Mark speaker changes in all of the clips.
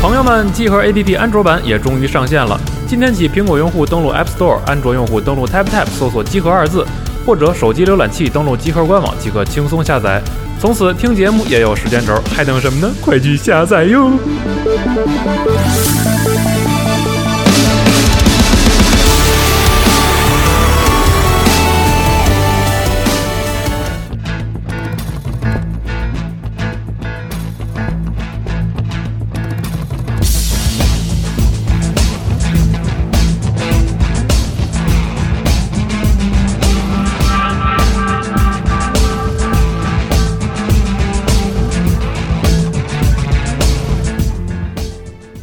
Speaker 1: 朋友们，集合 APP 安卓版也终于上线了。今天起，苹果用户登录 App Store，安卓用户登录 TapTap 搜索“集合”二字，或者手机浏览器登录集合官网即可轻松下载。从此听节目也有时间轴，还等什么呢？快去下载哟！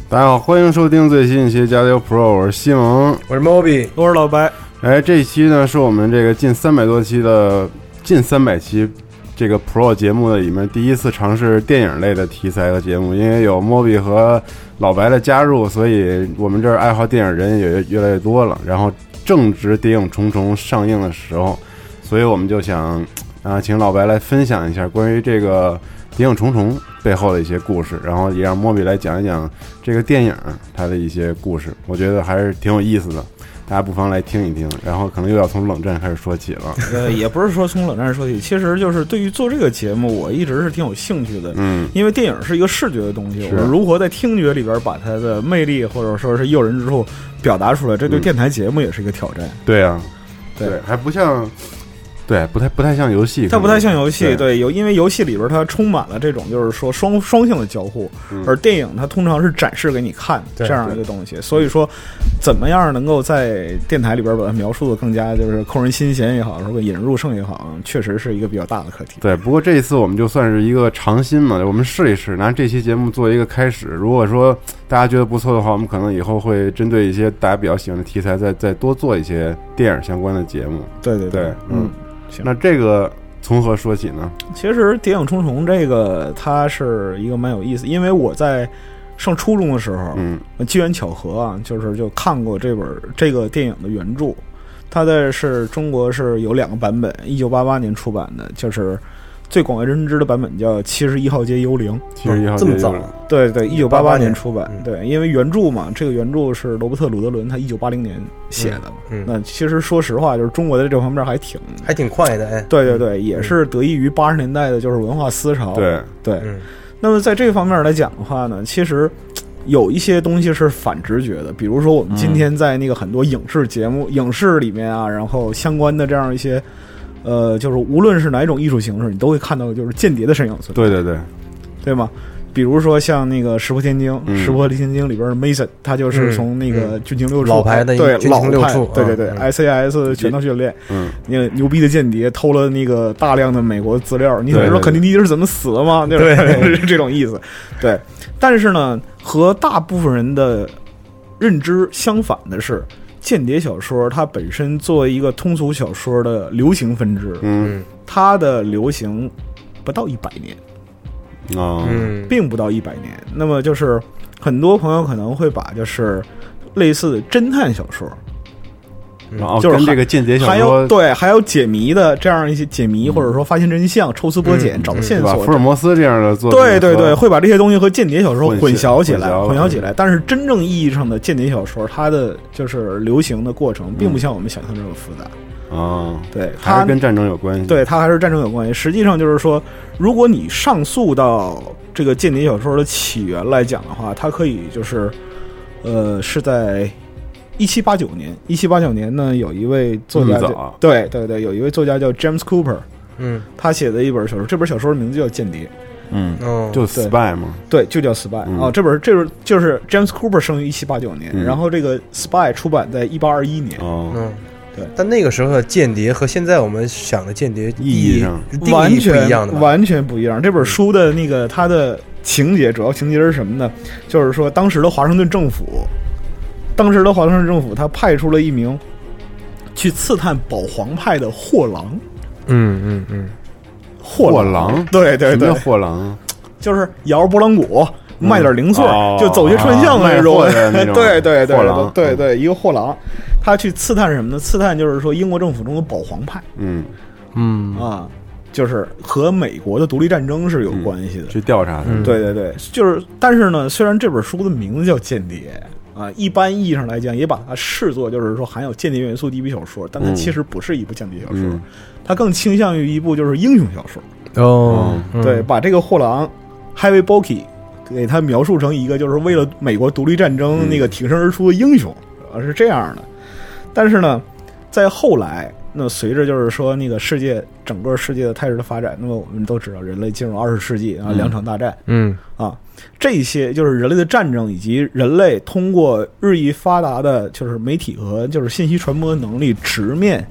Speaker 2: 大家好，欢迎收听最新一期《加油 Pro》，我是西蒙。
Speaker 3: 我是 Moby，
Speaker 4: 我是老白，
Speaker 2: 哎，这一期呢是我们这个近三百多期的近三百期这个 Pro 节目的里面第一次尝试电影类的题材的节目，因为有 Moby 和老白的加入，所以我们这儿爱好电影人也越来越多了。然后正值《谍影重重》上映的时候，所以我们就想啊，请老白来分享一下关于这个《谍影重重》背后的一些故事，然后也让 Moby 来讲一讲这个电影它的一些故事，我觉得还是挺有意思的。大家不妨来听一听，然后可能又要从冷战开始说起 了。
Speaker 4: 呃，也不是说从冷战说起，其实就是对于做这个节目，我一直是挺有兴趣的，
Speaker 2: 嗯，
Speaker 4: 因为电影是一个视觉的东西，
Speaker 2: 是
Speaker 4: 我如何在听觉里边把它的魅力或者说是诱人之处表达出来，这对
Speaker 2: 嗯
Speaker 4: 电台节目也是一个挑战。
Speaker 2: 对啊，
Speaker 4: 对
Speaker 2: 还不像，对，不太不太像游戏，
Speaker 4: 它不太像游戏，
Speaker 2: 对
Speaker 4: 对，有因为游戏里边它充满了这种就是说双双向的交互，
Speaker 2: 嗯
Speaker 4: 而电影它通常是展示给你看
Speaker 3: 对
Speaker 4: 这样一个东西，所以说怎么样能够在电台里边把它描述的更加就是扣人心弦也好，说引人入胜也好，确实是一个比较大的课题。
Speaker 2: 对，不过这一次我们就算是一个尝新嘛，我们试一试，拿这期节目做一个开始。如果说大家觉得不错的话，我们可能以后会针对一些大家比较喜欢的题材，再再多做一些电影相关的节目。
Speaker 4: 对对
Speaker 2: 对，
Speaker 4: 嗯，，行
Speaker 2: 那这个从何说起呢？
Speaker 4: 其实《谍影重重》这个它是一个蛮有意思，因为我在上初中的时候，
Speaker 2: 嗯
Speaker 4: 机缘巧合啊，就是就看过这本这个电影的原著，它的是中国是有两个版本，一九八八年出版的，就是最广为人知的版本叫《七十一号街幽灵》。
Speaker 2: 七十一
Speaker 4: 哦
Speaker 2: 号
Speaker 3: 这么
Speaker 2: 街
Speaker 3: 早
Speaker 2: 幽灵
Speaker 4: 对对，一九八八
Speaker 3: 年
Speaker 4: 出版。
Speaker 3: 嗯
Speaker 4: 对，因为原著嘛，这个原著是罗伯特·鲁德伦他一九八零年写的嘛。
Speaker 3: 嗯嗯
Speaker 4: 那其实说实话，就是中国的这方面还挺。
Speaker 3: 还挺快的，哎，
Speaker 4: 对对对，也是得益于八十年代的，就是文化思潮。
Speaker 2: 对，
Speaker 4: 对，
Speaker 3: 嗯，
Speaker 4: 那么在这方面来讲的话呢，其实有一些东西是反直觉的，比如说我们今天在那个很多影视节
Speaker 3: 嗯
Speaker 4: 目、影视里面啊，然后相关的这样一些，呃，就是无论是哪一种艺术形式，你都会看到就是间谍的身影存在，
Speaker 2: 对对对，
Speaker 4: 对吗？比如说像那个《石破天惊》，
Speaker 2: 嗯
Speaker 4: 石破天惊》里边的 Mason，他就是
Speaker 3: 嗯
Speaker 4: 从那个军情六处哎
Speaker 3: 老牌的
Speaker 4: 对
Speaker 3: 军
Speaker 4: 老
Speaker 3: 情六
Speaker 4: 派
Speaker 3: 处
Speaker 4: 对对
Speaker 3: 嗯
Speaker 4: 对
Speaker 3: 嗯
Speaker 4: ，ICS 全套训练，
Speaker 2: 嗯，
Speaker 4: 那个牛逼的间谍偷了那个大量的美国资料，你
Speaker 2: 对
Speaker 4: 想知道
Speaker 2: 对
Speaker 4: 肯尼迪是怎么死的吗？对吧？是 这种意思。对，但是呢，和大部分人的认知相反的是，间谍小说它本身作为一个通俗小说的流行分支，
Speaker 2: 嗯
Speaker 4: 它的流行不到一百年，
Speaker 2: 啊，
Speaker 3: 嗯，
Speaker 4: 并不到一百年。那么就是很多朋友可能会把就是类似的侦探小说，
Speaker 2: 然后
Speaker 4: 就是
Speaker 2: 跟
Speaker 4: 还
Speaker 2: 这个间谍小
Speaker 4: 还有
Speaker 2: 说嗯
Speaker 4: 对，还有解谜的这样一些解谜，或者说发现真相、抽丝剥茧、
Speaker 3: 嗯
Speaker 4: 找
Speaker 3: 嗯
Speaker 4: 线
Speaker 2: 是吧？
Speaker 4: 索。
Speaker 2: 福尔摩斯这样的作品
Speaker 4: 对对对，
Speaker 2: 和
Speaker 4: 会把这些东西和间谍小说
Speaker 2: 混
Speaker 4: 混
Speaker 2: 淆
Speaker 4: 淆起来
Speaker 2: 混淆，
Speaker 4: 混淆起来。但是真正意义上的间谍小说，它的就是流行的过程，并不像我们想象这么复杂。
Speaker 2: 啊，
Speaker 4: 对
Speaker 2: 还
Speaker 4: 它
Speaker 2: 是，跟战争有关系。
Speaker 4: 对它还是战争有关系。实际上就是说，如果你上溯到这个间谍小说的起源来讲的话，它可以就是，呃，是在一七八九年。一七八九年呢，有一位作
Speaker 2: 那
Speaker 4: 家
Speaker 2: 么
Speaker 4: 叫
Speaker 2: 早啊
Speaker 4: 对对对，有一位作家叫 James Cooper，
Speaker 3: 嗯，
Speaker 4: 他写的一本小说，这本小说的名字叫《间谍》，
Speaker 2: 嗯，
Speaker 3: 哦，
Speaker 2: 就 spy 嘛，
Speaker 4: 对，就叫 Spy 啊、
Speaker 2: 嗯
Speaker 4: 这本这本就是 James Cooper 生于一七八九年，
Speaker 2: 嗯
Speaker 4: 然后这个 Spy 出版在一八二一年，
Speaker 2: 哦，
Speaker 3: 嗯，
Speaker 4: 对
Speaker 3: 但那个时候的间谍和现在我们想的间谍
Speaker 2: 意义上
Speaker 3: 定义
Speaker 4: 完
Speaker 3: 不
Speaker 4: 全
Speaker 3: 一样的吧，
Speaker 4: 完全不一样。这本书的那个它的情节，主要情节是什么呢？就是说当时的华盛顿政府，当时的华盛顿政府他派出了一名去刺探保皇派的货郎，
Speaker 3: 嗯嗯嗯，
Speaker 4: 货
Speaker 2: 货郎
Speaker 4: 对对
Speaker 2: 什么叫，
Speaker 4: 对
Speaker 2: 货郎？啊
Speaker 4: 就是摇着拨浪鼓。卖点零碎儿，
Speaker 2: 哦
Speaker 4: 就走街串巷
Speaker 2: 卖
Speaker 4: 那种。
Speaker 2: 货的那种
Speaker 4: 对对对
Speaker 2: 货郎
Speaker 4: 对对对，一个货郎，他去刺探什么呢？刺探就是说英国政府中的保皇派
Speaker 2: 嗯，
Speaker 3: 嗯，
Speaker 4: 啊，就是和美国的独立战争是
Speaker 2: 嗯
Speaker 4: 有关系的。
Speaker 2: 去调查他。
Speaker 3: 嗯
Speaker 4: 对对对，就是，但是呢，虽然这本书的名字叫《间谍》啊，一般意义上来讲，也把它视作就是说含有间谍元素的一部小说，但它
Speaker 2: 嗯
Speaker 4: 其实不是一部间谍小说，
Speaker 2: 嗯
Speaker 4: 它更倾向于一部就是英雄小说。
Speaker 3: 哦，嗯
Speaker 4: 对，，把这个货郎 Harvey b o k e 给他描述成一个就是为了美国独立战争
Speaker 2: 嗯
Speaker 4: 那个挺身而出的英雄，啊、是这样的。但是呢，在后来，那随着就是说那个世界整个世界的态势的发展，那么我们都知道，人类进入二十世纪啊，
Speaker 2: 嗯
Speaker 4: 两场大战、
Speaker 3: 嗯
Speaker 4: 啊，这些就是人类的战争以及人类通过日益发达的就是媒体和就是信息传播的能力，直面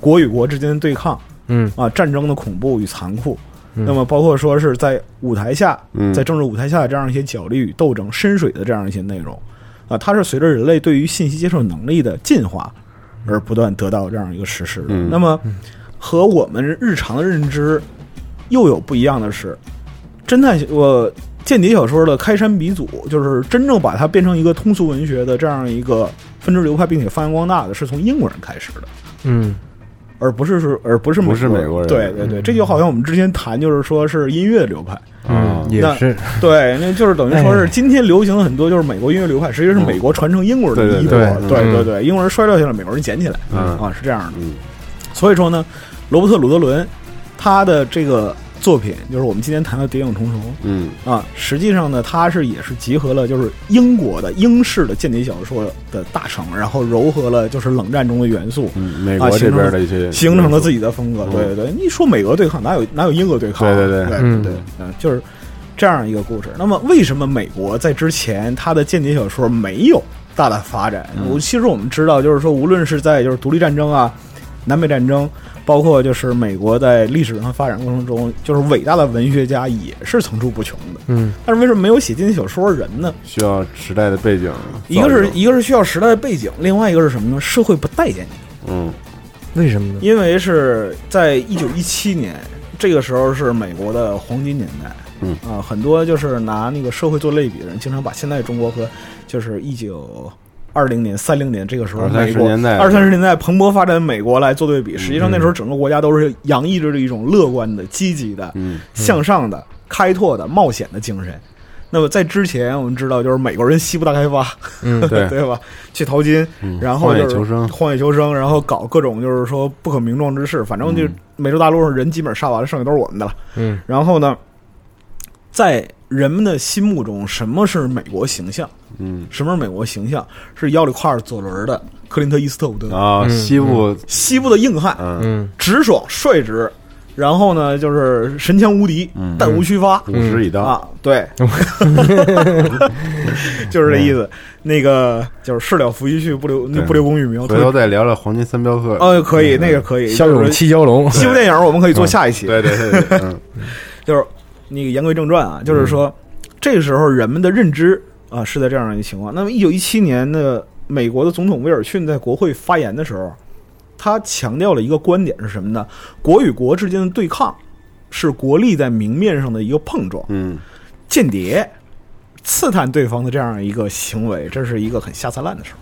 Speaker 4: 国与国之间的对抗。
Speaker 3: 嗯
Speaker 4: 啊战争的恐怖与残酷。
Speaker 3: 嗯
Speaker 4: 那么，包括说是在舞台下，
Speaker 2: 嗯
Speaker 4: 在政治舞台下的这样一些角力与斗争、深水的这样一些内容，啊，它是随着人类对于信息接受能力的进化而不断得到这样一个实施的。
Speaker 2: 嗯
Speaker 4: 那么，和我们日常的认知又有不一样的是，侦探小我间谍小说的开山鼻祖，就是真正把它变成一个通俗文学的这样一个分支流派，并且发扬光大的是从英国人开始的。
Speaker 3: 嗯
Speaker 4: 而不是是而不是
Speaker 2: 不是美国人
Speaker 4: 对对对，
Speaker 3: 嗯
Speaker 4: 这就好像我们之前谈，就是说是音乐流派，
Speaker 2: 啊
Speaker 3: 嗯，也
Speaker 4: 那
Speaker 3: 是，
Speaker 4: 对，那就是等于说
Speaker 3: 哎
Speaker 4: 是今天流行的很多就是美国音乐流派，实际是美国传承英国人的
Speaker 2: 嗯对对
Speaker 4: 衣
Speaker 3: 对
Speaker 4: 钵，对
Speaker 3: 嗯
Speaker 4: 对对，英国人衰落下来，美国人捡起来，
Speaker 2: 嗯
Speaker 4: 啊是这样的。
Speaker 2: 嗯
Speaker 4: 所以说呢，罗伯特·鲁德伦他的这个作品，就是我们今天谈的《谍影重重》，
Speaker 2: 嗯
Speaker 4: 啊，实际上呢，它是也是集合了就是英国的英式的间谍小说的大成，然后糅合了就是冷战中的元素，
Speaker 2: 嗯，美国这边的一些
Speaker 4: 啊形成了自
Speaker 2: 己
Speaker 4: 己的风格。
Speaker 2: 嗯
Speaker 4: 对对对，你说美俄对抗，哪有哪有英俄对抗啊？
Speaker 2: 对对对
Speaker 4: 对
Speaker 3: 嗯
Speaker 4: 对，嗯，就是这样一个故事。那么，为什么美国在之前它的间谍小说没有大的发展？
Speaker 2: 嗯
Speaker 4: 我其实我们知道，就是说，无论是在就是独立战争啊、南北战争，包括就是美国在历史上发展过程中，就是伟大的文学家也是层出不穷的。
Speaker 3: 嗯
Speaker 4: 但是为什么没有写间谍小说人呢？
Speaker 2: 需要时代的背景，
Speaker 4: 一个是
Speaker 2: 造就
Speaker 4: 一个是需要时代的背景，另外一个是什么呢？社会不待见你。
Speaker 2: 嗯
Speaker 3: 为什么呢？
Speaker 4: 因为是在一九一七年，这个时候是美国的黄金年代。
Speaker 2: 嗯
Speaker 4: 啊、很多就是拿那个社会做类比的人，经常把现在中国和就是一九二零年、三零年这个时候
Speaker 2: 二三
Speaker 4: 美
Speaker 2: 十
Speaker 4: 国
Speaker 2: 年代嗯
Speaker 4: 二三十年代蓬勃发展的美国来做对比。实际上那时候整个国家都是洋溢着一种乐观的、积极的、
Speaker 2: 嗯
Speaker 4: 向上的、开拓的、冒险的精神。那么在之前，我们知道就是美国人西部大开发，
Speaker 3: 嗯
Speaker 2: 对
Speaker 4: 吧？去淘金，
Speaker 2: 嗯，
Speaker 4: 然后
Speaker 2: 荒
Speaker 4: 就
Speaker 2: 野
Speaker 4: 是
Speaker 2: 求生，
Speaker 4: 荒野求生，然后搞各种就是说不可名状之事，反正就是
Speaker 2: 嗯
Speaker 4: 美洲大陆上人基本杀完了，剩下都是我们的了。
Speaker 3: 嗯
Speaker 4: 然后呢，在人们的心目中，什么是美国形象？
Speaker 2: 嗯
Speaker 4: 什么是美国形象？是腰里挎着左轮的克林特·伊斯特伍德，
Speaker 2: 啊，
Speaker 3: 嗯
Speaker 2: 西部
Speaker 4: 西部的硬汉，
Speaker 2: 嗯
Speaker 3: 嗯
Speaker 4: 直爽率直，然后呢就是神枪无敌，
Speaker 2: 嗯
Speaker 4: 弹无虚发。
Speaker 2: 五十以当，
Speaker 4: 啊， 对，就是这意思。那个就是事了拂须去，不留
Speaker 2: 嗯对
Speaker 4: 不留功与名。
Speaker 2: 回头再聊聊黄金三镖客，
Speaker 4: 呃，可以，那个可以。
Speaker 3: 骁勇
Speaker 4: 就是
Speaker 3: 七蛟龙，
Speaker 4: 西部电影，我们可以做下一期。
Speaker 2: 嗯对对对，对嗯
Speaker 4: 就是那个言归正传啊，就是说，这个时候人们的认知啊是在这样一个情况。那么，一九一七年的美国的总统威尔逊在国会发言的时候，他强调了一个观点是什么呢？国与国之间的对抗是国力在明面上的一个碰撞，
Speaker 2: 嗯
Speaker 4: 间谍刺探对方的这样一个行为，这是一个很下三滥的事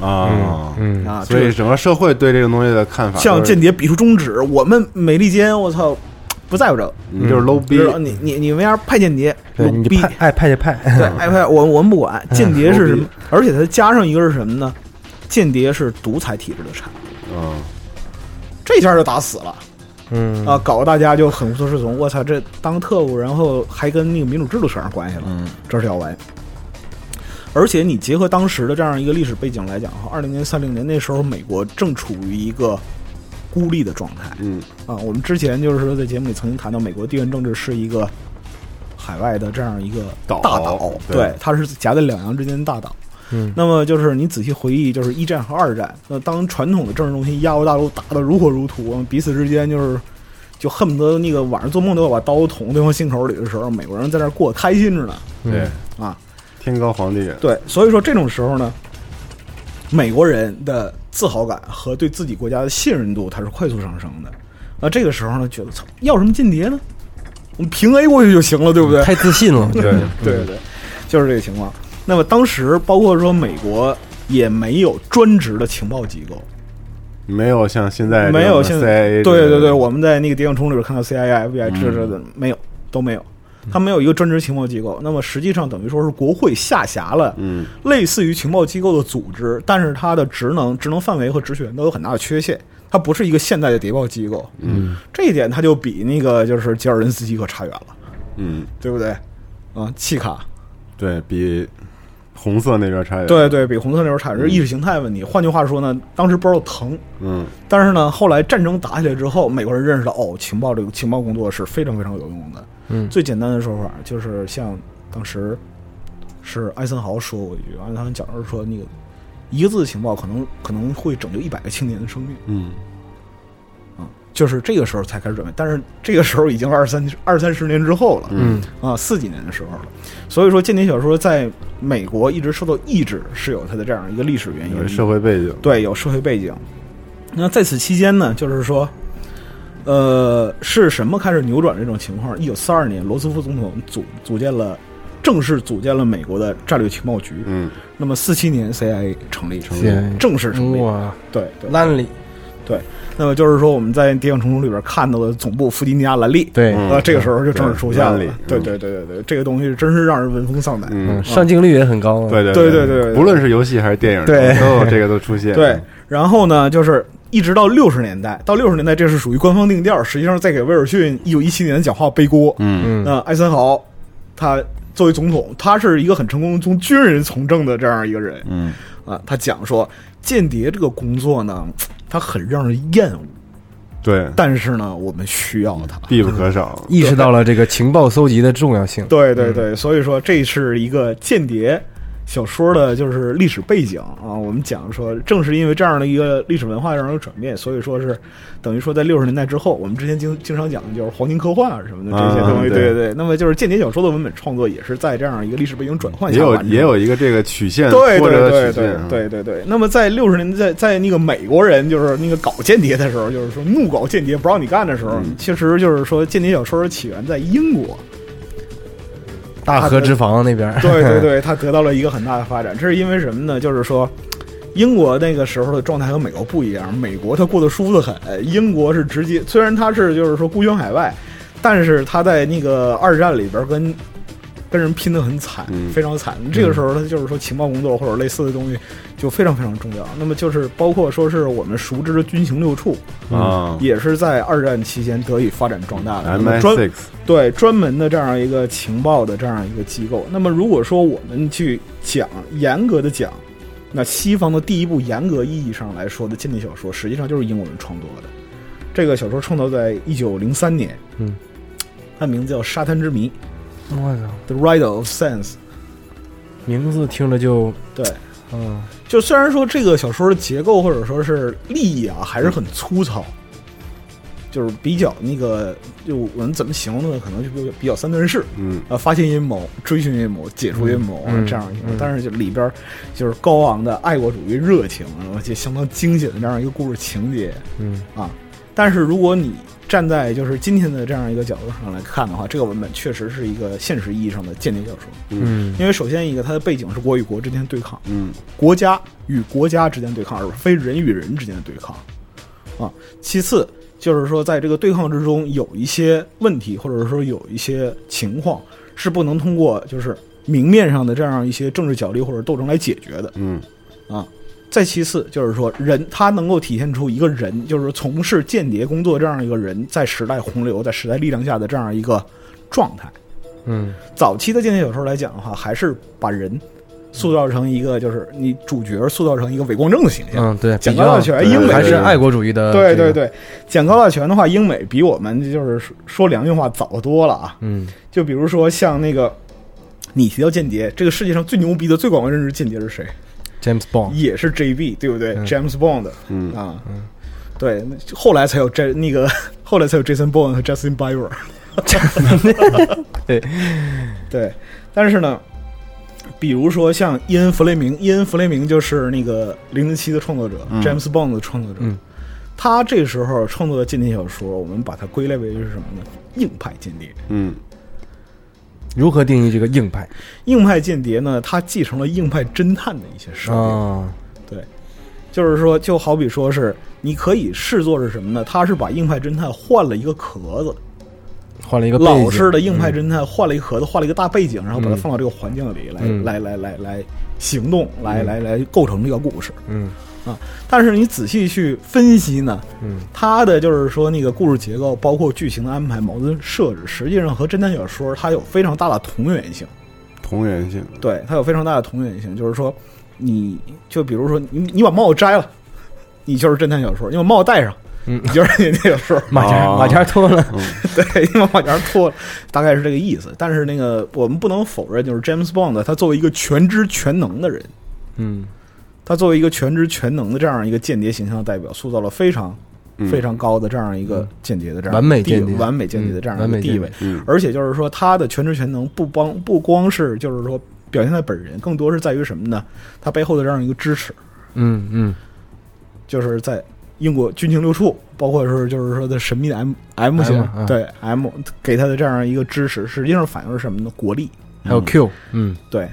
Speaker 4: 儿
Speaker 2: 啊。
Speaker 3: 嗯
Speaker 4: 啊。
Speaker 2: 所
Speaker 4: 这
Speaker 2: 以
Speaker 4: 个
Speaker 2: 整个社会对这个东西的看法，
Speaker 4: 向间谍比出中指，我们美利坚，我操，不在乎这个。
Speaker 2: 你嗯就是 low 逼
Speaker 4: 比，如你你你们嗯要是派间谍，
Speaker 3: 对，
Speaker 4: 鲁
Speaker 3: 你就
Speaker 4: 逼
Speaker 3: 派爱派就派，
Speaker 4: 对， 爱派我我们不管。间谍是什
Speaker 2: 牛
Speaker 4: 么？而且它加上一个是什么呢？间谍是独裁体制的产物，
Speaker 2: 嗯
Speaker 4: 这下就打死了
Speaker 3: 嗯
Speaker 4: 啊！搞得大家就很无所适从。我操，这当特务，然后还跟那个民主制度扯上关系了，
Speaker 2: 嗯
Speaker 4: 这是要完。而且你结合当时的这样一个历史背景来讲的话，二零年、三零年那时候，美国正处于一个孤立的状态
Speaker 2: 嗯
Speaker 4: 啊。我们之前就是说在节目里曾经谈到，美国地缘政治是一个海外的这样一个
Speaker 2: 岛
Speaker 4: 大岛，
Speaker 2: 对
Speaker 4: 对，它是夹在两洋之间的大岛。
Speaker 3: 嗯
Speaker 4: 那么就是你仔细回忆，就是一战和二战，那当传统的政治中心亚欧大陆打得如火如荼，彼此之间就是就恨不得那个晚上做梦都要把刀捅对方心口里的时候，美国人在那儿过得开心着呢
Speaker 3: 嗯
Speaker 2: 对，
Speaker 4: 啊。
Speaker 2: 天高皇帝远，
Speaker 4: 对，所以说这种时候呢，美国人的自豪感和对自己国家的信任度，它是快速上升的。那这个时候呢，觉得操，要什么间谍呢？我们平 A 过去就行了，对不对？
Speaker 3: 太自信了，我觉得
Speaker 2: 对，
Speaker 4: 对对对，就是这个情况。那么当时包括说美国也没有专职的情报机构，
Speaker 2: 没有像现在
Speaker 4: 没有现
Speaker 2: C I A
Speaker 4: 对对嗯对，我们在那个谍影冲突里看到 CIA、FBI 这这的没有都没有，它没有一个专职情报机构。那么实际上等于说是国会下辖了
Speaker 2: 嗯
Speaker 4: 类似于情报机构的组织，但是它的职能、职能范围和职权都有很大的缺陷。它不是一个现代的谍报机构，
Speaker 2: 嗯
Speaker 4: 这一点它就比那个就是吉尔任斯基可差远了，
Speaker 2: 嗯，
Speaker 4: 对不对？啊，契卡，
Speaker 2: 对比红色那边差远，
Speaker 4: 对，对，比红色那边差远，这是意识形态问题。换句话说呢，当时不知道疼，
Speaker 2: 嗯
Speaker 4: 但是呢，后来战争打起来之后，美国人认识到哦，情报这个情报工作是非常非常有用的。
Speaker 3: 嗯
Speaker 4: 最简单的说法就是像当时是艾森豪说过一句，艾森豪讲是说那个一个字情报可能可能会拯救一百个青年的生命，
Speaker 2: 嗯
Speaker 4: 就是这个时候才开始准备。但是这个时候已经二三二三十年之后了，
Speaker 3: 嗯
Speaker 4: 啊，四几年的时候了。所以说，间谍小说在美国一直受到抑制，是有它的这样一个历史原因
Speaker 2: 有
Speaker 4: 的。
Speaker 2: 社会背景，
Speaker 4: 对，有社会背景。那在此期间呢，就是说，呃，是什么开始扭转这种情况？一九四二年，罗斯福总统组组建了，正式组建了美国的战略情报局。
Speaker 2: 嗯
Speaker 4: 那么四七年 CIA 成立，
Speaker 2: 成立
Speaker 3: 谢
Speaker 4: 正式成立。
Speaker 3: 哇，
Speaker 4: 对对。
Speaker 3: 兰里
Speaker 4: 那么就是说，我们在《谍影重重》里边看到的总部弗吉尼亚兰利，
Speaker 3: 对，
Speaker 2: 嗯
Speaker 4: 呃，这个时候就正式出现了
Speaker 2: 对兰利。
Speaker 4: 对
Speaker 2: 嗯
Speaker 4: 对对对对，这个东西真是让人闻风丧胆。
Speaker 3: 嗯，
Speaker 2: 嗯
Speaker 3: 上镜率也很高啊，
Speaker 2: 对对
Speaker 4: 对
Speaker 2: 对
Speaker 4: 对对对
Speaker 2: 不论是游戏还是电影，
Speaker 4: 对
Speaker 2: 都有这个都出现，
Speaker 4: 对，然后呢，就是一直到六十年代，到六十年代这是属于官方定调，实际上在给威尔逊一九一七年的讲话背锅。
Speaker 2: 嗯
Speaker 3: 嗯，
Speaker 4: 那艾森豪他作为总统，他是一个很成功从军人从政的这样一个人
Speaker 2: 嗯
Speaker 4: 啊，他讲说间谍这个工作呢，他很让人厌恶，
Speaker 2: 对，
Speaker 4: 但嗯是呢，我们需要他。
Speaker 2: 必不可少，
Speaker 3: 意识到了这个情报搜集的重要性，
Speaker 4: 对对对，所以说这是一个间谍小说的，就是历史背景啊。我们讲说，正是因为这样的一个历史文化上的转变，所以说是等于说在六十年代之后，我们之前经经常讲的就是黄金科幻啊什么的这些东西。
Speaker 2: 啊对
Speaker 4: 对对，那么就是间谍小说的文本创作也是在这样一个历史背景转换
Speaker 2: 也
Speaker 4: 下
Speaker 2: 有
Speaker 4: 完成的
Speaker 2: 也有一个这个曲线
Speaker 4: 对
Speaker 2: 波折
Speaker 4: 对对
Speaker 2: 的曲线
Speaker 4: 对
Speaker 2: 啊，
Speaker 4: 对对对。那么在六十年代，在那个美国人就是那个搞间谍的时候，就是说怒搞间谍不让你干的时候，其实就是说间谍小说的起源在英国。
Speaker 3: 大河之防那 边，
Speaker 4: 对对，对，它得到了一个很大的发展。这是因为什么呢？就是说，英国那个时候的状态和美国不一样，美国它过得舒服的很，英国是直接，虽然它是就是说孤军海外，但是它在那个二战里边跟。跟人拼得很惨，
Speaker 2: 嗯
Speaker 4: 非常惨。这个时候，它就是说情报工作或者类似的东西就非常非常重要。那么就是包括说是我们熟知的军情六处，
Speaker 2: 啊
Speaker 4: 嗯也是在二战期间得以发展壮大的。那
Speaker 2: ，M
Speaker 4: 么
Speaker 2: I
Speaker 4: 专
Speaker 2: six，
Speaker 4: 对专门的这样一个情报的这样一个机构。那么如果说我们去讲严格的讲，那西方的第一部严格意义上来说的间谍小说，实际上就是英国人创作的。这个小说创作在一九零三年，
Speaker 3: 嗯，
Speaker 4: 它名字叫《沙滩之谜
Speaker 3: 我操，》
Speaker 4: （The Ride of Sands）。
Speaker 3: 名字听着就
Speaker 4: 对，
Speaker 3: 嗯
Speaker 4: 就虽然说这个小说的结构或者说是立意啊，还是很粗糙，就是比较那个，就我们怎么形容呢？可能就比较比较三段式，
Speaker 2: 嗯
Speaker 4: 呃，发现阴谋、追寻阴谋、解除阴谋、啊
Speaker 3: 嗯嗯
Speaker 4: 这样一个，
Speaker 3: 嗯
Speaker 4: 但是就里边儿就是高昂的爱国主义热情，然后就相当惊险的这样一个故事情节
Speaker 3: 嗯
Speaker 4: 啊。但是如果你站在就是今天的这样一个角度上来看的话，这个文本确实是一个现实意义上的间谍小说，
Speaker 3: 嗯
Speaker 4: 因为首先一个它的背景是国与国之间的对抗，
Speaker 2: 嗯
Speaker 4: 国家与国家之间的对抗，而非人与人之间的对抗啊。其次就是说，在这个对抗之中，有一些问题或者说有一些情况是不能通过就是明面上的这样一些政治角力或者斗争来解决的
Speaker 2: 嗯
Speaker 4: 啊。再其次就是说，人他能够体现出一个人，就是从事间谍工作这样一个人，在时代洪流、在时代力量下的这样一个状态。
Speaker 3: 嗯
Speaker 4: 早期的间谍小说来讲的话，还是把人塑造成一个就是你主角塑造成一个伪光正的形象。
Speaker 3: 嗯，对，
Speaker 4: 讲
Speaker 3: 比
Speaker 4: 高大
Speaker 3: 较
Speaker 4: 全，
Speaker 2: 对
Speaker 4: 英美
Speaker 3: 还是
Speaker 2: 对
Speaker 3: 爱国主义的，
Speaker 4: 对对，对，讲高大全的话，英美比我们就是说说良心话早得多了啊。
Speaker 3: 嗯
Speaker 4: 就比如说像那个。你提到间谍，这个世界上最牛逼的、最广为人知的间谍是谁？
Speaker 3: ，James Bond，
Speaker 4: 也是 JB，对不对、
Speaker 3: 嗯
Speaker 4: j a m e s Bond
Speaker 2: 嗯
Speaker 4: 啊，对，那后来才有这那个， 后来才有 Jason Bourne 和 Justin Bieber。
Speaker 3: 对
Speaker 4: 对，但是呢，比如说像伊恩·弗雷明，伊恩·弗雷明就是那个《零零七》的创作者、
Speaker 2: 嗯
Speaker 4: j a m e s Bond 的创作者。
Speaker 3: 嗯
Speaker 4: 他这时候创作的间谍小说，我们把它归类为是什么呢？硬派间谍。
Speaker 2: 嗯
Speaker 3: 如何定义这个硬派哦
Speaker 4: 硬派间谍呢，它继承了硬派侦探的一些设定，
Speaker 3: 啊？
Speaker 4: 对，就是说，就好比说是你可以视作是什么呢？他是把硬派侦探换了一个壳子，
Speaker 3: 换了一个背景嗯
Speaker 4: 老式的硬派侦探换了一个壳子，换了一个大背景，然后把它放到这个环境里来，
Speaker 3: 嗯
Speaker 4: 来来来来行动，来来来构成这个故事。
Speaker 3: 嗯
Speaker 4: 但是你仔细去分析呢，
Speaker 3: 嗯，
Speaker 4: 它的就是说那个故事结构，包括剧情的安排、矛盾设置，实际上和侦探小说它有非常大的同源性。
Speaker 2: 同源性，
Speaker 4: 对，它有非常大的同源性，就是说，你就比如说你你把帽子摘了，你就是侦探小说；你把帽子戴上，
Speaker 3: 嗯
Speaker 4: 你就是侦探小说。
Speaker 3: 马甲
Speaker 2: 哦
Speaker 3: 马甲脱了，
Speaker 4: 对，你把帽檐脱了，大概是这个意思。但是那个我们不能否认，就是 James Bond 他作为一个全知全能的人，
Speaker 3: 嗯
Speaker 4: 他作为一个全知全能的这样一个间谍形象的代表，塑造了非常
Speaker 2: 嗯
Speaker 4: 非常高的这样一个间谍的这样
Speaker 3: 完美
Speaker 4: 地
Speaker 3: 间谍
Speaker 4: 完美间谍的这
Speaker 3: 嗯
Speaker 4: 样一
Speaker 3: 完
Speaker 4: 个
Speaker 3: 美间
Speaker 4: 地
Speaker 3: 谍
Speaker 4: 位。
Speaker 2: 嗯
Speaker 4: 而且就是说，他的全知全能不光不光是就是说表现在本人，更多是在于什么呢？他背后的这样一个支持，
Speaker 3: 嗯嗯
Speaker 4: 就是在英国军情六处，包括是就是说的神秘的 M M
Speaker 3: M，
Speaker 4: 型，
Speaker 3: 嗯
Speaker 4: 对 M 给他的这样一个支持，实际上反映是什么呢？国力。
Speaker 3: 还有 Q，嗯
Speaker 4: 对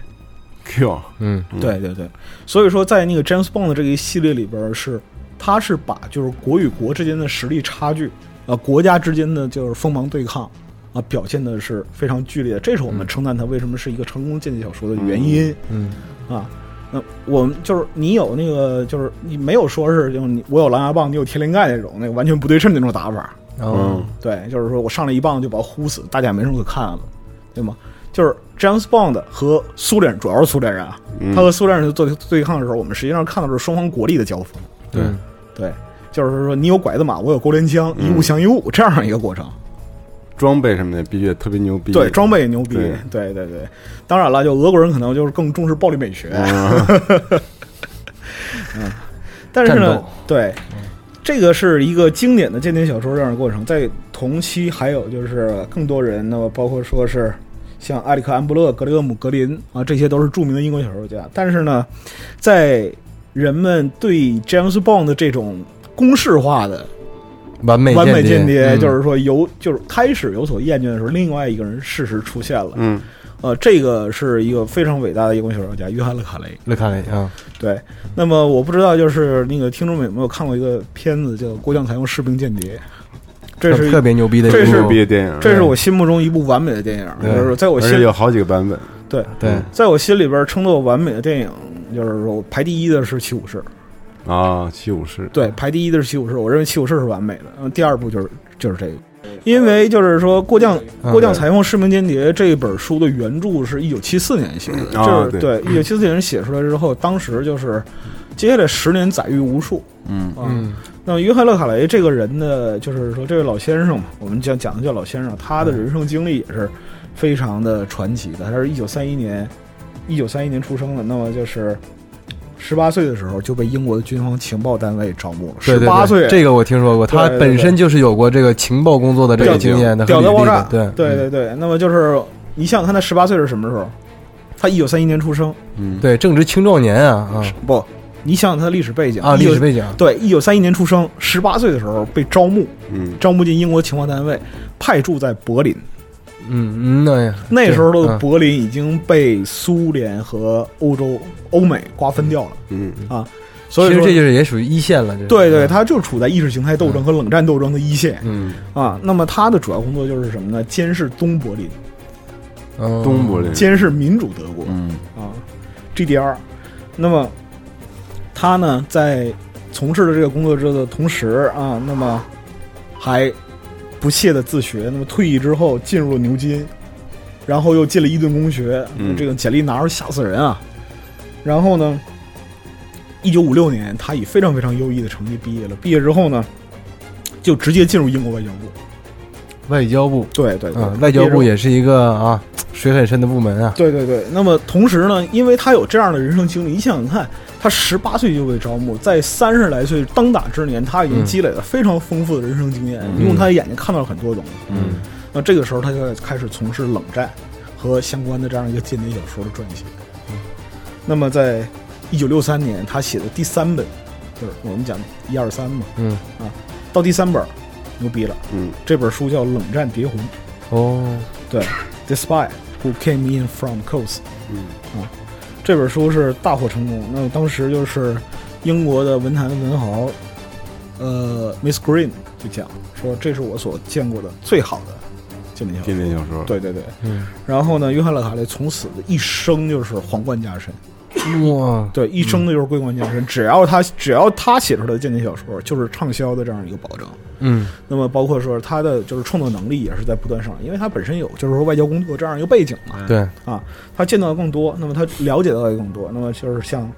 Speaker 2: Q，
Speaker 3: 嗯
Speaker 2: 嗯
Speaker 4: 对对对，所以说在那个 James Bond 的这一系列里边儿是，他是把就是国与国之间的实力差距，呃，国家之间的就是锋芒对抗。啊，表现的是非常剧烈，这是我们称赞他为什么是一个成功间谍小说的原因。
Speaker 3: 嗯
Speaker 4: 啊，那我们就是你有那个，就是你没有说是就是你我有狼牙棒，你有天灵盖那种，那个完全不对称那种打法。
Speaker 3: 哦
Speaker 2: 嗯
Speaker 4: 对，就是说我上来一棒就把他呼死，大家也没什么可看了，对吗？就是 James Bond 和苏联，主要是苏联人啊，他和苏联人做对抗的时候，我们实际上看到的是双方国力的交锋。
Speaker 2: 对
Speaker 3: 嗯
Speaker 4: 对，就是说你有拐子马，我有钩镰枪，一物
Speaker 2: 嗯
Speaker 4: 降一物这样一个过程。
Speaker 2: 装备什么的必须得特别牛逼，
Speaker 4: 对，装备也牛逼
Speaker 2: 对，
Speaker 4: 对对对。当然了，就俄国人可能就是更重视暴力美学， 嗯
Speaker 2: 嗯
Speaker 4: 但是
Speaker 3: 战
Speaker 4: 呢
Speaker 3: 斗，
Speaker 4: 对，这个是一个经典的间谍小说这样的过程。在同期还有就是更多人，那么包括说是像埃里克·安布勒、格雷厄姆·格林啊，这些都是著名的英国小说家。但是呢，在人们对 James Bond 的这种公式化的
Speaker 3: 完美
Speaker 4: 完美间谍，
Speaker 3: 谍嗯
Speaker 4: 就是说有就是开始有所厌倦的时候，另外一个人事实出现了。
Speaker 2: 嗯
Speaker 4: 呃，这个是一个非常伟大的英国小说家约翰·勒卡雷。
Speaker 3: 勒卡雷啊，
Speaker 4: 对，那么我不知道，就是那个听众们有没有看过一个片子叫《郭将才用士兵间谍》，这是
Speaker 3: 特别牛逼的一部，
Speaker 4: 这是
Speaker 2: 牛逼的电影，
Speaker 4: 这是我心目中一部完美的电影，
Speaker 3: 对
Speaker 4: 就是在我
Speaker 2: 而
Speaker 4: 心
Speaker 2: 且有好几个版本，
Speaker 4: 对，
Speaker 3: 对
Speaker 2: 嗯
Speaker 4: 在我心里边称作完美的电影，就是说排第一的是《七武士》，
Speaker 2: 啊，七武士，
Speaker 4: 对，排第一的是《七武士》，我认为《七武士》是完美的，嗯，第二部就是就是这个。因为就是说，《郭将
Speaker 3: 嗯
Speaker 4: 郭将裁缝士兵间谍》这本书的原著是一九七四年写的，
Speaker 3: 嗯
Speaker 2: 啊
Speaker 4: 就是
Speaker 2: 对
Speaker 4: 对一九七四年写出来之后，当时就是接下来十年载誉无数，
Speaker 2: 嗯
Speaker 4: 啊
Speaker 3: 嗯
Speaker 4: 那么约翰·勒卡雷这个人呢，就是说这位老先生嘛，我们讲讲的叫老先生，他的
Speaker 3: 嗯
Speaker 4: 人生经历也是非常的传奇的。他是一九三一年，一九三一年出生的，那么就是十八岁的时候就被英国的军方情报单位招募了。
Speaker 3: 对
Speaker 4: 十
Speaker 3: 对
Speaker 4: 八
Speaker 3: 对
Speaker 4: 岁，
Speaker 3: 这个我听说过，他
Speaker 4: 对对对
Speaker 3: 本身就是有过这个情报工作的这个经验的，
Speaker 4: 屌
Speaker 3: 和
Speaker 4: 屌
Speaker 3: 履
Speaker 4: 到爆
Speaker 3: 历
Speaker 4: 炸
Speaker 3: 的，对
Speaker 4: 对
Speaker 3: 嗯
Speaker 4: 对对，那么就是你想想看他十八岁是什么时候？他一九三一年出生，
Speaker 2: 嗯，
Speaker 3: 对，正值青壮年啊
Speaker 4: 不，你想想他的历史背景
Speaker 3: 啊啊，历史
Speaker 4: 景。
Speaker 3: 背景，
Speaker 4: 对，一九三一年出生，十八岁的时候被招募，
Speaker 2: 嗯
Speaker 4: 招募进英国情报单位，派驻在柏林。
Speaker 3: 嗯嗯，那呀
Speaker 4: 那时候
Speaker 3: 嗯
Speaker 4: 的柏林已经被苏联和欧洲、欧美瓜分掉了，
Speaker 2: 嗯
Speaker 4: 所以
Speaker 3: 其实
Speaker 4: 说
Speaker 3: 这就是嗯也属于一线了，这
Speaker 4: 对对，，它就处在意识形态斗争和冷战斗争的一线
Speaker 3: 嗯，
Speaker 4: 啊。那么它的主要工作就是什么呢？监视东柏林，
Speaker 3: 嗯
Speaker 2: 东柏林，
Speaker 4: 监视民主德国
Speaker 2: 嗯
Speaker 4: 啊，GDR。那么他呢，在从事了这个工作之后的同时啊，那么还不懈的自学。那么退役之后进入了牛津，然后又进了伊顿公学，
Speaker 2: 嗯
Speaker 4: 这个简历拿着吓死人啊。然后呢，一九五六年，他以非常非常优异的成绩毕业了。毕业之后呢，就直接进入英国外交部。
Speaker 3: 外交部，
Speaker 4: 对对对，
Speaker 3: 嗯，外交
Speaker 4: 毕业之后
Speaker 3: 部也是一个啊水很深的部门啊，
Speaker 4: 对对对，那么同时呢，因为他有这样的人生经历，你想想看，他十八岁就被招募，在三十来岁当打之年，他已经
Speaker 3: 嗯
Speaker 4: 积累了非常丰富的人生经验，
Speaker 2: 嗯
Speaker 4: 用他的眼睛看到了很多东西。
Speaker 2: 嗯，
Speaker 4: 那这个时候，他就开始从事冷战和相关的这样一个间谍小说的撰写。那么，在一九六三年，他写的第三本，就是我们讲一二三嘛，
Speaker 3: 嗯，
Speaker 4: 啊到第三本儿牛逼了，
Speaker 2: 嗯
Speaker 4: 这本书叫《冷战谍魂》
Speaker 3: 哦，
Speaker 4: ，The Spy Who Came In From Coast。
Speaker 2: 嗯
Speaker 4: 这本书是大获成功。那当时就是英国的文坛文豪，呃，Miss Green 就讲说，这是我所见过的最好的间谍小
Speaker 2: 经
Speaker 4: 说。
Speaker 2: 典小说，
Speaker 4: 对对对，
Speaker 3: 嗯，
Speaker 4: 然后呢，约翰·勒卡雷从此一生就是皇冠加身，
Speaker 3: 哇，
Speaker 4: 对，一生的就是桂冠加身。只要他只要他写出来的间谍小说，就是畅销的这样一个保证。
Speaker 3: 嗯
Speaker 4: 那么包括说他的就是创作能力也是在不断上涨，因为他本身有就是说外交工作这样一个背景嘛，
Speaker 3: 对，
Speaker 4: 他见到的更多，那么他了解到的更多，那么就是像，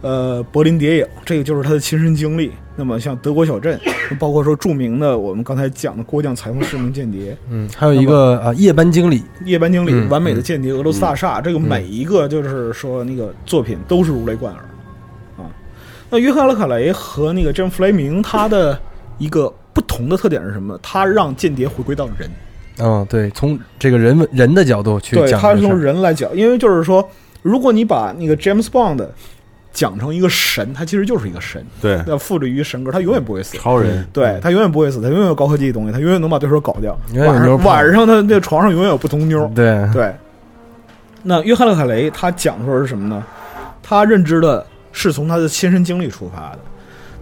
Speaker 4: 呃，柏林谍影，这个就是他的亲身经历。那么像德国小镇，包括说著名的我们刚才讲的郭将裁缝市民间谍、
Speaker 3: 嗯，还有一个啊，夜班经理，
Speaker 4: 夜班经理、
Speaker 3: 嗯
Speaker 4: 完美的间谍、俄罗斯大厦，这个每一个就是说那个作品都是如雷贯耳啊。那约翰·勒卡雷和那个詹姆斯·弗雷明，他的一个不同的特点是什么？他让间谍回归到人。
Speaker 3: 嗯，对，从这个人文人的角度去
Speaker 4: 对，
Speaker 3: 讲
Speaker 4: 他
Speaker 3: 这
Speaker 4: 是
Speaker 3: 事
Speaker 4: 从
Speaker 3: 儿，
Speaker 4: 人来讲，因为就是说，如果你把那个 James Bond 讲成一个神，他其实就是一 个神，
Speaker 2: 对，
Speaker 4: 那附着于神格，他永远不会死。
Speaker 2: 超人，
Speaker 4: 对他永远不会死，他永远有高科技的东西，他永远能把对手搞掉。
Speaker 3: 永远有嗯
Speaker 4: 晚
Speaker 3: 妞
Speaker 4: 上
Speaker 3: 儿泡
Speaker 4: 晚上他那床上永远有不同妞儿。
Speaker 3: 对，
Speaker 4: 对，那约翰·勒卡雷他讲说是什么呢？他认知的是从他的亲身经历出发的，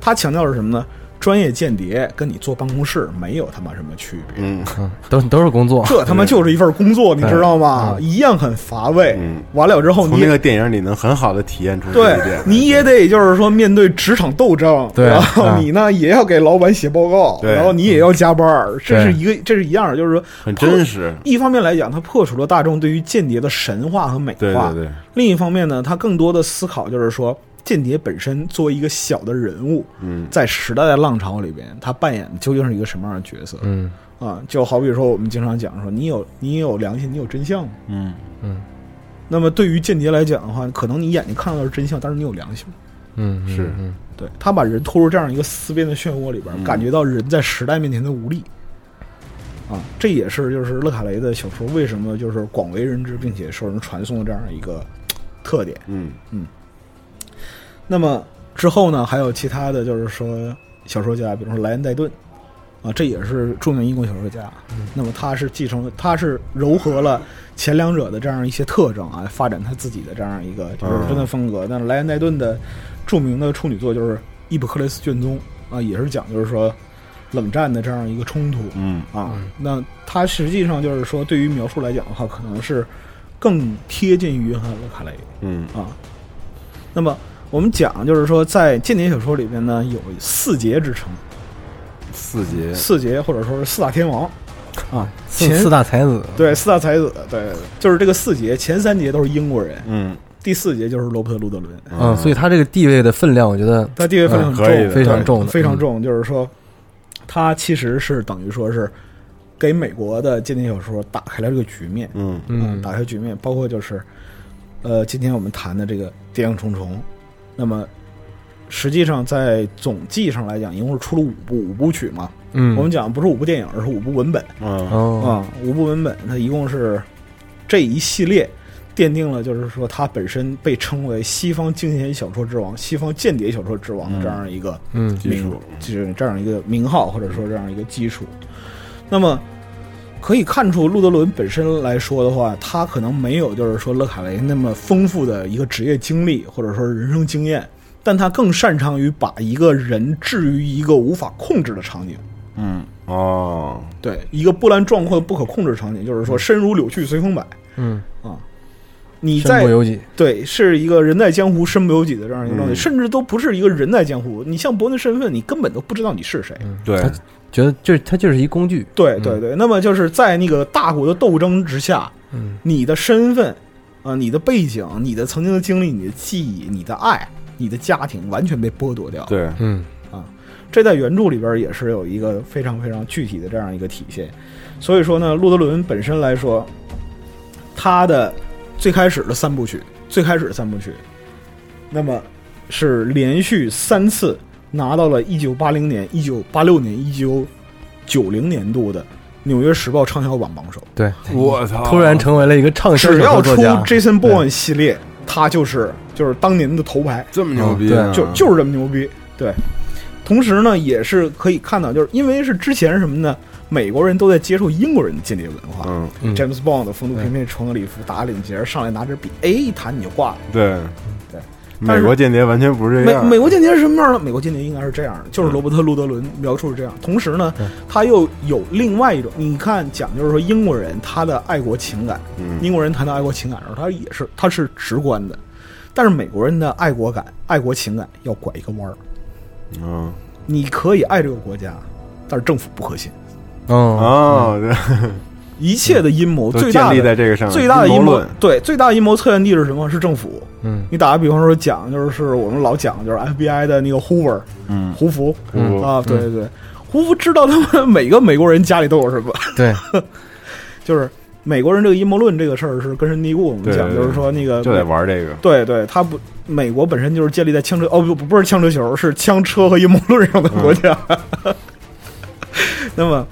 Speaker 4: 他强调的是什么呢？专业间谍跟你坐办公室没有他妈什么区别。
Speaker 2: 嗯
Speaker 3: 嗯，都都是工
Speaker 2: 啊
Speaker 3: 作，
Speaker 4: 这他妈就是一份工作，你知道吗？
Speaker 3: 嗯
Speaker 4: 一样很乏味。
Speaker 2: 嗯，
Speaker 4: 完了之后
Speaker 2: 从
Speaker 4: 哦你
Speaker 2: 那
Speaker 4: 也，
Speaker 2: 个电影里能很好的体验出这一
Speaker 4: 对
Speaker 2: 点，，
Speaker 4: 你也得就是说面对职场斗争，
Speaker 3: 对
Speaker 4: 然后
Speaker 3: 嗯
Speaker 4: 你呢也要给老板写报告，
Speaker 2: 对嗯
Speaker 4: 然后你也要加班儿，这
Speaker 3: 对
Speaker 4: 是一个这是一样儿，就是说，
Speaker 2: 很真实，
Speaker 4: 一方面来讲，它破除了大众对于间谍的神话和美化；
Speaker 2: 对对对，
Speaker 4: 另一方面呢，它更多的思考就是说，间谍本身作为一个小的人物，
Speaker 2: 嗯，
Speaker 4: 在时代的浪潮里边，他扮演究竟是一个什么样的角色？
Speaker 3: 嗯，
Speaker 4: 啊，就好比说我们经常讲说，你有你有良心，你有真相吗？
Speaker 2: 嗯，
Speaker 4: 那么对于间谍来讲的话，可能你眼睛看到的是真相，但是你有良心。
Speaker 3: 嗯，嗯
Speaker 2: 是
Speaker 3: 嗯
Speaker 4: 对他把人拖入这样一个思辨的漩涡里边，
Speaker 2: 嗯
Speaker 4: 感觉到人在时代面前的无力。啊，这也是就是勒卡雷的小说为什么就是广为人知，并且受人传颂的这样一个特点。
Speaker 2: 嗯，
Speaker 4: 那么之后呢，还有其他的就是说小说家，比如说莱恩·戴顿，啊，这也是著名英国小说家。那么他是继承了，他是糅合了前两者的这样一些特征啊，发展他自己的这样一个就是
Speaker 2: 嗯
Speaker 4: 真的风格。但是莱恩·戴顿的著名的处女作就是《伊卜克雷斯卷宗》啊，也是讲就是说冷战的这样一个冲突。
Speaker 2: 嗯，
Speaker 4: 啊
Speaker 3: 嗯，
Speaker 4: 那他实际上就是说，对于描述来讲的话，可能是更贴近于约翰·勒卡雷。
Speaker 2: 嗯，
Speaker 4: 啊。那么我们讲，就是说，在间谍小说里边呢，有四杰之称，
Speaker 2: 四杰，
Speaker 4: 四杰或者说是四大天王啊，
Speaker 3: 四
Speaker 4: 前
Speaker 3: 四大才子，
Speaker 4: 对四大才子，对，对对就是这个四杰，前三杰都是英国人，
Speaker 2: 嗯，
Speaker 4: 第四杰就是罗伯特·路德伦，
Speaker 3: 嗯，所以他这个地位的分量，我觉得
Speaker 4: 他地位非常
Speaker 2: 嗯
Speaker 4: 重，
Speaker 2: 可以的
Speaker 3: 非常重的，
Speaker 4: 非常
Speaker 3: 嗯，
Speaker 4: 重，就是说，他其实是等于说是给美国的间谍小说打开了这个局面，
Speaker 2: 嗯，
Speaker 3: 嗯，
Speaker 4: 打开局面，包括就是，呃，今天我们谈的这个《谍影重重》，那么实际上在总计上来讲，一共是出了五部五部曲嘛。
Speaker 3: 嗯，
Speaker 4: 我们讲不是五部电影，而是五部文本
Speaker 2: 嗯，
Speaker 3: 哦，
Speaker 4: 啊、五部文本，它一共是这一系列奠定了，就是说它本身被称为西方惊险小说之王、西方间谍小说之王的这样一个、
Speaker 3: 嗯
Speaker 2: 技
Speaker 4: 名
Speaker 2: 术，
Speaker 4: 就是这样一个名号，或者说这样一个基础。那
Speaker 2: 嗯
Speaker 4: 么可以看出，路德伦本身来说的话，他可能没有就是说勒卡雷那么丰富的一个职业经历，或者说人生经验，但他更擅长于把一个人置于一个无法控制的场景。
Speaker 2: 嗯，哦，
Speaker 4: 对，一个波澜壮阔的不可控制场景，就是说身如柳絮随风摆。啊
Speaker 3: 嗯，
Speaker 4: 你
Speaker 3: 身
Speaker 4: 在
Speaker 3: 不由己，
Speaker 4: 对，是一个人在江湖身不由己的这样一个状态，
Speaker 2: 嗯
Speaker 4: 甚至都不是一个人在江湖。你像伯恩的身份，你根本都不知道你是谁。
Speaker 2: 对，
Speaker 3: 他觉得就是他就是一工具，
Speaker 4: 对对对，那么就是在那个大国的斗争之下，
Speaker 3: 嗯
Speaker 4: 你的身份啊、你的背景、你的曾经的经历、你的记忆、你的爱、你的家庭，完全被剥夺掉。
Speaker 2: 对，
Speaker 3: 嗯
Speaker 4: 这在原著里边也是有一个非常非常具体的这样一个体现。所以说呢，路德伦本身来说，他的最开始的三部曲，最开始的三部曲，那么是连续三次拿到了1980年、1986年、1990年度的《纽约时报》畅销榜榜首。
Speaker 3: 对，
Speaker 2: 我操，
Speaker 3: 突然成为了一个畅销
Speaker 4: 只要
Speaker 3: 小说作
Speaker 4: 出
Speaker 3: 家，
Speaker 4: Jason Bourne 系列，他就是就是当年的头牌。
Speaker 2: 这么牛逼啊，
Speaker 4: 就就是这么牛逼。对，同时呢，也是可以看到，就是因为是之前是什么呢？美国人都在接受英国人的间谍文化。
Speaker 2: 嗯，
Speaker 3: 嗯
Speaker 4: James Bond 风度翩翩，穿个礼服，打个领结，上来拿支笔，哎，一弹你就挂了。
Speaker 2: 对，
Speaker 4: 但
Speaker 2: 美
Speaker 4: 是
Speaker 2: 国间谍完全不是这
Speaker 4: 美
Speaker 2: 样。
Speaker 4: 美国间谍是什么样呢？美国间谍应该是这样的，就是罗伯特·路德伦描述是这样。同时呢
Speaker 3: 对，
Speaker 4: 他又有另外一种，你看讲就是说英国人他的爱国情感，
Speaker 2: 嗯
Speaker 4: 英国人谈到爱国情感的时候，他也是他是直观的，但是美国人的爱国感、爱国情感要拐一个弯儿。
Speaker 2: 嗯
Speaker 4: 你可以爱这个国家，但是政府不可信，啊
Speaker 3: 嗯，
Speaker 2: 哦，这
Speaker 4: 一切的阴谋
Speaker 2: 嗯都
Speaker 4: 最大
Speaker 2: 建立
Speaker 4: 的
Speaker 2: 在这个上面。
Speaker 4: 最大的阴谋
Speaker 2: 论，
Speaker 4: 对最大阴谋测验地是什么？是政府。
Speaker 3: 嗯，
Speaker 4: 你打个比方说讲，就是我们老讲就是 FBI 的那个 Hoover
Speaker 2: 嗯，
Speaker 4: 胡佛，
Speaker 2: 嗯
Speaker 4: 啊，对对对，胡佛知道他们每个美国人家里都有什么，
Speaker 3: 对，
Speaker 4: 就是美国人这个阴谋论这个事儿是根深蒂固。我们
Speaker 2: 对
Speaker 4: 讲
Speaker 2: 对
Speaker 4: 就是说那个
Speaker 2: 就得玩这个。
Speaker 4: 对对，他不，美国本身就是建立在枪车哦不不不是枪车球，是枪车和阴谋论上的国家。 那么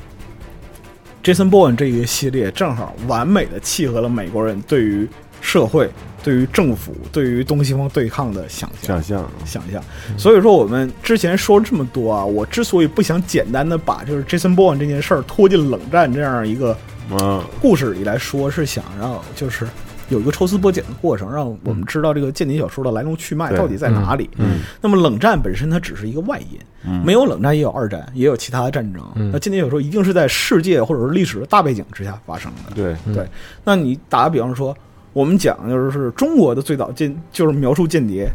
Speaker 4: ，Jason Bourne 这一个系列正好完美的契合了美国人对于社会、对于政府、对于东西方对抗的想
Speaker 2: 想。
Speaker 4: 象
Speaker 2: 象，
Speaker 4: 想象，所以说我们之前说这么多啊，我之所以不想简单的把就是 Jason Bourne 这件事儿拖进冷战这样一个
Speaker 2: 嗯，
Speaker 4: 故事里来说，是想让就是有一个抽丝剥茧的过程，让我们知道这个间谍小说的来龙去脉
Speaker 2: 对
Speaker 4: 到底在哪里。
Speaker 2: 嗯，
Speaker 4: 那么冷战本身它只是一个外因，
Speaker 2: 嗯
Speaker 4: 没有冷战也有二战，也有其他的战争。那间谍小说一定是在世界或者是历史的大背景之下发生的。
Speaker 2: 对，
Speaker 4: 对，那你打个比方说，我们讲就是中国的最早间就是描述间谍，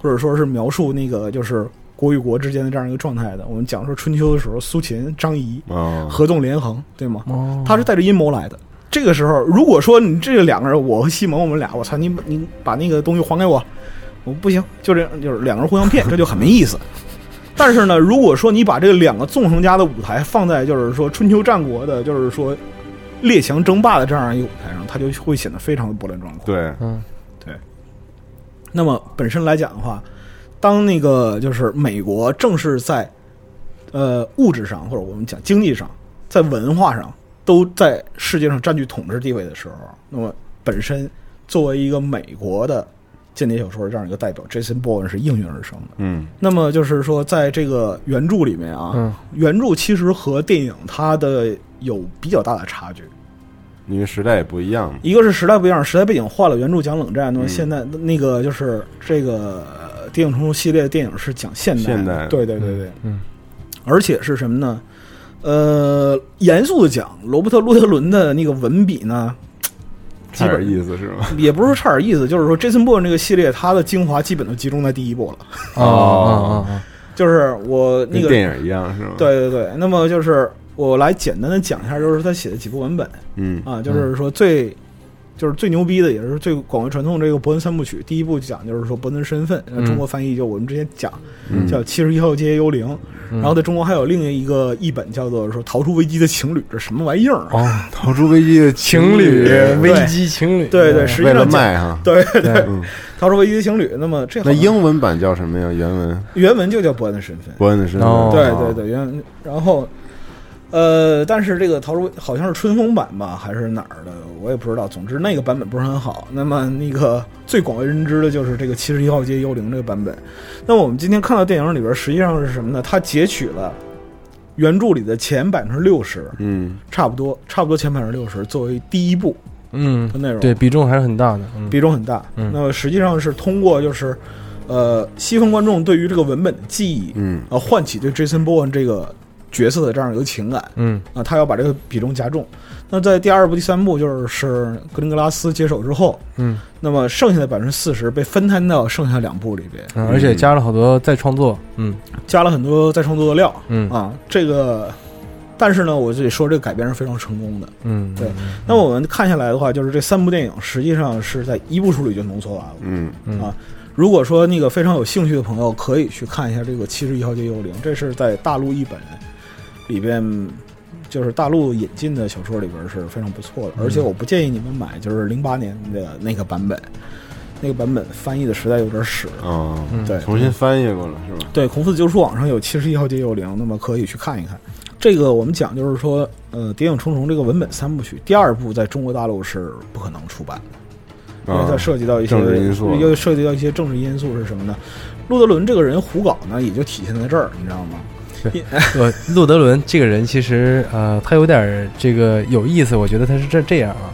Speaker 4: 或者说是描述那个就是国与国之间的这样一个状态的。我们讲说春秋的时候，苏秦、张仪
Speaker 2: 哦，
Speaker 4: 合纵连横，对吗？他是带着阴谋来的。这个时候，如果说你这两个人，我和西蒙，我们俩，我操，你你把那个东西还给我，我不行，就这样，就是两个人互相骗，这就很没意思。 但是呢，如果说你把这两个纵横家的舞台放在就是说春秋战国的，就是说列强争霸的这样一个舞台上，它就会显得非常的波澜壮阔。
Speaker 2: 对，
Speaker 3: 嗯，
Speaker 4: 那么本身来讲的话，当那个就是美国正是在呃物质上或者我们讲经济上，在文化上都在世界上占据统治地位的时候，那么本身作为一个美国的间谍小说这样一个代表，Jason Bourne 是应运而生的。
Speaker 2: 嗯，
Speaker 4: 那么就是说，在这个原著里面啊，
Speaker 3: 嗯
Speaker 4: 原著其实和电影它的有比较大的差距。
Speaker 2: 因为时代也不一样嘛。
Speaker 4: 一个是时代不一样，时代背景换了，原著讲冷战，那么
Speaker 2: 嗯
Speaker 4: 现在那个就是这个呃谍影重重系列的电影是讲现代的，
Speaker 2: 现代的
Speaker 4: 对对对对，
Speaker 3: 嗯，
Speaker 4: 而且是什么呢？呃，严肃的讲，罗伯特·路德伦的那个文笔呢，基
Speaker 2: 差
Speaker 4: 本
Speaker 2: 点意思是吧？
Speaker 4: 也不是差点意思，就是说 Jason Bourne 这个系列，它的精华基本都集中在第一部了，
Speaker 3: 哦哦哦，
Speaker 4: 就是我那
Speaker 2: 跟
Speaker 4: 个
Speaker 2: 电影一样是吗？，
Speaker 4: 对对对，那么就是我来简单的讲一下，就是他写的几部文本，
Speaker 2: 嗯
Speaker 4: 啊，就是说最、就是最牛逼的，也是最广为传颂这个伯恩三部曲。第一部讲就是说伯恩身份，呃中国翻译就我们之前讲、
Speaker 2: 嗯
Speaker 4: 叫《七十一号街幽灵》
Speaker 3: 嗯
Speaker 4: 然后在中国还有另一个译本叫做说《逃出危机的情侣》，这什么玩意儿、啊？
Speaker 3: 哦，
Speaker 2: 逃出危机的
Speaker 3: 情侣
Speaker 4: 为
Speaker 3: 危机情侣，
Speaker 4: 对对，实际
Speaker 2: 哦为了
Speaker 4: 上讲
Speaker 2: 卖哈，嗯
Speaker 4: 对《
Speaker 3: 对，
Speaker 4: 逃出危机的情侣》，那么这好
Speaker 2: 那
Speaker 4: 像
Speaker 2: 英文版叫什么呀？原文
Speaker 4: 原文就叫伯恩的身份，
Speaker 2: 伯恩的身份，
Speaker 3: 哦
Speaker 4: 对对对，原文然后。呃，但是这个《逃出危》好像是春风版吧，还是哪儿的，我也不知道。总之那个版本不是很好。那么那个最广为人知的就是这个《七十一号街幽灵》这个版本。那么我们今天看到电影里边，实际上是什么呢？它截取了原著里的前百分之六十，
Speaker 2: 嗯，
Speaker 4: 差不多差不多前百分之六十作为第一部
Speaker 3: 嗯
Speaker 4: 的，内容，
Speaker 3: 对，比重还是很大的，嗯
Speaker 4: 比重很大。
Speaker 3: 嗯
Speaker 4: 那么实际上是通过就是，呃，西方观众对于这个文本的记忆，
Speaker 2: 嗯，
Speaker 4: 呃，唤起对 Jason Bourne 这个角色的这样一个情感
Speaker 3: 嗯
Speaker 4: 啊，他要把这个比重加重。那在第二部、第三部，就是格林格拉斯接手之后，
Speaker 3: 嗯，
Speaker 4: 那么剩下的百分之四十被分摊到剩下两部里边，
Speaker 3: 嗯而且加了好多再创作，嗯
Speaker 4: 加了很多再创作的料
Speaker 3: 嗯
Speaker 4: 啊。这个，但是呢，我就得说这个改编是非常成功的。
Speaker 3: 嗯，
Speaker 4: 对那我们看下来的话，就是这三部电影实际上是在一部书里就浓缩完了。
Speaker 2: 嗯
Speaker 3: 嗯
Speaker 4: 啊，如果说那个非常有兴趣的朋友，可以去看一下这个《七十一号街幽灵》，这是在大陆译本里边，就是大陆引进的小说里边是非常不错的。而且我不建议你们买，就是零八年的那个版本，那个版本翻译的实在有点屎。
Speaker 2: 哦，
Speaker 3: 嗯
Speaker 4: 对
Speaker 2: 重新翻译过了是吧？
Speaker 4: 对，《孔子旧书网》上有《七十一号街幽灵》，那么可以去看一看。这个我们讲就是说，呃，《谍影重重》这个文本三部曲，第二部在中国大陆是不可能出版的。因为它
Speaker 2: 啊，
Speaker 4: 涉及到一些
Speaker 2: 政治因素啊
Speaker 4: 又涉及到一些政治因素是什么呢？路德伦这个人胡搞呢，也就体现在这儿，你知道吗？
Speaker 3: 呃，路德伦这个人其实呃，他有点儿这个有意思，我觉得他是这这样啊，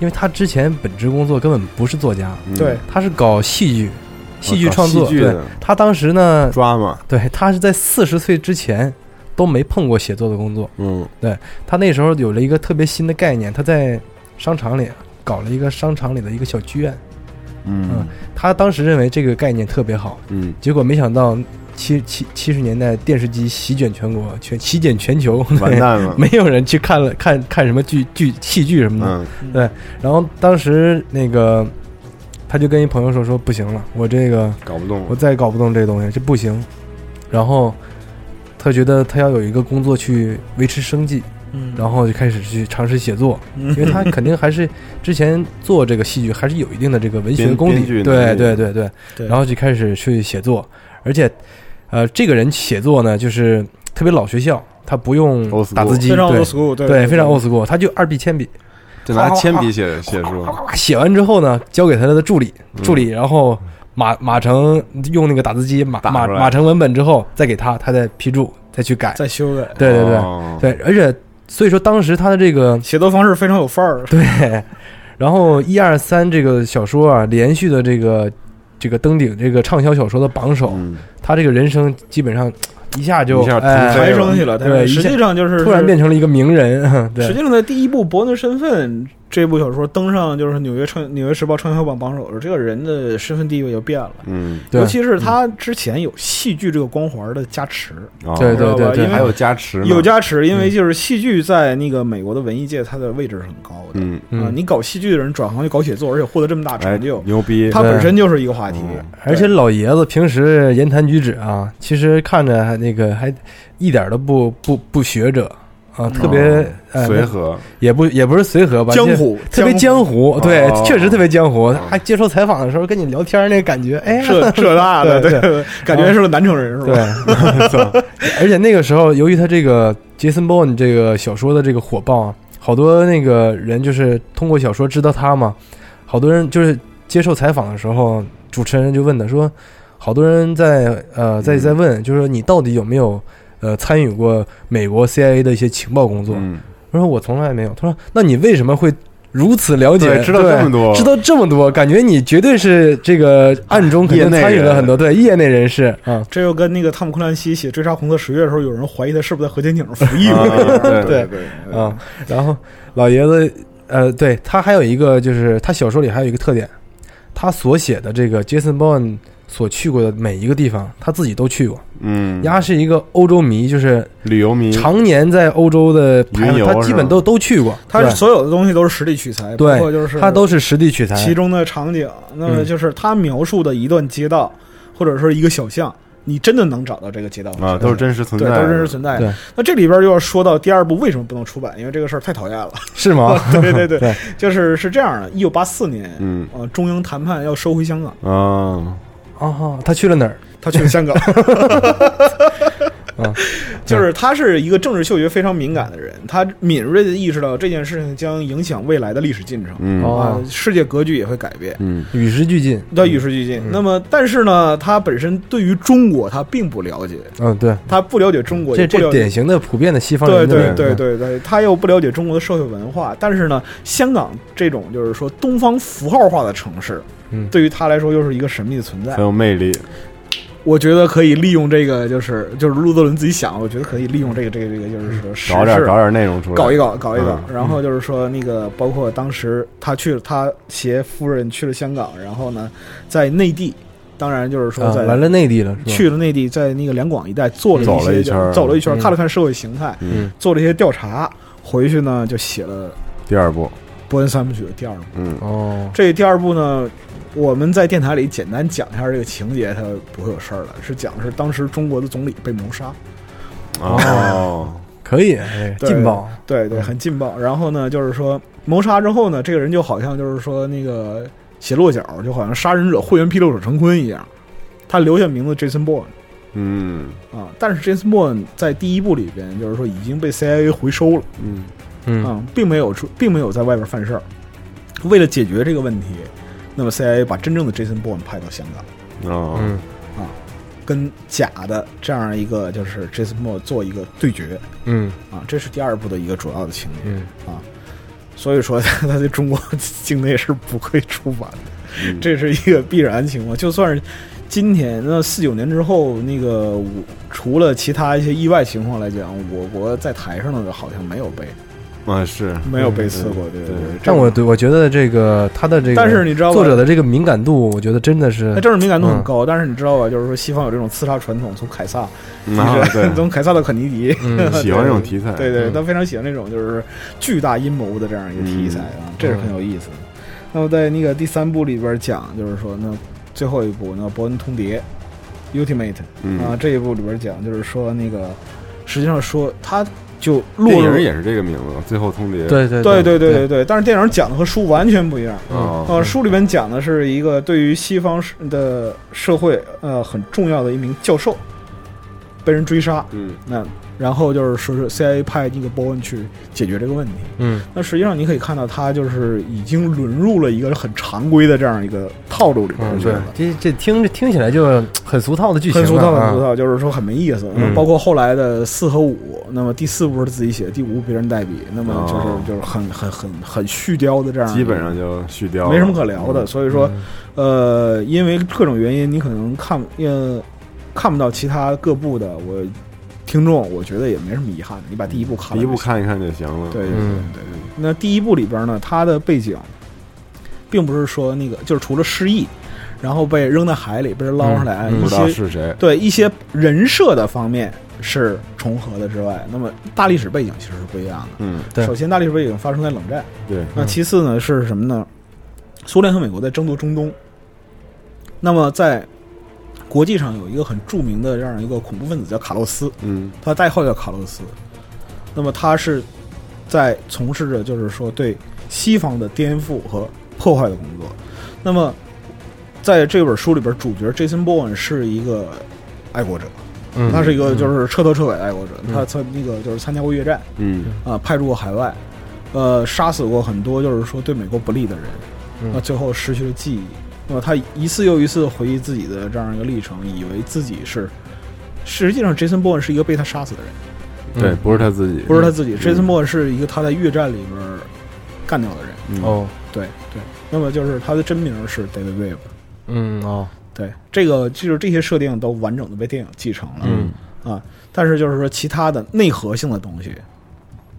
Speaker 3: 因为他之前本职工作根本不是作家，
Speaker 2: 嗯
Speaker 4: 对，
Speaker 3: 他是搞戏剧、戏剧创作。
Speaker 2: 哦啊戏剧
Speaker 3: 对，
Speaker 2: 的
Speaker 3: 他当时呢，
Speaker 2: 抓嘛，
Speaker 3: 对他是在四十岁之前都没碰过写作的工作。
Speaker 2: 嗯
Speaker 3: 他那时候有了一个特别新的概念，他在商场里搞了一个商场里的一个小剧院。
Speaker 2: 嗯
Speaker 3: 他当时认为这个概念特别好，
Speaker 2: 嗯，
Speaker 3: 结果没想到七七七十年代电视机席卷全国，全席卷全球，
Speaker 2: 嗯完蛋了，
Speaker 3: 没有人去 看了看看什么剧剧戏剧什么的。
Speaker 2: 嗯
Speaker 3: 然后当时那个他就跟一朋友说说不行了，我这个
Speaker 2: 搞不动
Speaker 3: 我
Speaker 2: 了，
Speaker 3: 再也搞不动这东西，这不行。然后他觉得他要有一个工作去维持生计，
Speaker 4: 嗯
Speaker 3: 然后就开始去尝试写作，
Speaker 2: 嗯
Speaker 4: 因
Speaker 3: 因为他肯定还是之前做这个戏剧还是有一定的这个文学
Speaker 2: 编
Speaker 3: 功
Speaker 2: 编
Speaker 3: 底
Speaker 2: 剧，能
Speaker 3: 对
Speaker 2: 力
Speaker 3: 对对对。
Speaker 4: 对，
Speaker 3: 然后就开始去写作，而且，呃，这个人写作呢，就是特别老学校，他不用
Speaker 2: Old school
Speaker 3: 打字机，
Speaker 4: 非常 old
Speaker 3: 对
Speaker 4: school，对
Speaker 3: 对，非常 old school，他就二 B 铅笔，
Speaker 2: 就拿铅笔写写书，
Speaker 3: 哗写完之后呢，交给他的助理，
Speaker 2: 嗯
Speaker 3: 助理，然后码码成用那个打字机码
Speaker 2: 打
Speaker 3: 码
Speaker 2: 出来
Speaker 3: 码成文本之后，再给他，他再批注，再去改，
Speaker 4: 在修改，
Speaker 3: 对对对、
Speaker 2: 哦
Speaker 3: 对，而且所以说当时他的这个
Speaker 4: 写作方式非常有范儿。
Speaker 3: 对，然后一二三这个小说啊，连续的这个这个登顶这个畅销小说的榜首。
Speaker 2: 嗯
Speaker 3: 他这个人生基本上一下就
Speaker 2: 一下腾
Speaker 3: 哎
Speaker 2: 飞
Speaker 4: 抬升去了，
Speaker 3: 对
Speaker 4: 但是
Speaker 3: 一下
Speaker 4: 实际上就是
Speaker 3: 突然变成了一个名人，
Speaker 4: 实
Speaker 3: 对
Speaker 4: 际上，在第一部《伯恩身份》这部小说登上就是纽约畅《纽约时报》畅销榜榜首的时候，这个人的身份地位就变了。
Speaker 2: 嗯，
Speaker 3: 对
Speaker 4: 尤其是他之前有戏剧这个光环的加持，
Speaker 2: 哦
Speaker 3: 对对
Speaker 4: 知道吧
Speaker 3: 对对，
Speaker 4: 因为
Speaker 2: 还有加持呢，
Speaker 4: 有加持，因为就是戏剧在那个美国的文艺界，它的位置是很高的。
Speaker 2: 嗯，
Speaker 4: 啊，
Speaker 3: 嗯，
Speaker 4: 你搞戏剧的人转行去搞写作，而且获得这么大
Speaker 2: 哎
Speaker 4: 成就，
Speaker 2: 牛逼，
Speaker 4: 他本身就是一个话题
Speaker 2: 嗯。
Speaker 3: 而且老爷子平时言谈举止啊，其实看着还那个还一点都不不不学者啊，特别呃
Speaker 2: 随和，
Speaker 3: 也不也不是随和吧，
Speaker 4: 江
Speaker 3: 就是
Speaker 4: 湖
Speaker 3: 特别江湖，对
Speaker 2: 哦，
Speaker 3: 确实特别江湖
Speaker 2: 哦。
Speaker 3: 还接受采访的时候跟你聊天那个感觉， 哎呀，
Speaker 4: 这这那的，
Speaker 3: 对
Speaker 4: 对，感
Speaker 2: 啊
Speaker 4: 觉是个南城人是
Speaker 3: 对
Speaker 4: 吧？，
Speaker 3: 而且那个时候，由于他这个杰森·鲍恩这个小说的这个火爆啊，好多那个人就是通过小说知道他嘛，好多人就是接受采访的时候，主持人就问他说，好多人在呃在
Speaker 2: 嗯
Speaker 3: 在问，就是说你到底有没有呃参与过美国 CIA 的一些情报工作？
Speaker 2: 嗯，
Speaker 3: 他说我从来没有。他说那你为什么会？如此了解，
Speaker 2: 对知道
Speaker 3: 对
Speaker 2: 这么多
Speaker 3: 知道这么多，感觉你绝对是这个暗中肯
Speaker 2: 业
Speaker 3: 定
Speaker 2: 内
Speaker 3: 参与了
Speaker 2: 人
Speaker 3: 很多，对业内人士啊。
Speaker 4: 这又跟那个汤姆·克兰西写《追杀红色十月》的时候，有人怀疑他是不是在核潜艇上服役
Speaker 2: 啊
Speaker 4: 过。
Speaker 2: 对
Speaker 4: 对，
Speaker 3: 啊，然后老爷子，呃，对他还有一个就是他小说里还有一个特点，他所写的这个杰森·鲍恩所去过的每一个地方，他自己都去过。
Speaker 2: 嗯，
Speaker 3: 丫是一个欧洲迷，就是
Speaker 2: 旅游
Speaker 4: 嗯
Speaker 2: 迷，
Speaker 3: 常年在欧洲的排
Speaker 2: 云
Speaker 3: 行，
Speaker 2: 游
Speaker 3: 他基
Speaker 2: 是吧
Speaker 3: 本都都去过。
Speaker 4: 他所有的东西都是实地取材，
Speaker 3: 对
Speaker 4: 包括就是
Speaker 3: 对他都是实地取材，
Speaker 4: 其中的场景，那
Speaker 2: 嗯
Speaker 4: 么就是他描述的一段街道或者说一个小巷，你真的能找到这个街道
Speaker 2: 啊，都是真实存
Speaker 4: 对，
Speaker 2: 在的，
Speaker 4: 都是真实存在
Speaker 3: 对
Speaker 4: 的。那这里边就要说到第二部为什么不能出版，因为这个事儿太讨厌了。
Speaker 3: 是吗？
Speaker 4: 对对对，
Speaker 3: 对，
Speaker 4: 就是是这样的，一九八四年，
Speaker 2: 嗯
Speaker 4: 呃，中英谈判要收回香港，
Speaker 2: 啊，
Speaker 3: 哦，他去了哪儿？
Speaker 4: 他去了香港
Speaker 3: 嗯。
Speaker 4: 就是他是一个政治嗅觉非常敏感的人，他敏锐的意识到这件事情将影响未来的历史进程，
Speaker 2: 嗯
Speaker 3: 哦
Speaker 4: 啊，世界格局也会改变。
Speaker 2: 嗯
Speaker 3: 与时俱进。
Speaker 4: 要与时俱进。那么，但是呢，他本身对于中国他并不了解，
Speaker 3: 嗯，对，
Speaker 4: 他不了解中国，
Speaker 3: 这
Speaker 4: 也不
Speaker 3: 这
Speaker 4: 了解
Speaker 3: 典型的普遍的西方
Speaker 4: 对
Speaker 3: 人的嗯
Speaker 4: 对
Speaker 3: 那种
Speaker 4: 对，对对，他又不了解中国的社会文化，但是呢，香港这种就是说东方符号化的城市，
Speaker 3: 嗯
Speaker 4: 对于他来说又是一个神秘的存在
Speaker 2: 很。有魅力，
Speaker 4: 我觉得可以利用这个，就是就是路德伦自己想，我觉得可以利用这个这个这个，就是说
Speaker 2: 嗯
Speaker 4: 时
Speaker 2: 找点
Speaker 4: 事
Speaker 2: 找点内容出来，
Speaker 4: 搞一搞，搞一搞。
Speaker 2: 嗯
Speaker 4: 然后就是说，那个包括当时他去了，他携夫人去了香港，然后呢，在内地，当然就是说
Speaker 3: 啊，
Speaker 4: 在、
Speaker 3: 来了内地了，是吧？
Speaker 4: 去了内地，在那个两广一带做了
Speaker 2: 走了
Speaker 4: 一
Speaker 2: 一
Speaker 4: 些
Speaker 2: 圈儿
Speaker 4: 走了一圈儿，
Speaker 3: 嗯
Speaker 4: 看了看社会形态，
Speaker 2: 嗯，
Speaker 4: 做了一些调查，回去呢就写了《
Speaker 2: 第二部，
Speaker 4: 伯恩三部曲》的第二部。
Speaker 2: 嗯
Speaker 3: 哦，
Speaker 4: 这第二部呢，我们在电台里简单讲一下这个情节，它不会有事儿了。是讲的是当时中国的总理被谋杀，
Speaker 2: 哦，
Speaker 3: 可以，哎
Speaker 4: 对
Speaker 3: 劲爆，
Speaker 4: 对对，很劲爆。然后呢，就是说谋杀之后呢，这个人就好像就是说那个写落脚，就好像杀人者会员批斗者成昆一样，他留下名字 Jason Bourne。
Speaker 2: 嗯
Speaker 4: 啊，但是 James Bond 在第一部里边，就是说已经被 CIA 回收了，
Speaker 2: 嗯
Speaker 3: 嗯，
Speaker 4: 啊，并没有出，并没有在外边犯事儿。为了解决这个问题，那么 CIA 把真正的 Jason Bourne 派到香港，
Speaker 2: 哦，
Speaker 3: 嗯，
Speaker 4: 跟假的这样一个就是 Jason Bourne 做一个对决
Speaker 3: 嗯，
Speaker 4: 啊，这是第二部的一个主要的情节。
Speaker 3: 嗯，
Speaker 4: 所以说他在中国境内是不会出版的，
Speaker 2: 嗯
Speaker 4: 这是一个必然情况。就算是今天那四九年之后，那个我除了其他一些意外情况来讲，我国在台上的好像没有被
Speaker 2: 啊是
Speaker 4: 没有被刺过，
Speaker 2: 嗯
Speaker 4: 对
Speaker 2: 对
Speaker 4: 对对。
Speaker 3: 但我对我觉得这个他的这个，
Speaker 4: 但是你知道吧
Speaker 3: 作者的这个敏感度，我觉得真的是
Speaker 4: 那政治敏感度很
Speaker 3: 嗯
Speaker 4: 高，但是你知道吧？就是说西方有这种刺杀传统，从凯撒，
Speaker 2: 嗯啊
Speaker 4: 就是
Speaker 2: 对，
Speaker 4: 从凯撒到肯尼迪，
Speaker 3: 嗯
Speaker 2: 喜欢这种题材，
Speaker 4: 对对，
Speaker 3: 嗯
Speaker 4: 他非常喜欢那种就是巨大阴谋的这样一个题材啊，
Speaker 2: 嗯
Speaker 4: 这是很有意思的。那么在那个第三部里边讲，就是说那最后一部那伯恩通牒 Ultimate 啊
Speaker 2: 嗯，
Speaker 4: 这一部里边讲，就是说那个实际上说他就落
Speaker 2: 电影
Speaker 4: 入。
Speaker 2: 也是这个名字，《最后通牒》
Speaker 3: 对对
Speaker 4: 对对
Speaker 3: 对
Speaker 4: 对对对，但是电影讲的和书完全不一样。
Speaker 2: 哦
Speaker 4: 呃，书里边讲的是一个对于西方是的社会呃很重要的一名教授，被人追杀，
Speaker 2: 嗯
Speaker 4: 那然后就是说是 CIA 派那个波恩去解决这个问题。
Speaker 3: 嗯
Speaker 4: 那实际上你可以看到，他就是已经沦入了一个很常规的这样一个套路里边
Speaker 3: 嗯，
Speaker 4: 去
Speaker 3: 对
Speaker 4: 了。，
Speaker 3: 这这听着听起来就很俗套的剧情
Speaker 4: 很
Speaker 3: 了
Speaker 4: 俗套，
Speaker 3: 啊
Speaker 4: 很俗套，就是说很没意思。
Speaker 3: 嗯
Speaker 4: 包括后来的四和五，那么第四部是自己写，第五部别人代笔，那么就是、
Speaker 2: 哦
Speaker 4: 就是很很很很虚雕的这样一个，
Speaker 2: 基本上就续貂了，
Speaker 4: 嗯没什么可聊的。所以说，
Speaker 3: 嗯
Speaker 4: 呃，因为各种原因，你可能看呃看不到其他各部的我听众，我觉得也没什么遗憾的。你把第一部看了
Speaker 2: 第一部
Speaker 4: 就行，
Speaker 2: 看一看就行了，
Speaker 4: 对对对
Speaker 3: 嗯
Speaker 4: 对对。那第一部里边呢，它的背景并不是说那个，就是除了失忆，然后被扔在海里，被人捞上来，
Speaker 3: 嗯嗯
Speaker 2: 不知
Speaker 4: 一些
Speaker 2: 道是谁，
Speaker 4: 对一些人设的方面是重合的之外，那么大历史背景其实是不一样的。
Speaker 2: 嗯
Speaker 3: 对
Speaker 4: 首先，大历史背景发生在冷战，
Speaker 2: 对，
Speaker 4: 那
Speaker 3: 嗯
Speaker 4: 其次呢是什么呢？苏联和美国在争夺中东。那么在国际上有一个很著名的这样一个恐怖分子叫卡洛斯，
Speaker 2: 嗯
Speaker 4: 他代号叫卡洛斯。那么他是在从事着就是说对西方的颠覆和破坏的工作。那么在这本书里边，主角 Jason Bourne 是一个爱国者，
Speaker 3: 嗯
Speaker 4: 他是一个就是彻头彻尾的爱国者。
Speaker 3: 嗯
Speaker 4: 他参那个就是参加过越战，
Speaker 2: 嗯
Speaker 4: 啊、派驻过海外，呃，杀死过很多就是说对美国不利的人，
Speaker 3: 嗯
Speaker 4: 那最后失去了记忆。那么他一次又一次回忆自己的这样一个历程，以为自己是，实际上 Jason Bourne 是一个被他杀死的人，
Speaker 3: 嗯
Speaker 2: 对，不是他自己，
Speaker 4: 不是他自己。
Speaker 2: 嗯
Speaker 4: Jason Bourne 是一个他在越战里边儿干掉的人。
Speaker 2: 嗯
Speaker 3: 哦，
Speaker 4: 对对，那么就是他的真名是 David Webb。
Speaker 3: 嗯哦，
Speaker 4: 对，这个就是这些设定都完整的被电影继承了。
Speaker 3: 嗯
Speaker 4: 啊，但是就是说其他的内核性的东西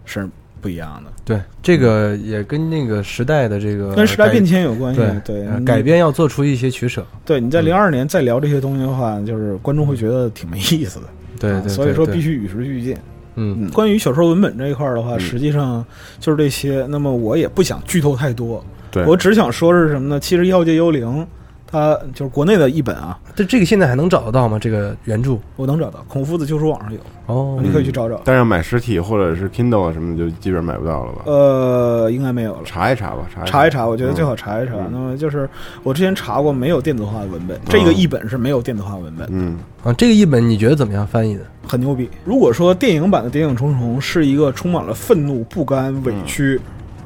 Speaker 4: 是不一样的。
Speaker 3: 对，这个也跟那个时代的这个
Speaker 4: 跟时代
Speaker 3: 呃改
Speaker 4: 变迁有关系。
Speaker 3: 对
Speaker 4: 对，嗯啊
Speaker 3: 呃
Speaker 4: 你
Speaker 3: 改。编要做出一些取舍，
Speaker 4: 对，你在
Speaker 3: 嗯
Speaker 4: 零二年再聊这些东西的话，就是观众会觉得挺没意思的。
Speaker 3: 对
Speaker 4: 啊
Speaker 3: 对，
Speaker 4: 所以说必
Speaker 3: 须
Speaker 4: 须与时俱进。
Speaker 3: 嗯
Speaker 4: 嗯，关于小说文本这一块儿的话，
Speaker 2: 嗯
Speaker 4: 实际上就是这些。那么我也不想剧透太多，
Speaker 2: 对，
Speaker 4: 我只想说是什么呢？其实《药界幽灵》它就是国内的译本啊，
Speaker 3: 这这个现在还能找得到吗？这个原著
Speaker 4: 我能找到，孔夫子旧书网上有，
Speaker 3: 哦
Speaker 4: 你可以去找找。
Speaker 2: 但是买实体或者是 Kindle 啊什么的，就基本买不到了吧？
Speaker 4: 呃，应该没有了。
Speaker 2: 查一查吧，查
Speaker 4: 查一
Speaker 2: 一
Speaker 4: 查，我觉得最好
Speaker 2: 嗯
Speaker 4: 查一查。
Speaker 2: 嗯
Speaker 4: 那么就是我之前查过，没有电子化的文本，这个
Speaker 2: 哦
Speaker 4: 译本是没有电子化文本的。
Speaker 2: 嗯，
Speaker 3: 啊，这个译本你觉得怎么样翻译的？
Speaker 4: 很牛逼。如果说电影版的《谍影重重》是一个充满了愤怒、不甘、委屈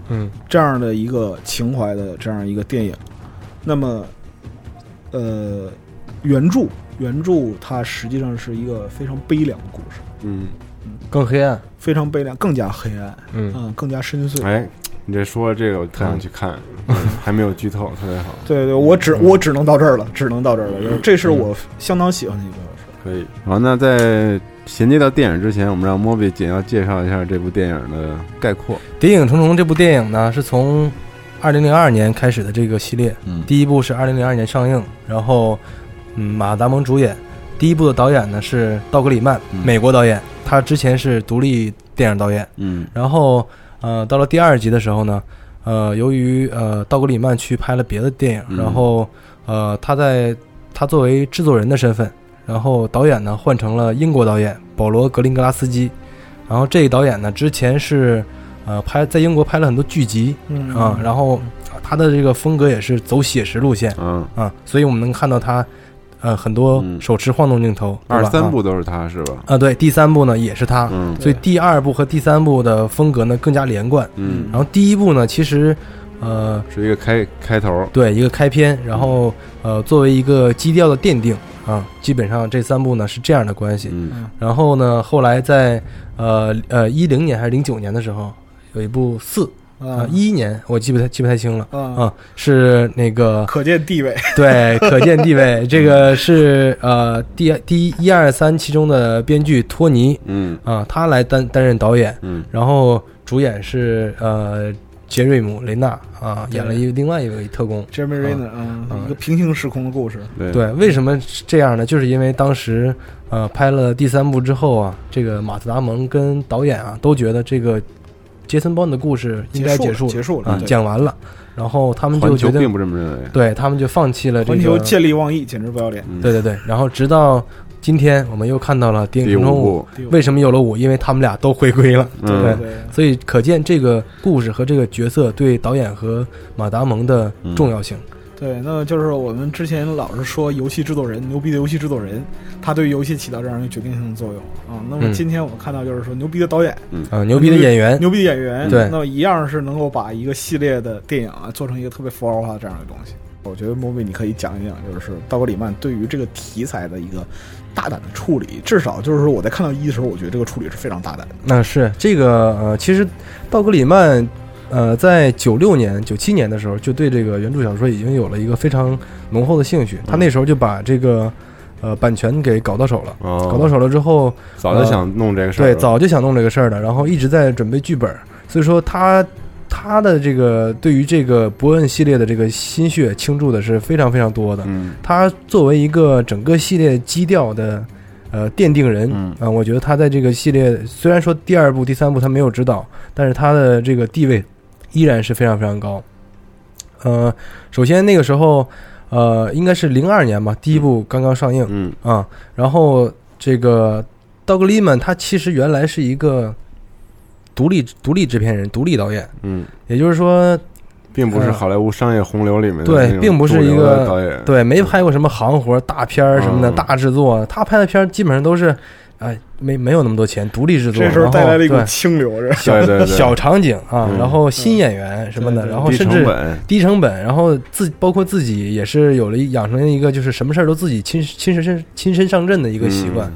Speaker 3: 嗯
Speaker 4: 这样的一个情怀的这样一个电影，那么，呃，原著原著它实际上是一个非常悲凉的故事，
Speaker 2: 嗯，
Speaker 3: 更黑暗，
Speaker 4: 非常悲凉，更加黑暗，
Speaker 3: 嗯
Speaker 4: 嗯，更加深邃。
Speaker 2: 哎，你这说这个，我特
Speaker 4: 嗯
Speaker 2: 想去看，嗯还没有剧透，特别好，
Speaker 4: 对对，我只我只能到这儿了，只能到这儿了。这是我相当喜欢的一个小说。
Speaker 2: 可以。好，那在衔接到电影之前，我们让莫比简要介绍一下这部电影的概括。
Speaker 3: 《谍影重重》这部电影呢，是从二零零二年开始的这个系列，
Speaker 2: 嗯
Speaker 3: 第一部是二零零二年上映，然后嗯，马达蒙主演。第一部的导演呢是道格里曼，
Speaker 2: 嗯
Speaker 3: 美国导演，他之前是独立电影导演。
Speaker 2: 嗯
Speaker 3: 然后呃，到了第二集的时候呢，呃，由于呃道格里曼去拍了别的电影，
Speaker 2: 嗯
Speaker 3: 然后呃他在他作为制作人的身份，然后导演呢换成了英国导演保罗格林格拉斯基，然后这一导演呢之前是呃拍在英国拍了很多剧集
Speaker 4: 嗯
Speaker 3: 啊，然后他的这个风格也是走写实路线
Speaker 2: 嗯，
Speaker 3: 啊，所以我们能看到他呃很多
Speaker 2: 嗯
Speaker 3: 手持晃动镜头，对
Speaker 2: 二
Speaker 3: 吧
Speaker 2: 三部都是他是吧？
Speaker 3: 啊啊对，第三部呢也是他，
Speaker 2: 嗯
Speaker 3: 所以
Speaker 4: 对
Speaker 3: 第二部和第三部的风格呢更加连贯。
Speaker 2: 嗯，
Speaker 3: 然后第一部呢，其实呃，
Speaker 2: 是一个开开头，
Speaker 3: 对一个开篇，然后呃，作为一个基调的奠定啊，基本上这三部呢是这样的关系。
Speaker 2: 嗯
Speaker 3: 然后呢，后来在呃呃一零年还是零九年的时候，有一部四
Speaker 4: 啊
Speaker 3: 啊，一一年我记不太记不太清了。
Speaker 4: 啊，
Speaker 3: 啊，是那个
Speaker 4: 可见地位。
Speaker 3: 对，可见地位。这个是呃，第第一一二三其中的编剧托尼
Speaker 2: 嗯
Speaker 3: 啊，他来担担任导演，
Speaker 2: 嗯，
Speaker 3: 然后主演是呃杰瑞姆·雷纳啊，演了一个另外一位特工。
Speaker 4: Jeremy
Speaker 3: 啊
Speaker 4: Renner 啊，
Speaker 3: 啊
Speaker 4: 一个平行时空的故事。
Speaker 2: 对
Speaker 3: 对，为什么是这样呢？就是因为当时呃拍了第三部之后啊，这个马特·达蒙跟导演啊都觉得这个杰森·鲍恩的故事应该结
Speaker 4: 结束了
Speaker 3: 了
Speaker 4: 结束了
Speaker 3: 啊，
Speaker 4: 对
Speaker 3: 讲完了，然后他们
Speaker 2: 环
Speaker 3: 就
Speaker 2: 球
Speaker 3: 决
Speaker 2: 并
Speaker 3: 定，
Speaker 2: 不这么认为。
Speaker 3: 对他们就放弃了这
Speaker 4: 环
Speaker 3: 个
Speaker 4: 球见利忘义，简直不要脸。
Speaker 2: 嗯
Speaker 3: 对对对，然后直到今天，我们又看到了《谍影
Speaker 2: 第
Speaker 3: 重
Speaker 2: 五
Speaker 3: 重五》。
Speaker 2: 部，
Speaker 3: 为什么有了五？因为他们俩都回归了，
Speaker 2: 嗯
Speaker 3: 对
Speaker 4: 对，
Speaker 3: 所以可见这个故事和这个角色对导演和马达蒙的重要性。
Speaker 4: 对，那就是我们之前老是说游戏制作人牛逼的游戏制作人，他对游戏起到这样一个决定性的作用啊。那么
Speaker 3: 嗯
Speaker 4: 今天我们看到就是说牛逼的导演、
Speaker 3: 啊，牛逼的演员，
Speaker 4: 牛逼的演员，
Speaker 3: 对
Speaker 4: 那么哎一样是能够把一个系列的电影啊做成一个特别符号化的这样的东西。我觉得莫比你可以讲一讲，就是道格里曼对于这个题材的一个大胆的处理，至少就是说我在看到一的时候，我觉得这个处理是非常大胆的。
Speaker 3: 那是这个呃，其实道格里曼呃，在九六年、九七年的时候，就对这个原著小说已经有了一个非常浓厚的兴趣。他那时候就把这个呃版权给搞到手了，
Speaker 2: 哦，
Speaker 3: 搞到手了之后，
Speaker 2: 早就想弄这个事儿
Speaker 3: 对，
Speaker 2: 了，
Speaker 3: 早就想弄这个事儿了，然后一直在准备剧本儿，所以说他他的这个对于这个伯恩系列的这个心血倾注的是非常非常多的。
Speaker 2: 嗯
Speaker 3: 他作为一个整个系列基调的呃奠定人
Speaker 2: 嗯
Speaker 3: 啊、我觉得他在这个系列虽然说第二部、第三部他没有指导，但是他的这个地位依然是非常非常高。呃，首先那个时候呃应该是零二年吧，第一部刚刚上映。
Speaker 2: 嗯
Speaker 3: 啊，然后这个道格里曼他其实原来是一个独立独立制片人、独立导演，
Speaker 2: 嗯，
Speaker 3: 也就是说，
Speaker 2: 并不是好莱坞商业洪流里面的
Speaker 3: 呃对
Speaker 2: 那种
Speaker 3: 并不是一个
Speaker 2: 主流的导
Speaker 4: 嗯
Speaker 2: 演，
Speaker 3: 对，没拍过什么行活、大片儿什么的、
Speaker 2: 嗯
Speaker 3: 大制作，他拍的片儿基本上都是，哎，没没有那么多钱，独立制作，
Speaker 4: 这时候
Speaker 3: 然
Speaker 4: 带来
Speaker 3: 后
Speaker 4: 了一股
Speaker 3: 对
Speaker 4: 清流，是吧
Speaker 2: 对对对，
Speaker 3: 小场景啊，
Speaker 2: 嗯
Speaker 3: 然后新演员什么
Speaker 4: 对
Speaker 3: 的，
Speaker 4: 对
Speaker 3: 然后
Speaker 2: 低
Speaker 3: 甚
Speaker 2: 成
Speaker 3: 至
Speaker 2: 本，
Speaker 3: 低成本，然后自包括自己也是有了一养成一个就是什么事儿都自己亲亲身身亲身上阵的一个习
Speaker 4: 嗯
Speaker 3: 惯，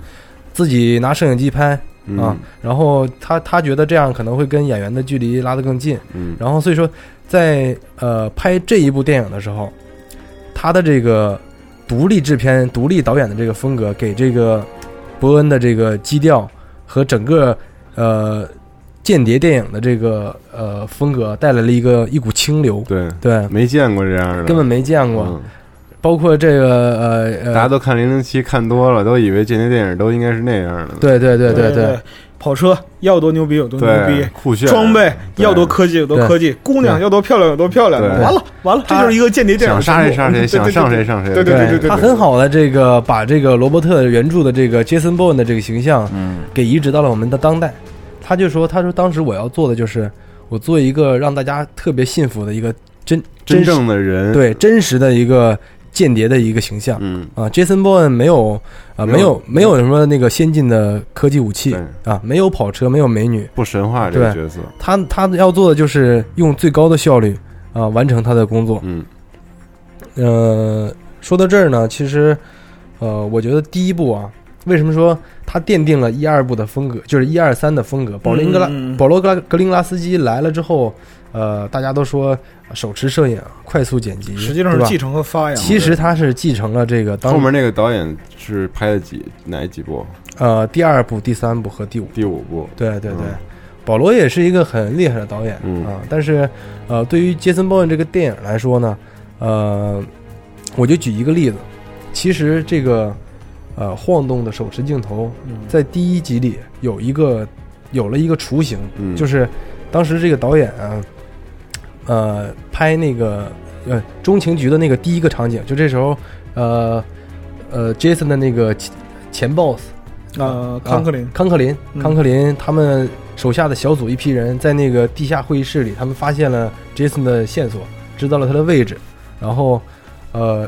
Speaker 3: 自己拿摄影机拍，
Speaker 2: 嗯
Speaker 3: 啊，然后他他觉得这样可能会跟演员的距离拉得更近，
Speaker 2: 嗯
Speaker 3: 然后所以说在呃拍这一部电影的时候，他的这个独立制片、独立导演的这个风格，给这个伯恩的这个基调和整个呃间谍电影的这个呃风格带来了一个一股清流，
Speaker 2: 对，
Speaker 3: 对，
Speaker 2: 没见过这样的，
Speaker 3: 根本没见过，
Speaker 2: 嗯
Speaker 3: 包括这个呃呃，
Speaker 2: 大家都看零零七看多了，都以为间谍电影都应该是那样的，
Speaker 3: 对对对
Speaker 4: 对
Speaker 3: 对，
Speaker 4: 跑车要多牛逼有多牛逼
Speaker 2: 对，，酷炫
Speaker 4: 装备
Speaker 2: 对
Speaker 4: 要多科技有多科技，姑娘要多漂亮有多漂亮。
Speaker 2: 对
Speaker 4: 完了完了，这
Speaker 2: 他
Speaker 4: 就是一个间谍电影
Speaker 2: 想
Speaker 4: 的全
Speaker 2: 杀
Speaker 4: 部。
Speaker 2: 谁杀谁，
Speaker 4: 对
Speaker 2: 想上谁。上谁，
Speaker 4: 对对对对对
Speaker 3: 他很好的这个把这个罗伯特原著的这个杰森·鲍恩的这个形象
Speaker 2: 嗯
Speaker 3: 给移植到了我们的当代。他就说，他说当时我要做的就是我做一个让大家特别信服的一个真
Speaker 2: 真
Speaker 3: 实
Speaker 2: 正的人，
Speaker 3: 对真实的一个间谍的一个形象
Speaker 2: 嗯，
Speaker 3: 啊。杰森·鲍恩没有啊，
Speaker 2: 没
Speaker 3: 没
Speaker 2: 有
Speaker 3: 有没有什么那个先进的科技武器
Speaker 2: 对，
Speaker 3: 啊，没有跑车，没有美女，
Speaker 2: 不神话这个
Speaker 3: 对哦
Speaker 2: 角色，
Speaker 3: 他他要做的就是用最高的效率啊完成他的工作。
Speaker 2: 嗯
Speaker 3: 呃，说到这儿呢，其实，呃，我觉得第一部啊，为什么说它奠定了一二部的风格，就是一二三的风格？保林格拉、
Speaker 4: 嗯嗯嗯
Speaker 3: 保罗格拉格林拉斯基来了之后，呃，大家都说手持摄影、快速剪辑，
Speaker 4: 嗯实际上是
Speaker 3: 对吧
Speaker 4: 继承和发扬的。
Speaker 3: 其实他是继承了这个当
Speaker 2: 后面那个导演是拍的几哪几部？
Speaker 3: 呃第二部、第三部和第五
Speaker 2: 第五部，
Speaker 3: 对对对，
Speaker 2: 嗯
Speaker 3: 保罗也是一个很厉害的导演、
Speaker 2: 嗯
Speaker 3: 啊，但是呃，对于杰森·鲍恩这个电影来说呢，呃，我就举一个例子，其实这个呃晃动的手持镜头
Speaker 4: 嗯
Speaker 3: 在第一集里有一个有了一个雏形，
Speaker 2: 嗯，
Speaker 3: 就是是当时这个导演啊，呃，拍那个呃中情局的那个第一个场景，就这时候呃呃杰森的那个前前 boss
Speaker 4: 呃，康克林
Speaker 3: 康克林，
Speaker 4: 嗯
Speaker 3: 康克林他们手下的小组一批人在那个地下会议室里，他们发现了 Jason 的线索，知道了他的位置，然后，呃，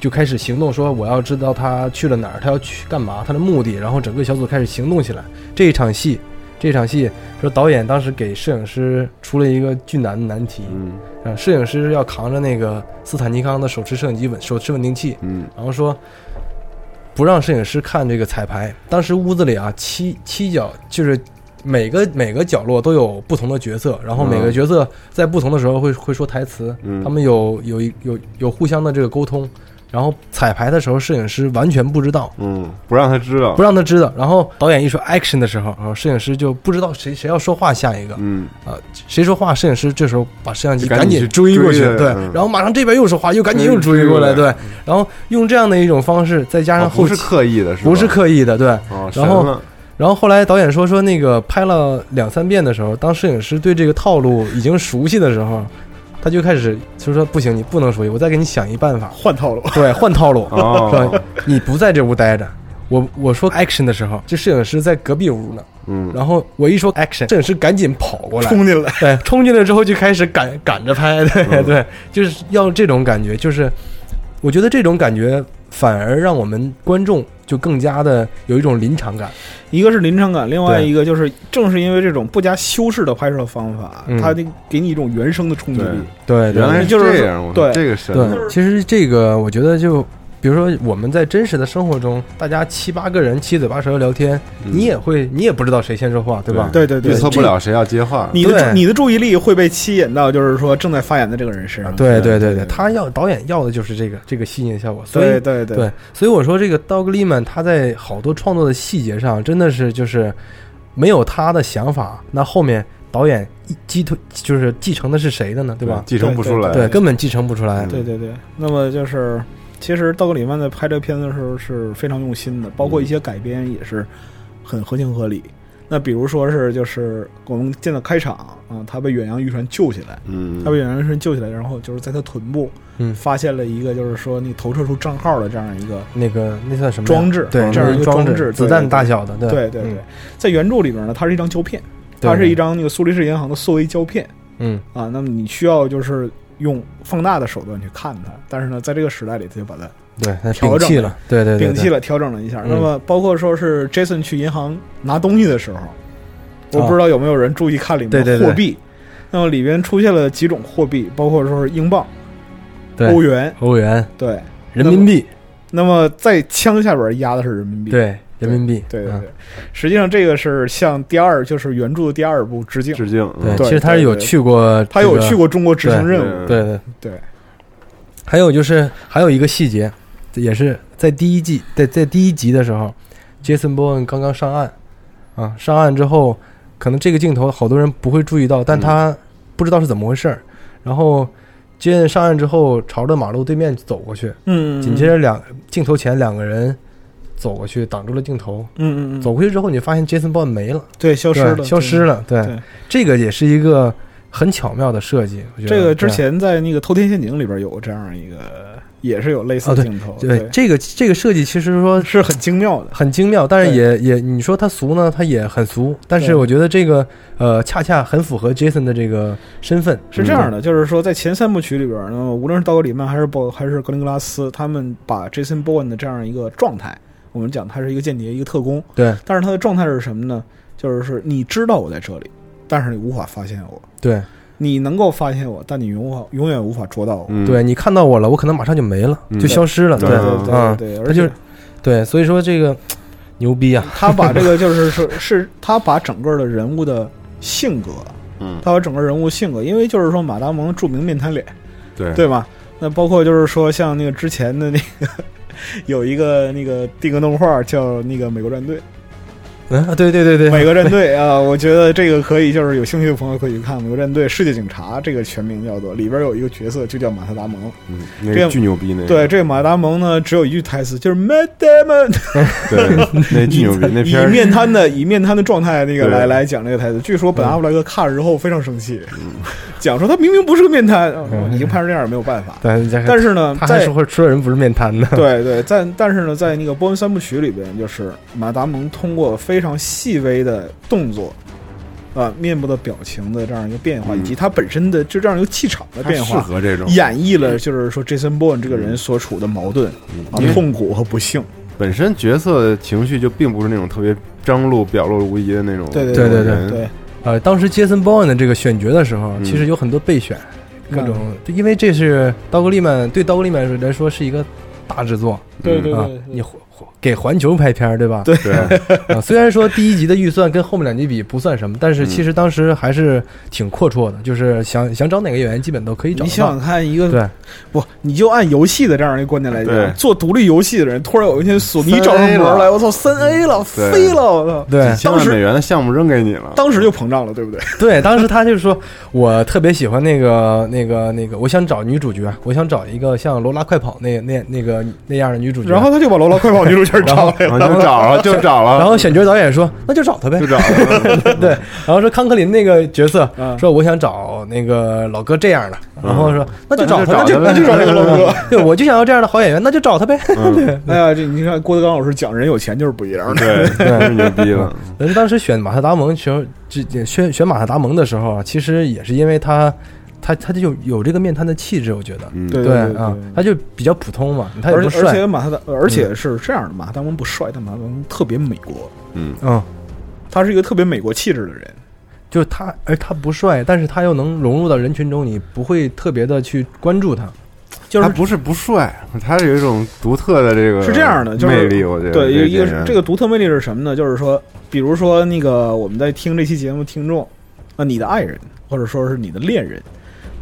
Speaker 3: 就开始行动，说我要知道他去了哪儿，他要去干嘛，他的目的，然后整个小组开始行动起来。这一场戏，这一场戏说导演当时给摄影师出了一个巨难的难题，
Speaker 2: 嗯
Speaker 3: 啊，摄影师要扛着那个斯坦尼康的手持摄影机稳手持稳定器，
Speaker 2: 嗯
Speaker 3: 然后说不让摄影师看这个彩排。当时屋子里啊，七七角就是每个每个角落都有不同的角色，然后每个
Speaker 2: 嗯
Speaker 3: 角色在不同的时候会会说台词，
Speaker 2: 嗯
Speaker 3: 他们有有一有有互相的这个沟通，然后彩排的时候摄影师完全不知道，
Speaker 2: 嗯，不让他知道
Speaker 3: 不，让他知道，然后导演一说 action 的时候，然后摄影师就不知道谁谁要说话下一个，
Speaker 2: 嗯，
Speaker 3: 谁说话，摄影师这时候把摄像机
Speaker 2: 就赶
Speaker 3: 赶
Speaker 2: 紧
Speaker 3: 紧
Speaker 2: 去追
Speaker 3: 过去，
Speaker 2: 追
Speaker 3: 对
Speaker 2: 嗯，
Speaker 3: 然后马上这边又说话，又赶紧
Speaker 2: 嗯
Speaker 3: 又追过来，
Speaker 2: 追过
Speaker 3: 对
Speaker 2: 来，
Speaker 3: 然后用这样的一种方式，再加上
Speaker 2: 哦不
Speaker 3: 后期
Speaker 2: 是刻意的，是吧
Speaker 3: 不是，刻意的，对，
Speaker 2: 哦，
Speaker 3: 然后
Speaker 2: 神了
Speaker 3: 然后后来导演说说那个拍了两三遍的时候，当摄影师对这个套路已经熟悉的时候，他就开始就说不行，你不能熟悉，我再给你想一 办法，
Speaker 4: 换套路，
Speaker 3: 对，换套路，
Speaker 2: 哦，
Speaker 3: 你不在这屋待着。我我说 action 的时候，这摄影师在隔壁屋呢。
Speaker 2: 嗯，
Speaker 3: 然后我一说 action，摄影师赶紧跑过来，
Speaker 4: 冲进来，
Speaker 3: 对， 冲进来之后就开始赶赶着拍，对、
Speaker 2: 嗯
Speaker 3: 对，就是要这种感觉，就是我觉得这种感觉反而让我们观众就更加的有一种临场感，
Speaker 4: 一个是临场感，另外
Speaker 3: 对
Speaker 4: 一个就是正是因为这种不加修饰的拍摄方法，
Speaker 3: 嗯
Speaker 4: 它得给你一种原生的冲击
Speaker 2: 对
Speaker 4: 力。
Speaker 3: 对
Speaker 2: 原来
Speaker 3: 对
Speaker 2: 是
Speaker 4: 就是
Speaker 2: 这样，我
Speaker 4: 对
Speaker 2: 这个神了，
Speaker 3: 对，其实这个我觉得就。比如说，我们在真实的生活中，大家七八个人七嘴八舌聊天，
Speaker 2: 嗯
Speaker 3: 你也会，你也不知道谁先说话，对吧？
Speaker 4: 对对对
Speaker 2: 预测不了谁要接话，
Speaker 4: 你的
Speaker 3: 对
Speaker 4: 你的注意力会被吸引到，就是说正在发言的这个人身上。
Speaker 3: 对对对
Speaker 4: 对
Speaker 3: 对，
Speaker 4: 对
Speaker 3: 他要导演要的就是这个这个吸引效果，所以
Speaker 4: 对对对，
Speaker 3: 对，所以我说这个 Doug Liman 他在好多创作的细节上真的是就是没有他的想法，那后面导演一继推就是继承的是谁的呢？对吧？
Speaker 2: 继承不出来，
Speaker 3: 对，根本继承不出来。
Speaker 2: 嗯
Speaker 4: 对对对，那么就是，其实道格里曼在拍这片子的时候是非常用心的，包括一些改编也是很合情合理。那比如说是就是我们见到开场啊，他被远洋渔船救起来，
Speaker 2: 嗯，
Speaker 4: 他被远洋渔船救起来，然后就是在他臀部
Speaker 3: 嗯，
Speaker 4: 发现了一个就是说那投射出账号的这样一个，
Speaker 3: 那个那算什么呀
Speaker 4: 装置
Speaker 3: 对，
Speaker 2: 装
Speaker 3: 这
Speaker 2: 置
Speaker 3: 样一个
Speaker 4: 装
Speaker 3: 装
Speaker 4: 置
Speaker 3: 置，子
Speaker 4: 对
Speaker 3: 弹
Speaker 4: 对
Speaker 3: 大小的，
Speaker 4: 对对
Speaker 3: 对嗯
Speaker 4: 对，在原著里边呢，它是一张胶片，
Speaker 3: 对
Speaker 4: 它是一张那个苏黎世银行的缩微胶片
Speaker 3: 嗯
Speaker 4: 啊，那么你需要就是用放大的手段去看它，但是呢，在这个时代里，他就把它
Speaker 3: 嗯，对，那
Speaker 4: 调
Speaker 3: 摒
Speaker 4: 整
Speaker 3: 弃了，对对对，
Speaker 4: 摒弃
Speaker 3: 了，
Speaker 4: 了，调整了一下。
Speaker 3: 嗯
Speaker 4: 那么包括说是 Jason 去银行拿东西的时候，我
Speaker 3: 啊
Speaker 4: 不知道有没有人注意看里面
Speaker 3: 对
Speaker 4: 的
Speaker 3: 对
Speaker 4: 货
Speaker 3: 对
Speaker 4: 币。那么里边出现了几种货币，包括说是英镑、
Speaker 3: 对
Speaker 4: 欧元，
Speaker 3: 欧元、
Speaker 4: 对。
Speaker 3: 人民币，
Speaker 4: 那么在枪下边压的是人民币，
Speaker 3: 对人民币，
Speaker 4: 对对
Speaker 3: 嗯
Speaker 4: 对。实际上这个是向第二，就是原著的第二部致敬。
Speaker 2: 致敬，
Speaker 3: 对
Speaker 2: 嗯
Speaker 4: 对
Speaker 3: 其实他
Speaker 4: 对
Speaker 3: 是
Speaker 4: 对
Speaker 3: 有
Speaker 4: 对
Speaker 3: 去过这个，
Speaker 4: 他有去过中国执行任务，
Speaker 3: 对对
Speaker 4: 对。
Speaker 3: 还有就是还有一个细节，也是在第一季在在第一集的时候，Jason Bourne 刚刚上岸啊，上岸之后，可能这个镜头好多人不会注意到，但他不知道是怎么回事儿。然后 Jason 上岸之后，朝着马路对面走过去，
Speaker 4: 嗯，
Speaker 3: 紧接着两镜头前两个人走过去挡住了镜头。
Speaker 4: 嗯，嗯嗯，
Speaker 3: 走过去之后，你发现 Jason Bourne 没了，
Speaker 4: 对，消失
Speaker 3: 对
Speaker 4: 了，
Speaker 3: 消失
Speaker 4: 对。
Speaker 3: 了。对
Speaker 4: 对，
Speaker 3: 这个也是一个很巧妙的设计。我觉得
Speaker 4: 这个之
Speaker 3: 对
Speaker 4: 前在那个《偷天陷阱》里边有过这样一个，也是有类似
Speaker 3: 啊
Speaker 4: 的镜头，
Speaker 3: 对这个这个设计，其实说
Speaker 4: 是很精妙的。
Speaker 3: 很精妙，但是
Speaker 4: 嗯对
Speaker 3: 也也你说它俗呢，它也很俗，但
Speaker 4: 对
Speaker 3: 是我觉得这个呃，恰恰很符合 Jason 的这个身份。
Speaker 4: 是这样的，就是说，在前三部曲里边，那么无论是道格里曼还是包还是格林格拉斯，他们把 Jason Bourne 的这样一个状态，我们讲他是一个间谍，一个特工，
Speaker 3: 对
Speaker 4: 但是他的状态是什么呢？就是是你知道我在这里，但是你无法发现我，
Speaker 3: 对
Speaker 4: 你能够发现我，但你永无法永远无法捉到我。
Speaker 2: 嗯，
Speaker 3: 对，你看到我了，我可能马上就没了，
Speaker 2: 嗯
Speaker 3: 就消失了。
Speaker 2: 对
Speaker 3: 对
Speaker 4: 对对
Speaker 3: 嗯
Speaker 4: 对，
Speaker 3: 他
Speaker 4: 而
Speaker 3: 就
Speaker 4: 且
Speaker 3: 是对，所以说这个牛逼啊！
Speaker 4: 他把这个就是说，是他把整个的人物的性格，
Speaker 2: 嗯，
Speaker 4: 他把整个人物性格，因为就是说马达蒙著名面瘫脸，
Speaker 2: 对
Speaker 4: 对吧？那包括就是说像那个之前的那个 有一个那个定格动画叫那个美国战队，
Speaker 3: 嗯，啊对对对对，
Speaker 4: 美国战队啊，我觉得这个可以，就是有兴趣的朋友可以去看《美国战队：世界警察》这个全名叫做，里边有一个角色就叫马特达蒙。
Speaker 2: 嗯，那
Speaker 4: 这
Speaker 2: 个
Speaker 4: 个
Speaker 2: 巨牛逼，那个
Speaker 4: 对，这个马特达蒙呢，只有一句台词，就是 “Mad Damon”，
Speaker 2: 对，那巨 牛逼，那
Speaker 4: 以
Speaker 2: 片儿
Speaker 4: 面瘫的以面瘫的状态那个
Speaker 2: 对
Speaker 4: 来来讲这个台词。据说本阿弗莱克看了之后非常生气，讲说他明明不是个面瘫，啊
Speaker 3: 嗯
Speaker 4: 已经拍成这样也没有办法。
Speaker 3: 但
Speaker 4: 但
Speaker 3: 是
Speaker 4: 是呢，
Speaker 3: 他还
Speaker 4: 在
Speaker 3: 说会说人不是面瘫 的，
Speaker 4: 对对，在但是呢，在那个波恩三部曲里边，就是马达蒙通过非常细微的动作，啊，面部的表情的这样一个变化，
Speaker 2: 嗯
Speaker 4: 以及他本身的就这样一个气场的
Speaker 2: 它
Speaker 4: 变
Speaker 2: 适
Speaker 4: 化，
Speaker 2: 合这种，
Speaker 4: 演绎了就是说 Jason Bourne 这个人所处的矛盾、啊
Speaker 2: 嗯因为、
Speaker 4: 痛苦和不幸。
Speaker 2: 本身角色的情绪就并不是那种特别张露、表露无遗的那种
Speaker 4: 对
Speaker 2: 人，
Speaker 4: 对
Speaker 3: 对
Speaker 4: 对对，
Speaker 3: 呃，当时 Jason Bourne 的这个选角的时候，
Speaker 2: 嗯
Speaker 3: 其实有很多备选，各种，
Speaker 4: 嗯
Speaker 3: 就因为这是刀格利曼对刀格利曼来说是一个大制作，
Speaker 2: 嗯
Speaker 4: 对对
Speaker 3: 啊
Speaker 4: 对，
Speaker 3: 你回给环球拍片儿，对吧？
Speaker 4: 对
Speaker 2: 对，
Speaker 3: 啊，虽然说第一集的预算跟后面两集比不算什么，但是其实当时还是挺阔绰的，就是想想找哪个演员基本都可以找
Speaker 4: 你
Speaker 3: 得
Speaker 4: 想
Speaker 3: 到
Speaker 4: 想。看，一个
Speaker 3: 对，
Speaker 4: 不，你就按游戏的这样一个观点来
Speaker 2: 对
Speaker 4: 讲，做独立游戏的人，突然有一天索尼
Speaker 2: 3A
Speaker 4: 找上门
Speaker 2: 了
Speaker 4: 来，我操，三 A 了，
Speaker 2: 对
Speaker 4: 飞了，我操，
Speaker 3: 对
Speaker 2: 千万美元的项目扔给你了，
Speaker 4: 当时就膨胀了，对不对？
Speaker 3: 对，当时他就说，我特别喜欢那个那个那个，我想找女主角，我想找一个像《罗拉快跑那》那那个那样的女主角。
Speaker 4: 然后他就把《罗拉快跑》女主角找来
Speaker 2: 然后
Speaker 4: 了，
Speaker 2: 就找了，就找了，
Speaker 3: 然后选角导演说，那就找她呗
Speaker 2: 就。找 了，
Speaker 3: 对，然后说康克林那个角色
Speaker 4: 嗯
Speaker 3: 说我想找那个老哥这样的，然后说那就找他，
Speaker 2: 那就
Speaker 4: 那就找那个 老哥。
Speaker 3: 对，我就想要这样的好演员，那就找他呗。
Speaker 2: 嗯，
Speaker 4: 哎呀，这你看郭德纲老师讲人有钱就是不一样的，
Speaker 2: 对，真是牛逼 了，
Speaker 3: 但是当时选马特达蒙的时候，这这选选马特达蒙的时候啊，其实也是因为他，他他就有有这个面瘫的气质，我觉得，
Speaker 2: 嗯，
Speaker 4: 对
Speaker 3: 啊
Speaker 4: 对，
Speaker 3: 他就比较普通嘛，他也
Speaker 4: 而
Speaker 3: 不
Speaker 4: 而
Speaker 3: 帅嗯
Speaker 4: 且，马特达，而且是这样的，马特达蒙不帅，但马特达蒙特别美国，
Speaker 2: 嗯，
Speaker 3: 嗯，
Speaker 4: 他是一个特别美国气质的人，
Speaker 3: 就他，而他不帅，但是他又能融入到人群中，你不会特别的去关注他，
Speaker 4: 就是
Speaker 2: 他不是不帅，他是有一种独特的这个
Speaker 4: 是这样的就是
Speaker 2: 魅力，我觉得
Speaker 4: 对，一个是
Speaker 2: 人
Speaker 4: 这个独特魅力是什么呢？就是说，比如说那个我们在听这期节目听众，那你的爱人或者说是你的恋人，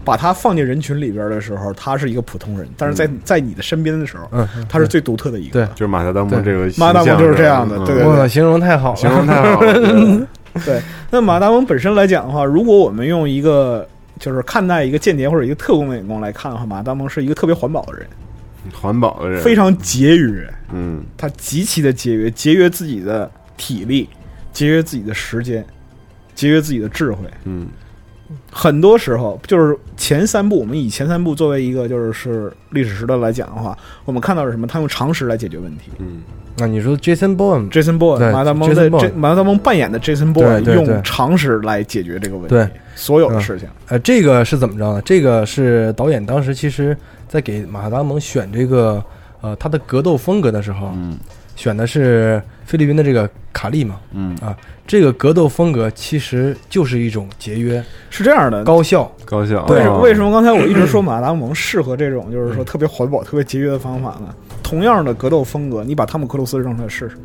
Speaker 4: 把他放进人群里边的时候，他是一个普通人，但是在、在你的身边的时候，
Speaker 3: 嗯，
Speaker 4: 他是最独特的一个。
Speaker 2: 就是马特达蒙这个
Speaker 4: 马特达蒙就是这样的
Speaker 2: 形象嗯
Speaker 4: 对对对
Speaker 3: 哇，形容太好
Speaker 2: 形
Speaker 3: 了，
Speaker 2: 容太好了， 对
Speaker 4: 那马达蒙本身来讲的话，如果我们用一个就是看待一个间谍或者一个特工的眼光来看的话，马达蒙是一个特别环保的人，
Speaker 2: 环保的人，
Speaker 4: 非常节约，
Speaker 2: 嗯，
Speaker 4: 他极其的节约，节约自己的体力，节约自己的时间，节约自己的智慧。
Speaker 2: 嗯
Speaker 4: 很多时候就是前三步，我们以前三步作为一个就是是历史时段来讲的话，我们看到了什么？他用常识来解决问题。
Speaker 2: 嗯
Speaker 3: 那你说 Jason Bourne，对
Speaker 4: Jason Bourne，马达蒙
Speaker 3: Jason
Speaker 4: 的
Speaker 3: Bourne
Speaker 4: 这马达蒙扮演的 Jason
Speaker 3: 对
Speaker 4: Bourne
Speaker 3: 对对
Speaker 4: 用常识来解决这个问
Speaker 3: 对
Speaker 4: 题，所有的事情。
Speaker 3: 呃，这个是怎么着呢？这个是导演当时其实在给马特达蒙选这个呃他的格斗风格的时候，
Speaker 2: 嗯
Speaker 3: 选的是菲律宾的这个卡利嘛。
Speaker 2: 嗯，
Speaker 3: 这个格斗风格其实就是一种节约、
Speaker 4: 是这样的，
Speaker 3: 高效。
Speaker 2: 高效，
Speaker 4: 为什
Speaker 2: 啊
Speaker 4: 为什么刚才我一直说马达蒙适合这种就是说特别环保、特别节约的方法呢？同样的格斗风格，你把汤姆克鲁斯扔出来试试，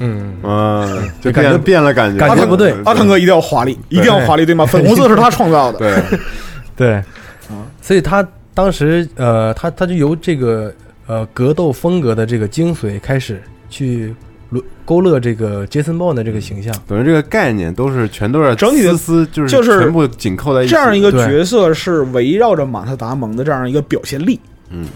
Speaker 3: 嗯，
Speaker 2: 嗯，就
Speaker 3: 感觉
Speaker 2: 变变了感觉，
Speaker 3: 感觉不对
Speaker 4: 阿汤哥一定要华丽，一定要华丽，对吗？粉红色是他创造的，
Speaker 2: 对，
Speaker 3: 对，所以他当时呃，他他就由这个呃格斗风格的这个精髓开始去沦勾勒这个杰森鲍的这个形象。
Speaker 2: 等于这个概念都是全都是
Speaker 4: 整体的
Speaker 2: 丝丝就是
Speaker 4: 就是
Speaker 2: 全部紧扣在一起，
Speaker 4: 这样一个
Speaker 3: 对
Speaker 4: 角色是围绕着马特达蒙的这样一个表现力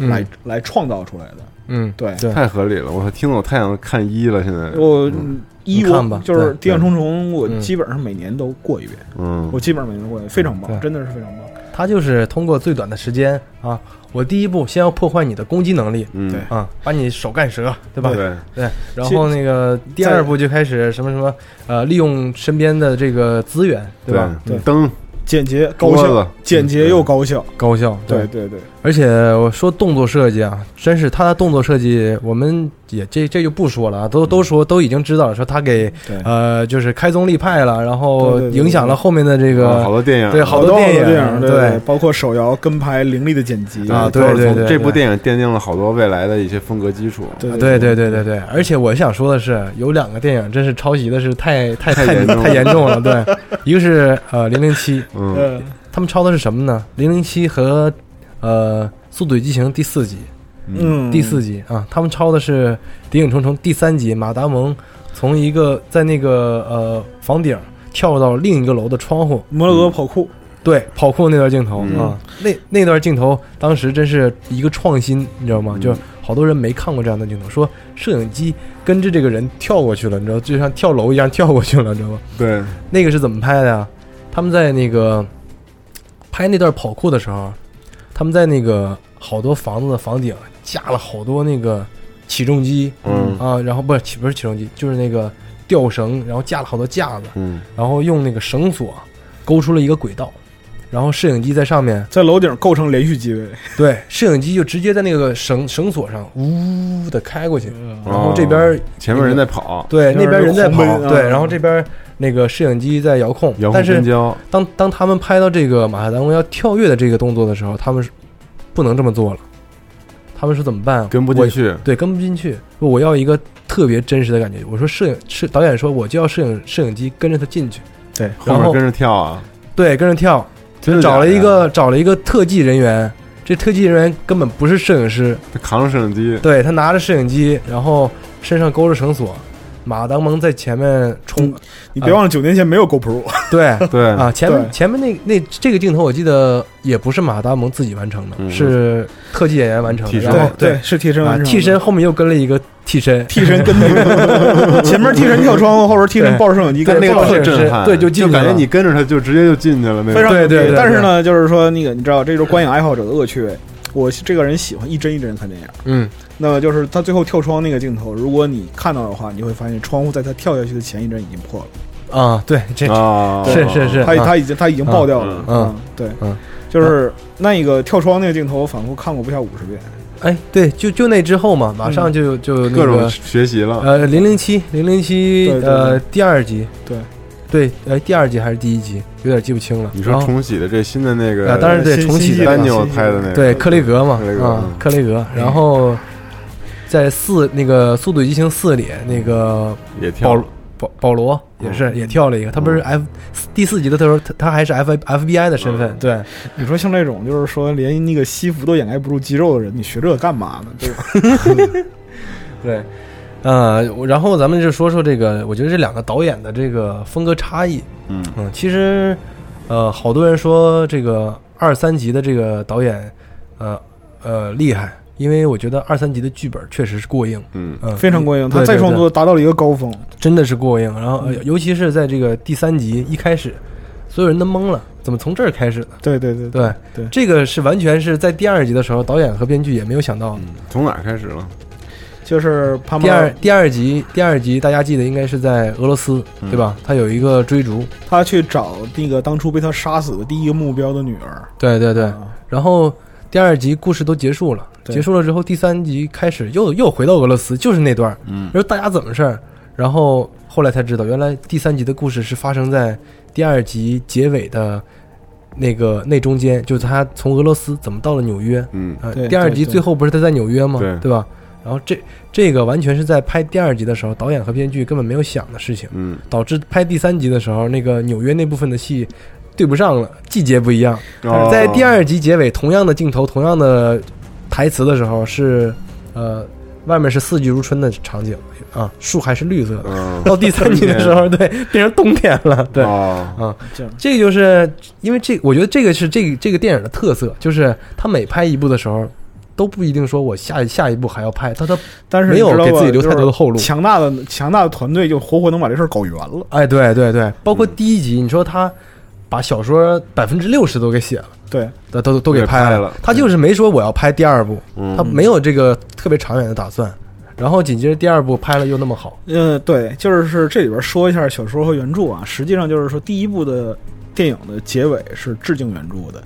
Speaker 4: 来、
Speaker 3: 嗯
Speaker 4: 来创造出来的。
Speaker 3: 嗯，
Speaker 4: 对
Speaker 3: 对，
Speaker 2: 太合理了，我听得我太想看一了，现在，
Speaker 4: 我一
Speaker 3: 嗯你看吧
Speaker 4: 我就是《
Speaker 3: 对
Speaker 4: 谍影重重》，我
Speaker 3: 嗯
Speaker 4: 基本上每年都过一遍，
Speaker 2: 嗯，
Speaker 4: 我基本上每年都过一遍，非常
Speaker 3: 对
Speaker 4: 棒，真的是非常棒。
Speaker 3: 他就是通过最短的时间啊，我第一步先要破坏你的攻击能力。
Speaker 2: 嗯，
Speaker 4: 对
Speaker 3: 啊，把你手干折，对吧？
Speaker 2: 对，
Speaker 3: 对，然后那个第二步就开始什么什么，呃，利用身边的这个资源，对吧？
Speaker 4: 对
Speaker 2: 灯
Speaker 4: 简洁高
Speaker 2: 桌
Speaker 4: 效
Speaker 2: 子，
Speaker 4: 简洁又高效。
Speaker 3: 高效，
Speaker 4: 对对对，
Speaker 3: 而且我说动作设计啊，真是他的动作设计，我们也这这就不说了啊，都都说都已经知道了，说他给
Speaker 4: 对
Speaker 3: 呃就是开宗立派了，然后
Speaker 4: 对对对
Speaker 3: 影响了后面的这
Speaker 2: 啊好
Speaker 3: 个
Speaker 2: 多电影，
Speaker 3: 对好多
Speaker 4: 电
Speaker 3: 电影
Speaker 4: 对
Speaker 3: 对
Speaker 4: 包括手摇跟拍凌厉的剪辑
Speaker 3: 啊
Speaker 2: 嗯都
Speaker 3: 对
Speaker 2: 是从
Speaker 3: 对对
Speaker 2: 这部
Speaker 3: 对
Speaker 2: 电影奠定了好多未来的一些风格基础，
Speaker 4: 对
Speaker 3: 啊对对对对对，而且我想说的是，有两个电影真是抄袭的是太太
Speaker 2: 太
Speaker 3: 太
Speaker 2: 严重了
Speaker 3: 太严重了，对，一个是呃零零七，
Speaker 2: 嗯，
Speaker 4: 呃，
Speaker 3: 他们抄的是什么呢？零零七和呃《速度与激情》第四集，
Speaker 4: 嗯，
Speaker 3: 第四集啊，他们抄的是《谍影重重》第三集，马达蒙从一个在那个呃房顶跳到另一个楼的窗户，
Speaker 4: 摩洛哥跑酷，
Speaker 3: 对跑酷那段镜头、
Speaker 2: 嗯
Speaker 3: 啊，那那段镜头当时真是一个创新，你知道吗？
Speaker 2: 嗯
Speaker 3: 就好多人没看过这样的镜头，说摄影机跟着这个人跳过去了，你知道，就像跳楼一样跳过去了，你知道吗？
Speaker 2: 对，
Speaker 3: 那个是怎么拍的呀？他们在那个拍那段跑酷的时候，他们在那个好多房子的房顶架了好多那个起重机
Speaker 2: 嗯
Speaker 3: 啊，然后不是起不是起重机，就是那个吊绳，然后架了好多架子，
Speaker 2: 嗯，
Speaker 3: 然后用那个绳索勾出了一个轨道，然后摄影机在 上面，
Speaker 4: 在楼顶构成连续机位，
Speaker 3: 对，摄影机就直接在那个绳绳索上呜的开过去，然后这边
Speaker 2: 哦
Speaker 3: 儿
Speaker 2: 前面人在跑，
Speaker 3: 对那
Speaker 4: 那
Speaker 3: 边
Speaker 4: 边
Speaker 3: 人在
Speaker 4: 有
Speaker 3: 跑
Speaker 4: 红灯，啊
Speaker 3: 对，然后这边那个摄影机在遥控
Speaker 2: 嗯遥，控
Speaker 3: 但是
Speaker 2: 跟焦，
Speaker 3: 当当他们拍到这个马特达蒙要跳跃的这个动作的时候，他们是不能这么做了，他们说怎么办？
Speaker 2: 跟不进
Speaker 3: 我
Speaker 2: 去，
Speaker 3: 对，跟不进去。我要一个特别真实的感觉。我说摄影摄导演说我就要摄影摄影机跟着他进去，
Speaker 4: 对，
Speaker 2: 后
Speaker 3: 然
Speaker 2: 面
Speaker 3: 后
Speaker 2: 跟着跳啊，
Speaker 3: 对，跟着跳，
Speaker 2: 真的
Speaker 3: 找了
Speaker 2: 假的
Speaker 3: 一个找了一个特技人员。这特技人员根本不是摄影师，
Speaker 2: 他扛着摄影机，
Speaker 3: 对他拿着摄影机，然后身上勾着绳索，马当蒙在前面 冲，
Speaker 4: 你别忘了九年前没有 GoPro，
Speaker 3: 对，
Speaker 2: 对，
Speaker 3: 啊，前
Speaker 4: 对
Speaker 3: 面前面那那这个镜头，我记得也不是马达蒙自己完成的，
Speaker 2: 嗯
Speaker 3: 是特技演员完成的。
Speaker 2: 替身
Speaker 3: 然后
Speaker 4: 对，是替身
Speaker 3: 啊
Speaker 4: 完成的
Speaker 3: 替身后面又跟了一个替身，
Speaker 4: 替身跟那 个前面替身跳窗户，后边替身抱着摄影机
Speaker 3: 对
Speaker 4: 跟
Speaker 2: 那个
Speaker 3: 抱
Speaker 2: 特
Speaker 3: 着
Speaker 2: 震
Speaker 3: 是
Speaker 2: 撼，
Speaker 3: 对就进
Speaker 2: 就
Speaker 3: 去
Speaker 2: 感觉
Speaker 3: 了
Speaker 2: 你跟着他就直接就进去了，那
Speaker 4: 非
Speaker 2: 个
Speaker 4: 常
Speaker 3: 对对
Speaker 4: 牛逼
Speaker 3: 对
Speaker 4: 但是呢，就是说那个你知道，这就是观影爱好者的恶趣味。我这个人喜欢一帧一帧看电影，
Speaker 3: 嗯，
Speaker 4: 那么就是他最后跳窗那个镜头，如果你看到的话，你会发现窗户在他跳下去的前一帧已经破了，
Speaker 3: 啊，对，这
Speaker 2: 啊，
Speaker 3: 是是 是，
Speaker 4: 他
Speaker 3: 啊
Speaker 4: 他已经他已经爆掉了
Speaker 2: 嗯。
Speaker 3: 嗯，
Speaker 4: 对
Speaker 3: 嗯，
Speaker 4: 就是那个跳窗那个镜头，我反复看过不下五十遍。
Speaker 3: 哎，对，就就那之后嘛，马上
Speaker 4: 嗯
Speaker 3: 就就那
Speaker 2: 各种
Speaker 3: 个
Speaker 2: 学习了，
Speaker 3: 呃零零七零零七
Speaker 4: 对对
Speaker 3: 呃第二集，
Speaker 4: 对
Speaker 3: 对，呃第二集还是第一集，有点记不清了。啊
Speaker 2: 你说
Speaker 3: 然后
Speaker 2: 重启的这新的那个，
Speaker 3: 啊当然对
Speaker 4: 新
Speaker 3: 重启
Speaker 4: 新
Speaker 3: 的
Speaker 4: 一代
Speaker 2: 丹尼尔
Speaker 4: 新一代
Speaker 2: 拍的那个
Speaker 3: 对克雷格嘛
Speaker 2: 嗯克雷，格
Speaker 3: 啊
Speaker 2: 嗯，
Speaker 3: 克雷格，然后在四那个《速度与激情四》里那个
Speaker 2: 也跳
Speaker 3: 保
Speaker 2: 了，
Speaker 3: 保保罗
Speaker 4: 嗯
Speaker 3: 也是也跳了一个，他不是 F 第四集的时候，他他还是 F FBI 的身
Speaker 4: 嗯
Speaker 3: 份，对，
Speaker 4: 你说像这种就是说连那个西服都掩盖不住肌肉的人，你学这个干嘛呢？对吧？
Speaker 3: 对，呃，我然后咱们就说说这个，我觉得这两个导演的这个风格差异，
Speaker 2: 嗯，
Speaker 3: 嗯，其实呃，好多人说这个二三级的这个导演，呃呃厉害，因为我觉得二三级的剧本确实是过硬，
Speaker 2: 嗯，
Speaker 3: 嗯，
Speaker 4: 非常 过硬，他
Speaker 3: 对
Speaker 4: 再
Speaker 3: 对
Speaker 4: 创
Speaker 3: 对
Speaker 4: 作嗯达到了一个高峰。
Speaker 3: 真的是过硬。然后，呃尤其是在这个第三集一开始，所有人都懵了，怎么从这儿开始的？
Speaker 4: 对对对，
Speaker 3: 对
Speaker 4: 对
Speaker 3: 这个是完全是在第二集的时候，导演和编剧也没有想到的。
Speaker 2: 从哪儿开始了？
Speaker 4: 就是帕梅
Speaker 3: 第
Speaker 4: 尔
Speaker 3: 二第二集第二集大家记得应该是在俄罗斯
Speaker 2: 嗯
Speaker 3: 对吧？他有一个追逐，
Speaker 4: 他去找那个当初被他杀死的第一个目标的女儿。
Speaker 3: 对对对。
Speaker 4: 啊
Speaker 3: 然后第二集故事都结束了，
Speaker 4: 对
Speaker 3: 结束了之后，第三集开始又又回到俄罗斯，就是那段儿，
Speaker 2: 嗯
Speaker 3: 然后大家怎么事儿？然后后来才知道，原来第三集的故事是发生在第二集结尾的那个那中间，就是他从俄罗斯怎么到了纽约。
Speaker 2: 嗯，
Speaker 3: 呃
Speaker 4: 对，
Speaker 3: 第二集
Speaker 4: 对对
Speaker 3: 最后不是他在纽约吗？
Speaker 2: 对
Speaker 3: 对吧？然后这这个完全是在拍第二集的时候，导演和编剧根本没有想的事情，
Speaker 2: 嗯，
Speaker 3: 导致拍第三集的时候，那个纽约那部分的戏对不上了，季节不一样。
Speaker 2: 哦
Speaker 3: 在第二集结尾，同样的镜头，同样的台词的时候是，呃，外面是四季如春的场景啊，树还是绿色的。
Speaker 2: 嗯，
Speaker 3: 到第三集的时候，对，变成冬天了。对，
Speaker 2: 哦
Speaker 4: 这样
Speaker 3: 这个就是因为这，我觉得这个是这个这个电影的特色，就是他每拍一部的时候。都不一定说我下下一步还要拍，他他
Speaker 4: 但是
Speaker 3: 没有
Speaker 4: 你知道
Speaker 3: 给
Speaker 4: 吧
Speaker 3: 自己留太多的
Speaker 4: 就是
Speaker 3: 后路
Speaker 4: 强大的强大的团队就活活能把这事儿搞圆了。
Speaker 3: 哎，对对对，包括第一集，你说他把小说百分之六十都给写了，
Speaker 4: 对，
Speaker 3: 都都都给
Speaker 2: 给
Speaker 3: 拍
Speaker 2: 拍
Speaker 3: 了
Speaker 2: 了，
Speaker 3: 他就是没说我要拍第二部，
Speaker 2: 嗯
Speaker 3: 他没有这个特别长远的打算。然后紧接着第二部拍了又那么好，
Speaker 4: 嗯，对，就是这里边说一下小说和原著啊，实际上就是说第一部的电影的结尾是致敬原著的，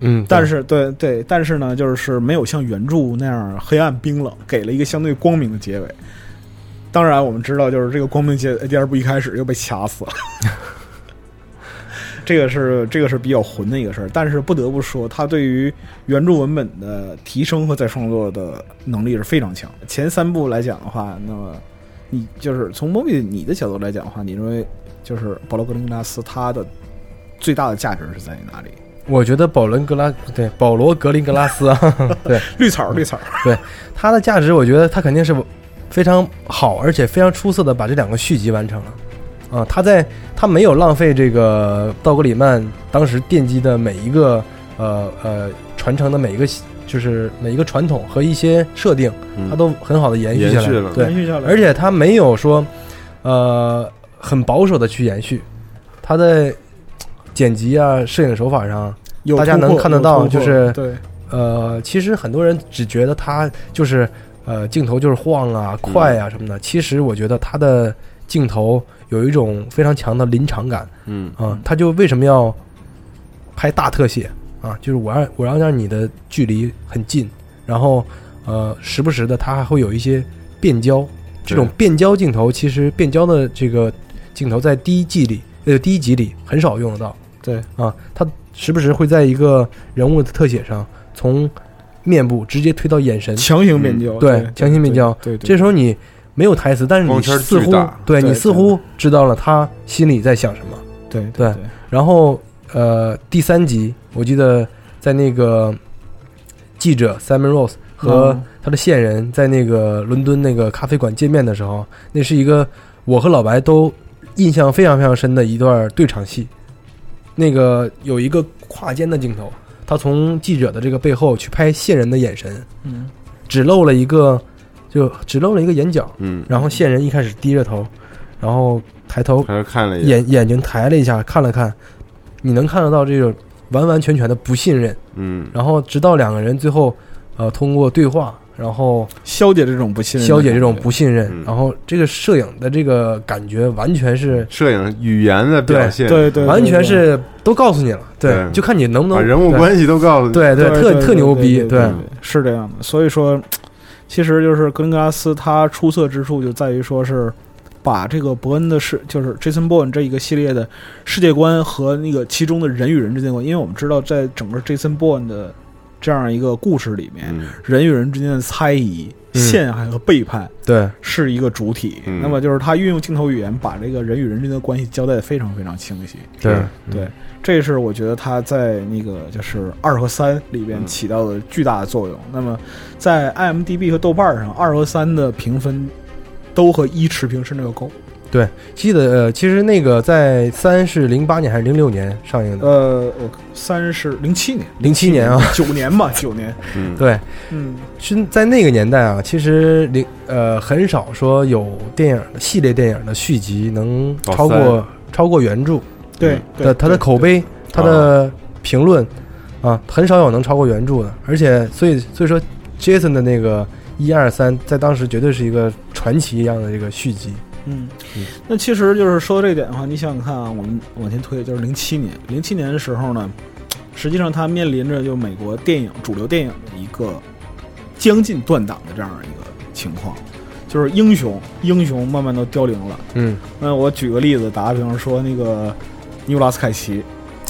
Speaker 3: 嗯
Speaker 4: 但是对对，但是呢，就是没有像原著那样黑暗冰冷，给了一个相对光明的结尾。当然，我们知道，就是这个光明结尾第二部一开始又被掐死了，这个是这个是比较混的一个事儿。但是不得不说，他对于原著文本的提升和再创作的能力是非常强的。前三部来讲的话，那么你就是从 m o b 你的角度来讲的话，你认为就是保罗·格林格拉斯他的最大的价值是在于哪里？
Speaker 3: 我觉得保伦格拉对保罗格林格拉斯啊，
Speaker 4: 绿草，绿草。
Speaker 3: 他的价值，我觉得他肯定是非常好，而且非常出色的把这两个续集完成了。啊，他在他没有浪费这个道格里曼当时奠基的每一个呃呃传承的每一个就是每一个传统和一些设定，
Speaker 2: 嗯
Speaker 3: 他都很好的延续下
Speaker 2: 延
Speaker 3: 来
Speaker 2: 续了
Speaker 3: 对，
Speaker 4: 续下来
Speaker 3: 而且他没有说，呃，很保守的去延续，他在剪辑啊、摄影手法上，
Speaker 4: 有
Speaker 3: 大家
Speaker 4: 突破
Speaker 3: 能看得
Speaker 4: 有
Speaker 3: 到
Speaker 4: 突破
Speaker 3: 就是
Speaker 4: 对
Speaker 3: 呃，其实很多人只觉得他就是呃镜头就是晃啊、快啊什么的，其实我觉得他的镜头有一种非常强的临场感
Speaker 2: 嗯
Speaker 3: 啊、他就为什么要拍大特写啊？就是我要我要让你的距离很近，然后呃时不时的他还会有一些变焦，这种变焦镜头其实变焦的这个镜头在第一季里呃第一集里很少用得到。
Speaker 4: 对
Speaker 3: 啊，他时不时会在一个人物的特写上，从面部，直接推到眼神，
Speaker 4: 强行变焦，
Speaker 3: 嗯对
Speaker 4: 对，
Speaker 3: 强行变焦
Speaker 4: 对，对，
Speaker 3: 这时候你没有台词，但是你
Speaker 2: 光圈
Speaker 3: 似
Speaker 2: 巨
Speaker 3: 乎
Speaker 2: 大
Speaker 3: 对
Speaker 4: 对
Speaker 3: 你似乎知道了他心里在想什么。
Speaker 4: 对
Speaker 3: 对
Speaker 4: 对，
Speaker 3: 然后呃，第三集我记得在那个记者 Simon Rose 和
Speaker 4: 嗯
Speaker 3: 他的线人在那个伦敦那个咖啡馆见面的时候，那是一个我和老白都印象非常非常深的一段对场戏。那个有一个跨肩的镜头，他从记者的这个背后去拍线人的眼神，
Speaker 4: 嗯
Speaker 3: 只露了一个，就只露了一个眼角。
Speaker 2: 嗯，
Speaker 3: 然后线人一开始低着头，然后抬头
Speaker 2: 他就看了一眼，
Speaker 3: 眼眼睛抬了一下，看了看，你能看得到这种完完全全的不信任。
Speaker 2: 嗯，
Speaker 3: 然后直到两个人最后，呃，通过对话，然后
Speaker 4: 消解这种不信任，
Speaker 3: 消解这种不信任，
Speaker 2: 嗯
Speaker 3: 然后这个摄影的这个感觉完全是，
Speaker 2: 摄影语言的表现，
Speaker 4: 对对，
Speaker 3: 完全
Speaker 4: 对
Speaker 3: 是都告诉你了，对
Speaker 2: 对，
Speaker 3: 就看你能不
Speaker 2: 把
Speaker 3: 能
Speaker 2: 人物
Speaker 3: 对
Speaker 2: 关系都告诉你，
Speaker 3: 对对
Speaker 4: 对
Speaker 3: 特
Speaker 4: 对
Speaker 3: 特
Speaker 4: 对
Speaker 3: 牛
Speaker 4: 对
Speaker 3: 逼，
Speaker 4: 对
Speaker 3: 对
Speaker 2: 嗯
Speaker 4: 是这样的。所以说，其实就是格林格拉斯他出色之处就在于说是把这个伯恩的世，就是 Jason Bourne 这一个系列的世界观和那个其中的人与人之间的关系，因为我们知道在整个 Jason Bourne 的这样一个故事里面，
Speaker 2: 嗯，
Speaker 4: 人与人之间的猜疑、
Speaker 3: 嗯
Speaker 4: 陷害和背叛
Speaker 3: 对
Speaker 4: 是一个主体。
Speaker 2: 嗯
Speaker 4: 那么就是他运用镜头语言把这个人与人之间的关系交代的非常非常清晰。
Speaker 3: 对
Speaker 4: 对，这是我觉得它在那个就是二和三里边
Speaker 2: 嗯
Speaker 4: 起到的巨大的作用。那么在 IMDB 和豆瓣上，二和三的评分都和一持平，甚至要高。
Speaker 3: 记得呃，其实那个在三是零八年还是零六年上映的，
Speaker 4: 呃，我三是零七年，
Speaker 3: 零七年啊，
Speaker 4: 九年吧，九年。
Speaker 2: 嗯，
Speaker 3: 对，
Speaker 4: 嗯，
Speaker 3: 是在那个年代啊，其实零呃很少说有电影的系列电影的续集能
Speaker 2: 老
Speaker 3: 超过超过原著
Speaker 4: 对
Speaker 2: 嗯，
Speaker 4: 对
Speaker 3: 的，它的口，碑、它的评论啊，很少有能超过原著的。而且，所以所以说，Jason 的那个一二三，在当时绝对是一个传奇一样的这个续集。
Speaker 4: 对嗯
Speaker 3: 嗯，
Speaker 4: 那其实就是说这一点的话，你想想看啊，我们往前推，就是零七年，零七年的时候呢，实际上它面临着就美国电影主流电影的一个将近断档的这样一个情况，就是英雄英雄慢慢都凋零了。
Speaker 3: 嗯，
Speaker 4: 那我举个例子，打个比方说那个尼古拉斯 凯奇，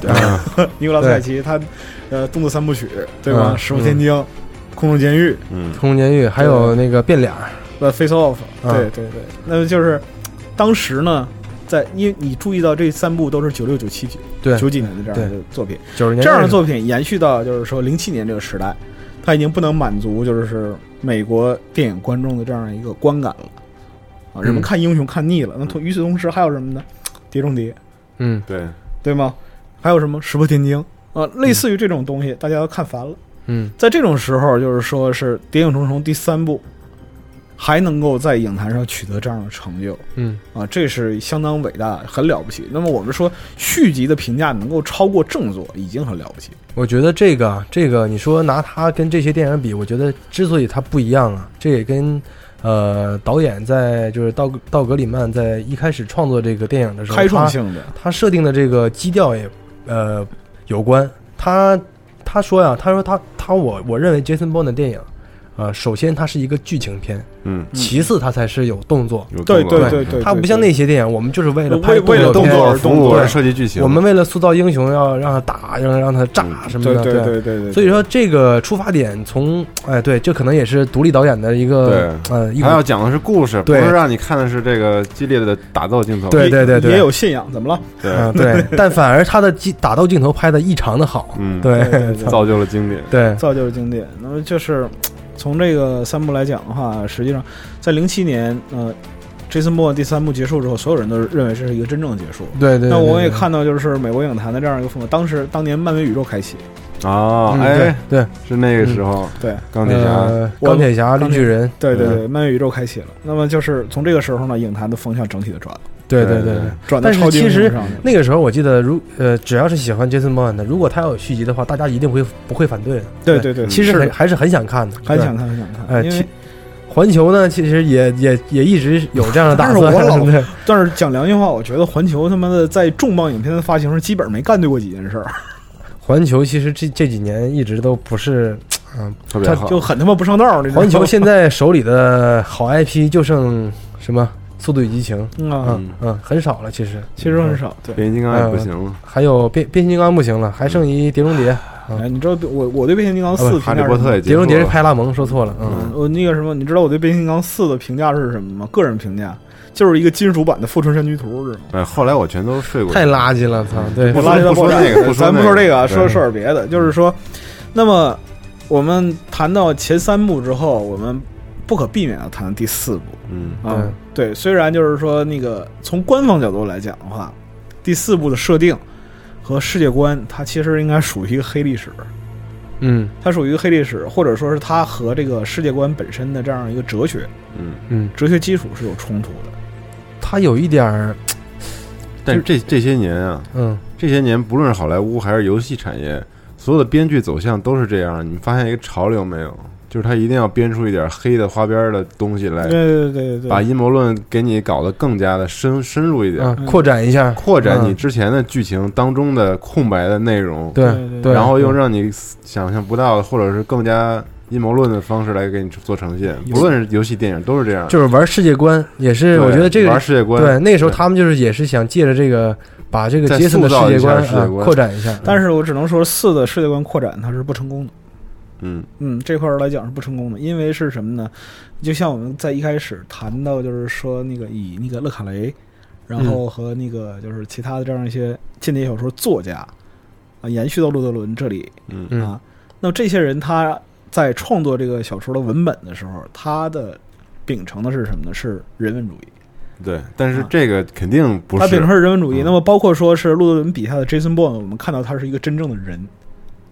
Speaker 2: 啊，
Speaker 4: 尼古拉斯
Speaker 3: 对
Speaker 4: 凯奇他呃动作三部曲对吧？
Speaker 3: 嗯
Speaker 4: 石破天惊、空中监狱、
Speaker 2: 嗯，
Speaker 3: 空中监狱还有那个变脸儿，
Speaker 4: 呃 Face Off，
Speaker 3: 啊
Speaker 4: 对对对，那么就是当时呢。在，因为你注意到这三部都是九六、九七、
Speaker 3: 对，
Speaker 4: 九几年的这样的作品，
Speaker 3: 九十年代
Speaker 4: 这样的作品延续到就是说零七年这个时代，它已经不能满足就是美国电影观众的这样一个观感了啊，人们
Speaker 3: 嗯
Speaker 4: 看英雄看腻了。那同与此同时还有什么呢？碟中谍，
Speaker 3: 嗯
Speaker 2: 对，
Speaker 4: 对吗？还有什么石破天惊啊，类似于这种东西，大家都看烦了。
Speaker 3: 嗯
Speaker 4: 在这种时候，就是说是《谍影重重》第三部还能够在影坛上取得这样的成就，
Speaker 3: 嗯，
Speaker 4: 啊，这是相当伟大，很了不起。那么我们说续集的评价能够超过正作，已经很了不起。
Speaker 3: 我觉得这个啊这个，你说拿它跟这些电影比，我觉得之所以它不一样啊，这也跟呃导演在就是道格道格里曼在一开始创作这个电影的时候，
Speaker 4: 开创
Speaker 3: 他
Speaker 4: 性的，
Speaker 3: 他设定的这个基调也呃有关。他他说呀、他说他他我我认为杰森· b o n 的电影，呃，首先它是一个剧情片，
Speaker 2: 嗯，
Speaker 4: 嗯
Speaker 3: 其次它才是有动作。
Speaker 2: 有
Speaker 4: 对
Speaker 2: 动
Speaker 4: 对
Speaker 2: 作
Speaker 4: 对对，
Speaker 3: 它不像那些电影，我们就是为了拍
Speaker 4: 为为了
Speaker 2: 动
Speaker 3: 动
Speaker 4: 作
Speaker 3: 片
Speaker 2: 作
Speaker 4: 而
Speaker 2: 服
Speaker 4: 动
Speaker 2: 务
Speaker 4: 作
Speaker 2: 而设计剧情，
Speaker 3: 我们为了塑造英雄，要让他打，要让他炸什么
Speaker 4: 对
Speaker 3: 的。
Speaker 4: 嗯对对对对，
Speaker 3: 所以说这个出发点从，哎，对，这可能也是独立导演的一个，呃，一
Speaker 2: 他要
Speaker 3: 个，
Speaker 2: 讲的是故事，不
Speaker 3: 对
Speaker 2: 是让你看的是这个激烈的打斗镜头，
Speaker 3: 对对对对
Speaker 4: 也有信仰，怎么了？
Speaker 3: 嗯、
Speaker 2: 对，
Speaker 3: 对，但反而他的击打斗镜头拍的异常的好，
Speaker 2: 嗯，
Speaker 3: 对
Speaker 4: 对对对
Speaker 2: 造就了经典，
Speaker 3: 对，
Speaker 4: 造就了经典。那么就是从这个三部来讲的话，实际上在零七年，呃，Jason Bourne 第三部结束之后，所有人都认为这是一个真正的结束。
Speaker 3: 对对。
Speaker 4: 那我也
Speaker 3: 对，
Speaker 4: 看到，就是美国影坛的这样一个风格。当时当年漫威宇宙开启，
Speaker 2: 啊，
Speaker 3: 嗯
Speaker 2: 哎，
Speaker 3: 对对，
Speaker 2: 是那个时候，
Speaker 4: 对
Speaker 2: 钢铁侠，
Speaker 3: 呃
Speaker 4: 我
Speaker 3: 钢铁侠、绿
Speaker 4: 钢铁
Speaker 3: 巨人，
Speaker 4: 对对
Speaker 2: 嗯
Speaker 4: 对，漫威宇宙开启了。那么就是从这个时候呢，影坛的风向整体的转了，
Speaker 3: 对对
Speaker 2: 对
Speaker 3: 对
Speaker 2: 对
Speaker 3: 对。
Speaker 4: 转到
Speaker 3: 但是
Speaker 4: 超级英
Speaker 3: 其
Speaker 4: 雄
Speaker 3: 实
Speaker 4: 上去了。
Speaker 3: 那个时候我记得，如呃，只要是喜欢杰森·鲍恩的，如果他要有续集的话，大家一定会不会反对的。
Speaker 4: 对对对，
Speaker 3: 其实
Speaker 4: 是
Speaker 3: 很还是很想看的，对
Speaker 4: 很想看，很想看。
Speaker 3: 哎
Speaker 4: 因为
Speaker 3: 其环球呢，其实也也也一直有这样的打
Speaker 4: 但是我
Speaker 3: 算。
Speaker 4: 老
Speaker 3: 对
Speaker 4: 但是讲良心话，我觉得环球他妈的在重磅影片的发行上，基本没干对过几件事儿，
Speaker 3: 环球其实这这几年一直都不是，嗯、
Speaker 2: 特别
Speaker 3: 他
Speaker 2: 好，
Speaker 4: 就很他妈不上道儿。你知道 吗
Speaker 3: 环球现在手里的好 IP 就剩什么《速度与激情》
Speaker 4: 嗯
Speaker 3: 啊
Speaker 4: 啊，
Speaker 2: 嗯，
Speaker 3: 嗯，很少了。其实
Speaker 4: 其实很少。对，
Speaker 2: 变形金刚也不行了，
Speaker 3: 还有变变形金刚不行了，还剩一碟中谍，嗯
Speaker 4: 哎，你知道对我我对变形金刚
Speaker 3: 啊
Speaker 4: 四
Speaker 3: 不
Speaker 2: 哈
Speaker 4: 评
Speaker 2: 利
Speaker 4: 价
Speaker 2: 波特也
Speaker 4: 是
Speaker 3: 碟
Speaker 2: 结束
Speaker 3: 中谍是
Speaker 2: 了，
Speaker 3: 派拉蒙，说错了，嗯，
Speaker 4: 嗯，我那个什么，你知道我对变形金刚四的评价是什么吗？个人评价就是一个金属版的《富春山居图》，知道吗？
Speaker 2: 哎，后来我全都睡过去
Speaker 3: 嗯太垃圾了，操，对
Speaker 2: 不
Speaker 4: 我，
Speaker 2: 说
Speaker 4: 垃圾到
Speaker 2: 不说
Speaker 4: 爆炸
Speaker 2: 那个不说
Speaker 4: 咱不说
Speaker 2: 那个
Speaker 4: 这个啊，
Speaker 2: 对
Speaker 4: 说说点别的，就是说，那么我们谈到前三部之后，我们不可避免要谈第四部
Speaker 2: 嗯，
Speaker 4: 啊。对，虽然就是说那个从官方角度来讲的话，第四部的设定和世界观，它其实应该属于一个黑历史，
Speaker 3: 嗯
Speaker 4: 它属于一个黑历史，或者说是它和这个世界观本身的这样一个哲学、
Speaker 2: 嗯，
Speaker 3: 嗯，
Speaker 4: 哲学基础是有冲突的。
Speaker 3: 他有一点儿，
Speaker 2: 但是这这些年啊，
Speaker 3: 嗯，
Speaker 2: 这些年不论是好莱坞还是游戏产业，所有的编剧走向都是这样。你发现一个潮流没有？就是他一定要编出一点黑的花边儿的东西来
Speaker 4: 对，对对对
Speaker 2: 把
Speaker 4: 对，
Speaker 2: 阴谋论给你搞得更加的深深入一点，
Speaker 3: 啊，扩展一下，
Speaker 2: 扩展你
Speaker 3: 嗯
Speaker 2: 之前的剧情当中的空白的内容，
Speaker 4: 对对
Speaker 3: 对对，
Speaker 2: 然后用让你想象不到的或者是更加阴谋论的方式来给你做呈现。
Speaker 4: 有
Speaker 2: 不论是游戏、电影都是这样。
Speaker 3: 就是玩世界观，也是
Speaker 2: 对
Speaker 3: 我觉得这个
Speaker 2: 玩世界观，
Speaker 3: 对，那时候
Speaker 2: 对
Speaker 3: 他们就是也是想借着这个，把这个
Speaker 2: 再
Speaker 3: 杰森的
Speaker 2: 塑
Speaker 3: 世
Speaker 2: 造
Speaker 3: 界
Speaker 2: 一下
Speaker 3: 观
Speaker 2: 世界
Speaker 3: 啊
Speaker 2: 观
Speaker 3: 扩展一下。
Speaker 4: 但是我只能说四的世界观扩展它是不成功的。
Speaker 2: 嗯
Speaker 4: 嗯，这块儿来讲是不成功的，因为是什么呢？就像我们在一开始谈到，就是说那个以那个勒卡雷，然
Speaker 2: 嗯
Speaker 4: 后和那个就是其他的这样一些间谍小说作家啊，延续到路德伦这里
Speaker 2: 嗯
Speaker 3: 嗯
Speaker 4: 啊。那么这些人他在创作这个小说的文本的时候，他的秉承的是什么呢？是人文主义。
Speaker 2: 对，但
Speaker 3: 嗯
Speaker 2: 是这个肯定不
Speaker 4: 他秉承
Speaker 2: 是。
Speaker 4: 是人文主义，
Speaker 2: 嗯
Speaker 4: 那么包括说是路德伦笔下的 Jason Bourne，我们看到他是一个真正的人。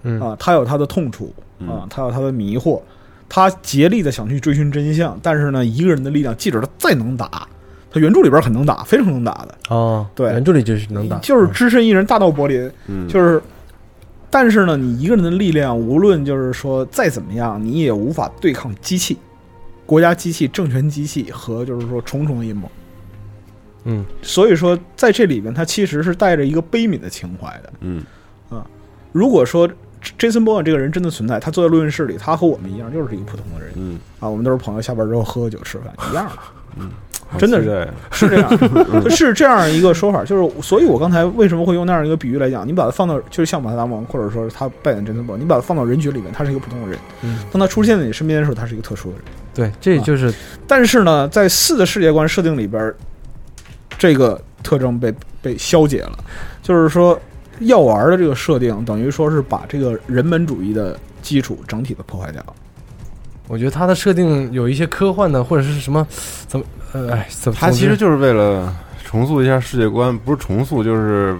Speaker 3: 嗯
Speaker 4: 啊，他有他的痛楚啊
Speaker 2: 嗯，
Speaker 4: 他有他的迷惑，他竭力的想去追寻真相，但是呢，一个人的力量，即使他再能打，他原著里边很能打，非常能打的，
Speaker 3: 哦，
Speaker 4: 对
Speaker 3: 原著里就是能打，嗯
Speaker 4: 就是只身一人大闹柏林，
Speaker 2: 嗯，
Speaker 4: 就是。但是呢，你一个人的力量，无论就是说再怎么样，你也无法对抗机器、国家机器、政权机器和就是说重重的阴谋。
Speaker 3: 嗯
Speaker 4: 所以说，在这里边，他其实是带着一个悲悯的情怀的。
Speaker 2: 嗯
Speaker 4: 如果说 Jason Bourne 这个人真的存在，他坐在录音室里，他和我们一样，就是一个普通的人。
Speaker 2: 嗯，
Speaker 4: 啊，我们都是朋友，下班之后喝个酒吃饭一样的，
Speaker 2: 嗯好
Speaker 4: 真的
Speaker 2: 期待
Speaker 4: 是是这样，是这样一个说法。就是，所以我刚才为什么会用那样一个比喻来讲？你把它放到，就是像马特达蒙，或者说是他扮演真森伯，你把它放到人群里面，他是一个普通的人。
Speaker 3: 嗯，
Speaker 4: 当他出现在你身边的时候，他是一个特殊的人。
Speaker 3: 对，这
Speaker 2: 啊
Speaker 3: 就是
Speaker 4: 但是呢，在四的世界观设定里边儿，这个特征被被消解了，就是说药丸的这个设定，等于说是把这个人本主义的基础整体的破坏掉。
Speaker 3: 我觉得它的设定有一些科幻的或者是什么，怎么呃，哎，怎么
Speaker 2: 他其实
Speaker 3: 总之
Speaker 2: 就是为了重塑一下世界观，不是重塑就是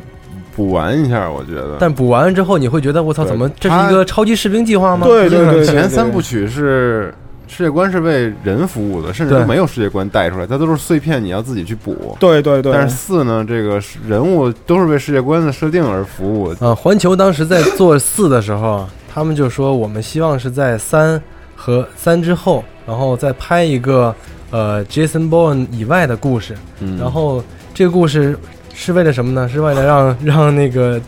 Speaker 2: 补完一下，我觉得。
Speaker 3: 但补完了之后，你会觉得我操，
Speaker 2: 对
Speaker 3: 怎么这是
Speaker 2: 它
Speaker 3: 一个超级士兵计划吗？
Speaker 4: 对对对，
Speaker 2: 前三部
Speaker 4: 曲
Speaker 2: 曲是世界观是为人服务的，甚至
Speaker 3: 对
Speaker 2: 都没有世界观带出来，它都是碎片，你要自己去补。
Speaker 4: 对对对，
Speaker 2: 但是四呢，这个是人物都是为世界观的设定而服务。
Speaker 3: 啊，环球当时在做四的时候，他们就说我们希望是在三和三之后，然后再拍一个呃 Jason Bourne 以外的故事。
Speaker 2: 嗯
Speaker 3: 然后这个故事是为了什么呢？是为了让 让那个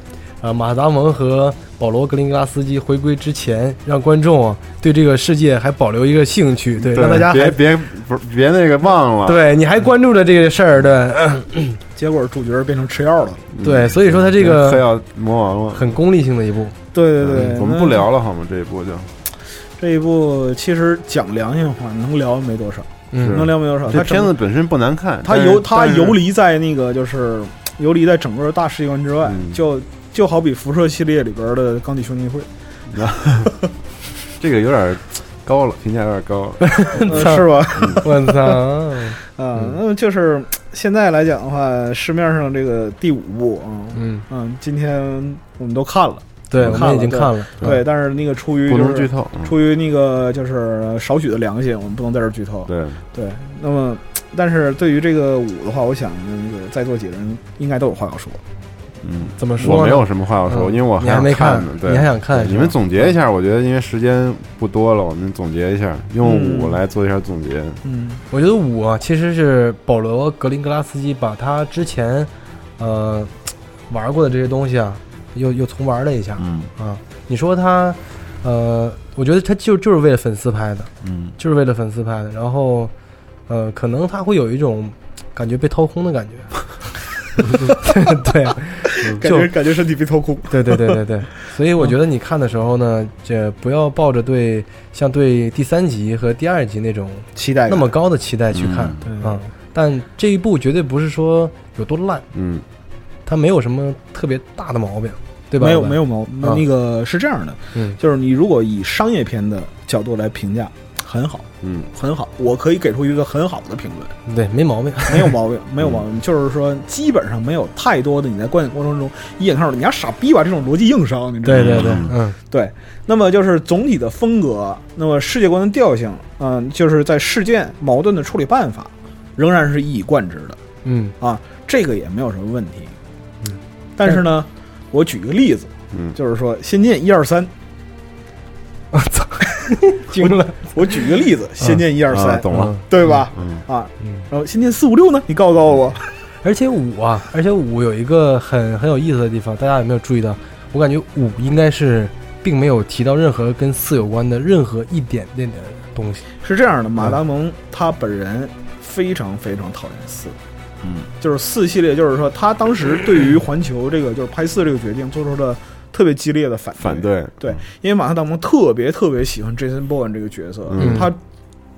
Speaker 3: 呃马达蒙和保罗格林格拉斯基回归之前，让观众啊对这个世界还保留一个兴趣，对，让大家
Speaker 2: 别
Speaker 3: 还
Speaker 2: 别不是别那个忘了。
Speaker 3: 对你还关注着这个事儿，对、
Speaker 4: 结果主角变成吃药了。
Speaker 2: 嗯
Speaker 3: 对，所以说他这
Speaker 2: 非
Speaker 3: 个
Speaker 2: 要魔王了。
Speaker 3: 很功利性的一部，
Speaker 4: 对对啊
Speaker 2: 嗯
Speaker 4: 对，
Speaker 2: 我们不聊了好吗？这一部就
Speaker 4: 那这一部，其实讲良心话，能聊没多少，
Speaker 2: 是
Speaker 3: 嗯
Speaker 4: 能聊没多少。
Speaker 2: 这
Speaker 4: 它
Speaker 2: 片
Speaker 4: 整
Speaker 2: 子本身不难看，
Speaker 4: 它
Speaker 2: 但是
Speaker 4: 游它
Speaker 2: 但是
Speaker 4: 游离在那个就是游离在整个大世界观之外，
Speaker 2: 嗯
Speaker 4: 就就好比辐射系列里边的钢铁兄弟会，
Speaker 2: 这个有点高了，评价有点高了。
Speaker 4: 呃是吧？
Speaker 3: 嗯我操，
Speaker 4: 啊，那么就是现在来讲的话，市面上这个第五部啊，
Speaker 3: 嗯，
Speaker 4: 嗯，今天我们都看了，
Speaker 3: 对，我
Speaker 4: 看了
Speaker 3: 们已经看了，
Speaker 4: 对，但是那个出于
Speaker 2: 不
Speaker 4: 就
Speaker 2: 能剧
Speaker 4: 是
Speaker 2: 透。嗯
Speaker 4: 出于那个就是少许的良心，我们不能在这儿剧透。
Speaker 2: 对，
Speaker 4: 对，那么但是对于这个五的话，我想那个在座几个人应该都有话要说。
Speaker 2: 嗯，
Speaker 3: 怎么说呢？
Speaker 2: 我没有什么话要说，
Speaker 3: 嗯
Speaker 2: 因为我
Speaker 3: 你还
Speaker 2: 想
Speaker 3: 没
Speaker 2: 看呢。对，
Speaker 3: 你还想看？
Speaker 2: 你们总结一下，我觉得因为时间不多了，我们总结一下，用五来做一下总结。
Speaker 4: 嗯，
Speaker 3: 我觉得五啊，其实是保罗·格林格拉斯基把他之前，呃，玩过的这些东西啊，又又重玩了一下
Speaker 2: 嗯
Speaker 3: 啊。你说他，呃，我觉得他就就是为了粉丝拍的，
Speaker 2: 嗯
Speaker 3: 就是为了粉丝拍的。然后，呃，可能他会有一种感觉被掏空的感觉。对，
Speaker 4: 感觉感觉身体被掏空。
Speaker 3: 对 对对对对，所以我觉得你看的时候呢，这不要抱着对像对第三集和第二集那种
Speaker 4: 期待
Speaker 3: 那么高的期待去看啊、
Speaker 4: 对
Speaker 3: 但这一部绝对不是说有多烂，
Speaker 2: 嗯，
Speaker 3: 它没有什么特别大的毛病，对吧？
Speaker 4: 没有
Speaker 3: 老白
Speaker 4: 没，有毛，
Speaker 3: 啊
Speaker 4: 那个是这样的，
Speaker 3: 嗯
Speaker 4: 就是你如果以商业片的角度来评价，很好，
Speaker 2: 嗯
Speaker 4: 很好，我可以给出一个很好的评论，
Speaker 3: 对，没毛病。
Speaker 4: 没有毛病，没有毛病，就是说基本上没有太多的你在观影过程中一眼看到你家傻逼吧这种逻辑硬伤，你知道
Speaker 3: 对
Speaker 4: 吗？
Speaker 3: 对对，
Speaker 2: 嗯
Speaker 3: 嗯
Speaker 4: 对，那么就是总体的风格，那么世界观的调性，嗯、就是在事件矛盾的处理办法，仍然是一以贯之的，
Speaker 3: 嗯
Speaker 4: 这个也没有什么问题。
Speaker 3: 嗯，
Speaker 4: 但是呢，我举一个例子，
Speaker 2: 嗯
Speaker 4: 就是说《仙剑》一二三，
Speaker 3: 惊了，
Speaker 4: 我举一个例子，《仙剑》一二
Speaker 2: 啊
Speaker 4: 三，
Speaker 2: 懂了，
Speaker 4: 对吧？
Speaker 2: 嗯
Speaker 4: 啊，
Speaker 3: 嗯。
Speaker 4: 然后《仙剑》四五六呢？你告诉告诉我，
Speaker 3: 而且五啊，而且五有一个很很有意思的地方，大家有没有注意到？我感觉五应该是并没有提到任何跟四有关的任何一点点的东西。
Speaker 4: 是这样的，
Speaker 2: 嗯
Speaker 4: 马达蒙他本人非常非常讨厌四，
Speaker 2: 嗯
Speaker 4: 就是四系列，就是说他当时对于环球这个就是拍四这个决定做出了特别激烈的反
Speaker 2: 反对，
Speaker 4: 对，因为马特·达蒙特别特别喜欢 Jason Bourne 这个角色，
Speaker 2: 嗯
Speaker 4: 他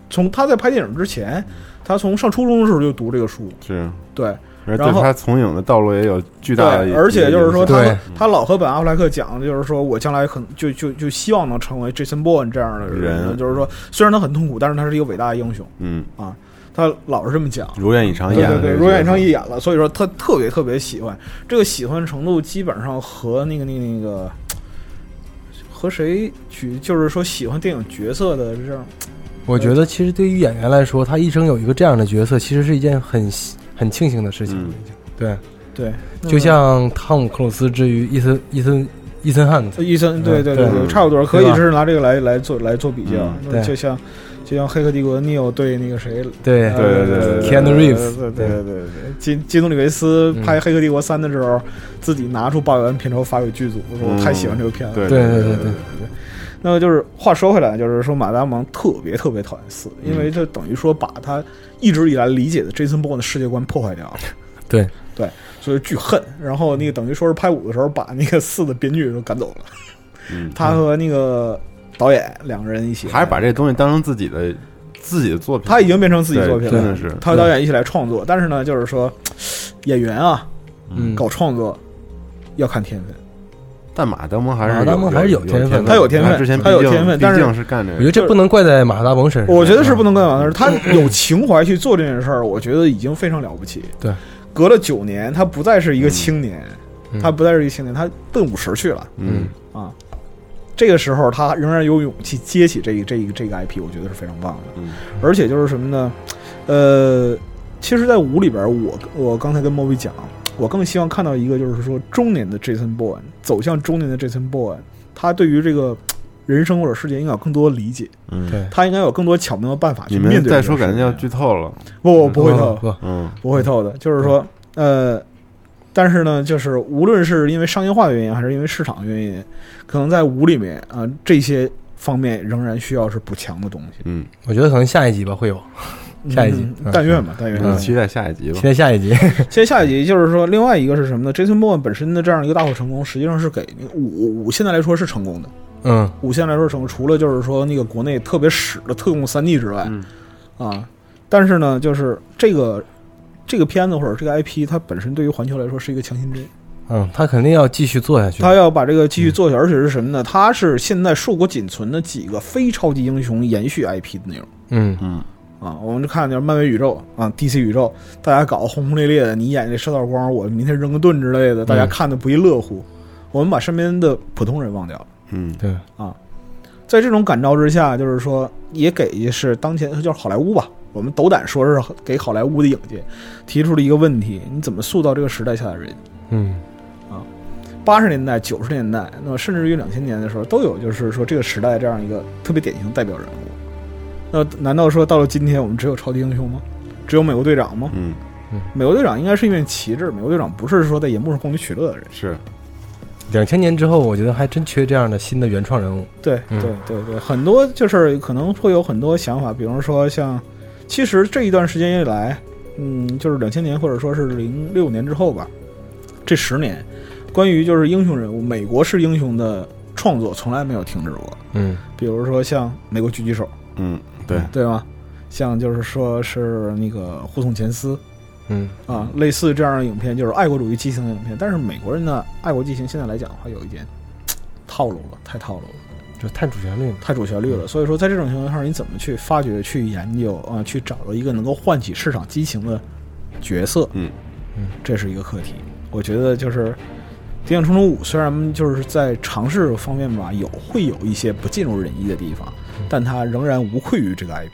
Speaker 4: 从他在拍电影之前，他从上初中的时候就读这个书，
Speaker 2: 是，
Speaker 4: 对
Speaker 2: 而
Speaker 4: 然
Speaker 2: 对
Speaker 4: 后
Speaker 2: 他从影的道路也有巨
Speaker 4: 对
Speaker 2: 大的影，响，
Speaker 4: 而且就是说他
Speaker 3: 对
Speaker 4: 他老和本·阿弗莱克讲，就是说我将来可能就就就希望能成为 Jason Bourne 这样的
Speaker 2: 人
Speaker 4: 就是说虽然他很痛苦，但是他是一个伟大的英雄，
Speaker 2: 嗯，
Speaker 4: 他老是这么讲。
Speaker 2: 如愿以偿
Speaker 4: 对
Speaker 2: 啊演
Speaker 4: 对
Speaker 2: 的这个角
Speaker 4: 对，
Speaker 2: 色，
Speaker 4: 如愿以偿也演了，所以说他特别特别喜欢这个喜欢程度，基本上和那个那个那个和谁举，就是说喜欢电影角色的这样
Speaker 3: 我觉得其实对于演员来说，他一生有一个这样的角色，其实是一件很很庆幸的事情。
Speaker 2: 嗯
Speaker 3: 对，
Speaker 4: 对，
Speaker 3: 就像汤姆·克鲁斯之于伊森伊森伊森汉
Speaker 4: 呃
Speaker 3: 特，
Speaker 4: 医生，对
Speaker 3: 嗯
Speaker 4: 对对
Speaker 2: 对
Speaker 4: 对，差不多，可
Speaker 3: 对
Speaker 4: 以
Speaker 3: 吧
Speaker 4: 是拿这个来来做来做比较
Speaker 2: 嗯，
Speaker 4: 那
Speaker 3: 对
Speaker 4: 就像就像《黑客帝国》Neo 对那个谁，
Speaker 3: 对
Speaker 4: 呃
Speaker 2: 对对对对
Speaker 4: 呃
Speaker 3: Keanu Reeves，
Speaker 4: 对对对对对，基基努里维斯拍《黑客帝国三》的时候，自己拿出抱怨片酬发给剧组，说我
Speaker 2: 嗯
Speaker 4: 太喜欢这个片子了。
Speaker 2: 对
Speaker 3: 对对
Speaker 4: 对
Speaker 3: 对
Speaker 4: 对。那么就是话说回来，就是说马达蒙特别特别讨厌四，因
Speaker 2: 嗯
Speaker 4: 为这等于说把他一直以来理解的 Jason Bourne 的世界观破坏掉 了。
Speaker 3: 对
Speaker 4: 对，所以巨恨。然后那个等于说是拍五的时候，把那个四的编剧都赶走了。
Speaker 2: 嗯，
Speaker 4: 他和那个导演两个人一起，
Speaker 2: 还是把这东西当成自己的自己的作品，
Speaker 4: 他已经变成自己作品
Speaker 2: 对真
Speaker 4: 了
Speaker 2: 的。是，
Speaker 4: 他和导演一起来创作，但是呢，就是说演员啊，
Speaker 3: 嗯，
Speaker 4: 搞创作要看天分。
Speaker 2: 但马德蒙还是
Speaker 3: 马德蒙还是有
Speaker 2: 有
Speaker 3: 天分的
Speaker 2: 分，
Speaker 3: 他
Speaker 4: 有天分
Speaker 2: 之前
Speaker 4: 他有
Speaker 2: 毕竟
Speaker 4: 天分但是
Speaker 2: 毕竟是干这
Speaker 3: 我觉
Speaker 2: 个，
Speaker 3: 得这不能怪在马达蒙身上。
Speaker 4: 我觉得是不能跟
Speaker 2: 嗯
Speaker 4: 完的，他有情怀去做这件事儿，我觉得已经非常了不起。
Speaker 3: 对，
Speaker 4: 隔了九年，他不再是一个青年，
Speaker 3: 嗯
Speaker 4: 他不再是一个青年，他奔五十去了
Speaker 2: 嗯，
Speaker 4: 啊。这个时候，他仍然有勇气接起这一这一这个 IP，我觉得是非常棒的。
Speaker 2: 嗯
Speaker 4: 而且就是什么呢？呃，其实，在五里边儿，我我刚才跟 Moby 讲，我更希望看到一个就是说中年的 Jason Bourne 走向中年的 Jason Bourne，他对于这个人生或者世界应该有更多的理解，
Speaker 2: 嗯，
Speaker 3: 对，
Speaker 4: 他应该有更多巧妙的办法
Speaker 2: 你
Speaker 4: 去面对
Speaker 2: 们
Speaker 4: 这
Speaker 2: 再
Speaker 4: 个
Speaker 2: 说
Speaker 4: 事
Speaker 2: 感觉要
Speaker 4: 情
Speaker 2: 剧透了，
Speaker 4: 不，我不会
Speaker 3: 不
Speaker 4: 透，
Speaker 3: 不
Speaker 2: 嗯
Speaker 4: 不会透的。就是说，呃，但是呢，就是无论是因为商业化的原因，还是因为市场的原因，可能在五里面啊、这些方面仍然需要是补强的东西。
Speaker 2: 嗯，
Speaker 3: 我觉得可能下一集吧会有，下一集
Speaker 4: 嗯
Speaker 3: 嗯
Speaker 4: 但愿吧，但愿吧。
Speaker 2: 期待下一集吧
Speaker 3: 期，待下一集。
Speaker 4: 其实下一集就是说，另外一个是什么呢？Jason Bourne 本身的这样一个大火成功，实际上是给那个五五现在来说是成功的，
Speaker 3: 嗯，
Speaker 4: 五现在来说是成功，除了就是说那个国内特别屎的特供三 D 之外，
Speaker 2: 嗯
Speaker 4: 啊，但是呢，就是这个这个片子或者这个 IP，它本身对于环球来说是一个强心针，
Speaker 3: 嗯，他肯定要继续做下去。
Speaker 4: 它要把这个继续做下去，而且是什么呢？它是现在硕果仅存的几个非超级英雄延续 IP 的内容。
Speaker 3: 嗯，
Speaker 2: 嗯
Speaker 4: 啊，我们就看就是漫威宇宙啊，DC 宇宙，大家搞轰轰烈烈的，你演这射道光，我明天扔个盾之类的，大家
Speaker 3: 嗯
Speaker 4: 看的不亦乐乎。我们把身边的普通人忘掉了，
Speaker 2: 嗯
Speaker 3: 对，
Speaker 4: 在这种感召之下，就是说也给是当前就是好莱坞吧，我们斗胆说是给好莱坞的影界提出了一个问题：你怎么塑造这个时代下的人？
Speaker 3: 嗯，
Speaker 4: 八十年代、九十年代，那么甚至于两千年的时候，都有就是说这个时代这样一个特别典型的代表人物。那难道说到了今天，我们只有超级英雄吗？只有美国队长吗？
Speaker 2: 嗯，
Speaker 4: 美国队长应该是一面旗帜，美国队长不是说在荧幕上供你取乐的人。
Speaker 2: 是，
Speaker 3: 两千年之后，我觉得还真缺这样的新的原创人物。
Speaker 4: 对
Speaker 3: 嗯
Speaker 4: 对对对，很多就是可能会有很多想法，比如说像，其实这一段时间以来，嗯，就是两千年或者说是零六年之后吧，这十年，关于就是英雄人物，美国式英雄的创作从来没有停止过。
Speaker 3: 嗯
Speaker 4: 比如说像美国狙击手，
Speaker 2: 嗯，对，
Speaker 4: 对吗？像就是说是那个护送前司
Speaker 3: 嗯
Speaker 4: 啊，类似这样的影片，就是爱国主义激情的影片。但是美国人的爱国激情现在来讲的话，有一点嘖套路了，太套路了，
Speaker 3: 就探主旋律嘛。
Speaker 4: 太主旋律
Speaker 2: 嗯
Speaker 4: 了。所以说，在这种情况下，你怎么去发掘、去研究啊，去找到一个能够唤起市场激情的角色？
Speaker 2: 嗯
Speaker 3: 嗯，
Speaker 4: 这是一个课题。我觉得就是《谍影重重五》，虽然就是在尝试方面吧，有会有一些不尽如人意的地方，
Speaker 2: 嗯
Speaker 4: 但它仍然无愧于这个 IP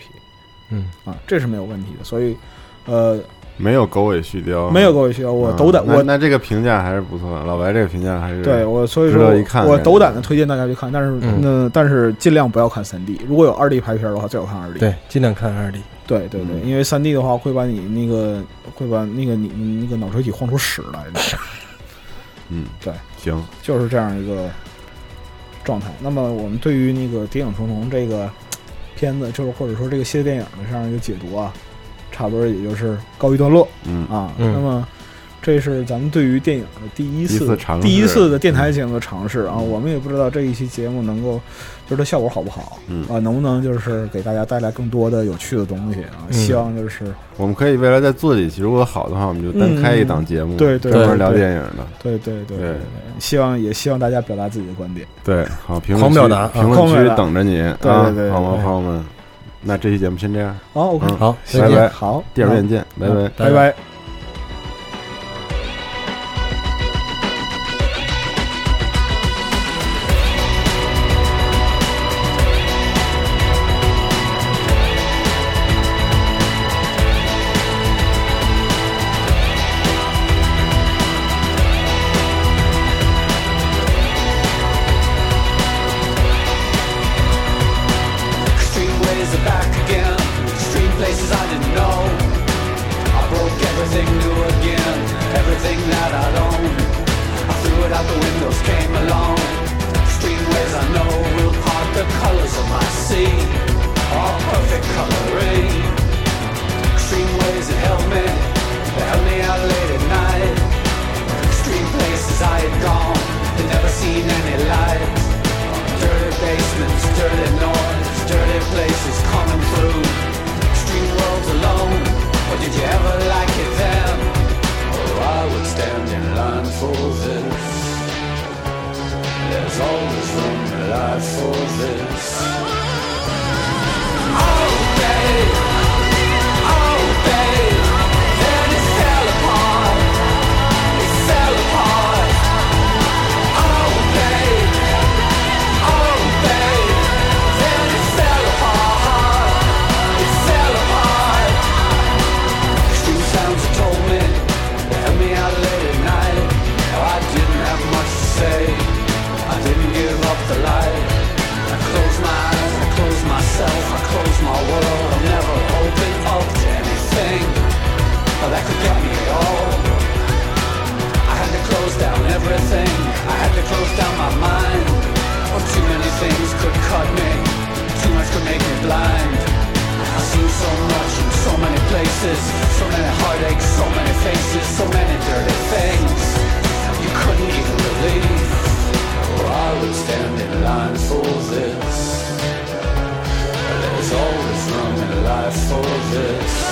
Speaker 3: 嗯，
Speaker 4: 啊，这是没有问题的。所以，呃，
Speaker 2: 没有狗尾续貂，
Speaker 4: 没有各位学友，我
Speaker 2: 嗯
Speaker 4: 斗胆，
Speaker 2: 那
Speaker 4: 我
Speaker 2: 那这个评价还是不错的，老白这个评价还是
Speaker 4: 对我，所以
Speaker 2: 值
Speaker 4: 说
Speaker 2: 得一看
Speaker 4: 我
Speaker 2: 感觉
Speaker 4: 斗胆的推荐大家去看，但是
Speaker 3: 嗯
Speaker 4: 那但是尽量不要看三 D，如果有二 D 排片的话，最好看二 D。
Speaker 3: 对，尽量看二 D。
Speaker 4: 对对对，
Speaker 2: 嗯
Speaker 4: 因为三 D 的话会把你那个会把那个你你那个脑垂体晃出屎 来，
Speaker 2: 嗯
Speaker 4: 对
Speaker 2: 行，
Speaker 4: 就是这样一个状态。那么我们对于那个《谍影重重》这个片子，就是或者说这个系列电影的这样一个解读啊，差不多也就是告一段落
Speaker 2: 嗯
Speaker 4: 啊。
Speaker 3: 嗯
Speaker 4: 那么这是咱们对于电影的第一
Speaker 2: 第一
Speaker 4: 次
Speaker 2: 次嗯尝试
Speaker 4: 第一次的电台节目的尝试啊。我们也不知道这一期节目能够就是它效果好不好，
Speaker 2: 嗯
Speaker 4: 啊，能不能就是给大家带来更多的有趣的东西啊？
Speaker 3: 嗯
Speaker 4: 希望就是
Speaker 2: 我们可以未来再做几期，如果好的话，我们就单开一
Speaker 3: 嗯
Speaker 2: 档节目，
Speaker 4: 对对
Speaker 2: 专门
Speaker 4: 对
Speaker 2: 聊
Speaker 4: 对
Speaker 2: 电影的。
Speaker 4: 对对对
Speaker 2: 对
Speaker 4: 对，希望也希望大家表达自己的观点。
Speaker 2: 对，好，评论
Speaker 3: 狂
Speaker 2: 区
Speaker 3: 表达啊
Speaker 2: 评论
Speaker 4: 狂表
Speaker 2: 区
Speaker 4: 达
Speaker 2: 等着你，
Speaker 4: 对
Speaker 2: 啊
Speaker 4: 对对
Speaker 2: 好吗，
Speaker 3: 对
Speaker 2: 朋友们？那这期节目先这样，
Speaker 4: 好，OK，
Speaker 2: 嗯
Speaker 3: 好，
Speaker 4: 再
Speaker 2: 拜
Speaker 3: 再见嗯
Speaker 2: 拜
Speaker 4: 见，好，
Speaker 2: 电影院见，拜拜。
Speaker 4: 拜拜。
Speaker 5: Streetways are back again. Street places I didn't know. I broke everything new again. Everything that I'd owned. I threw it out the windows, came along. Streetways I know will part the colors of my sea. All perfect coloring. Streetways that helped me. They helped me out late at night. Street places I had gone. They never seen any light. Dirty basements, dirty noise, dirty places coming through. Street worlds alone, or did you ever like it then? Oh, I would stand in line for this. There's always room in life for this. Oh, babe, oh, babe, then it fell apart. It fell apart. Oh, babe. Oh, Everything I had to close down my mind. Oh, too many things could cut me. Too much could make me blind. I've seen so much in so many places. So many heartaches, so many faces, so many dirty things. You couldn't even believe. Oh, I would stand in line for this. Oh, There's always room in life for this. Oh,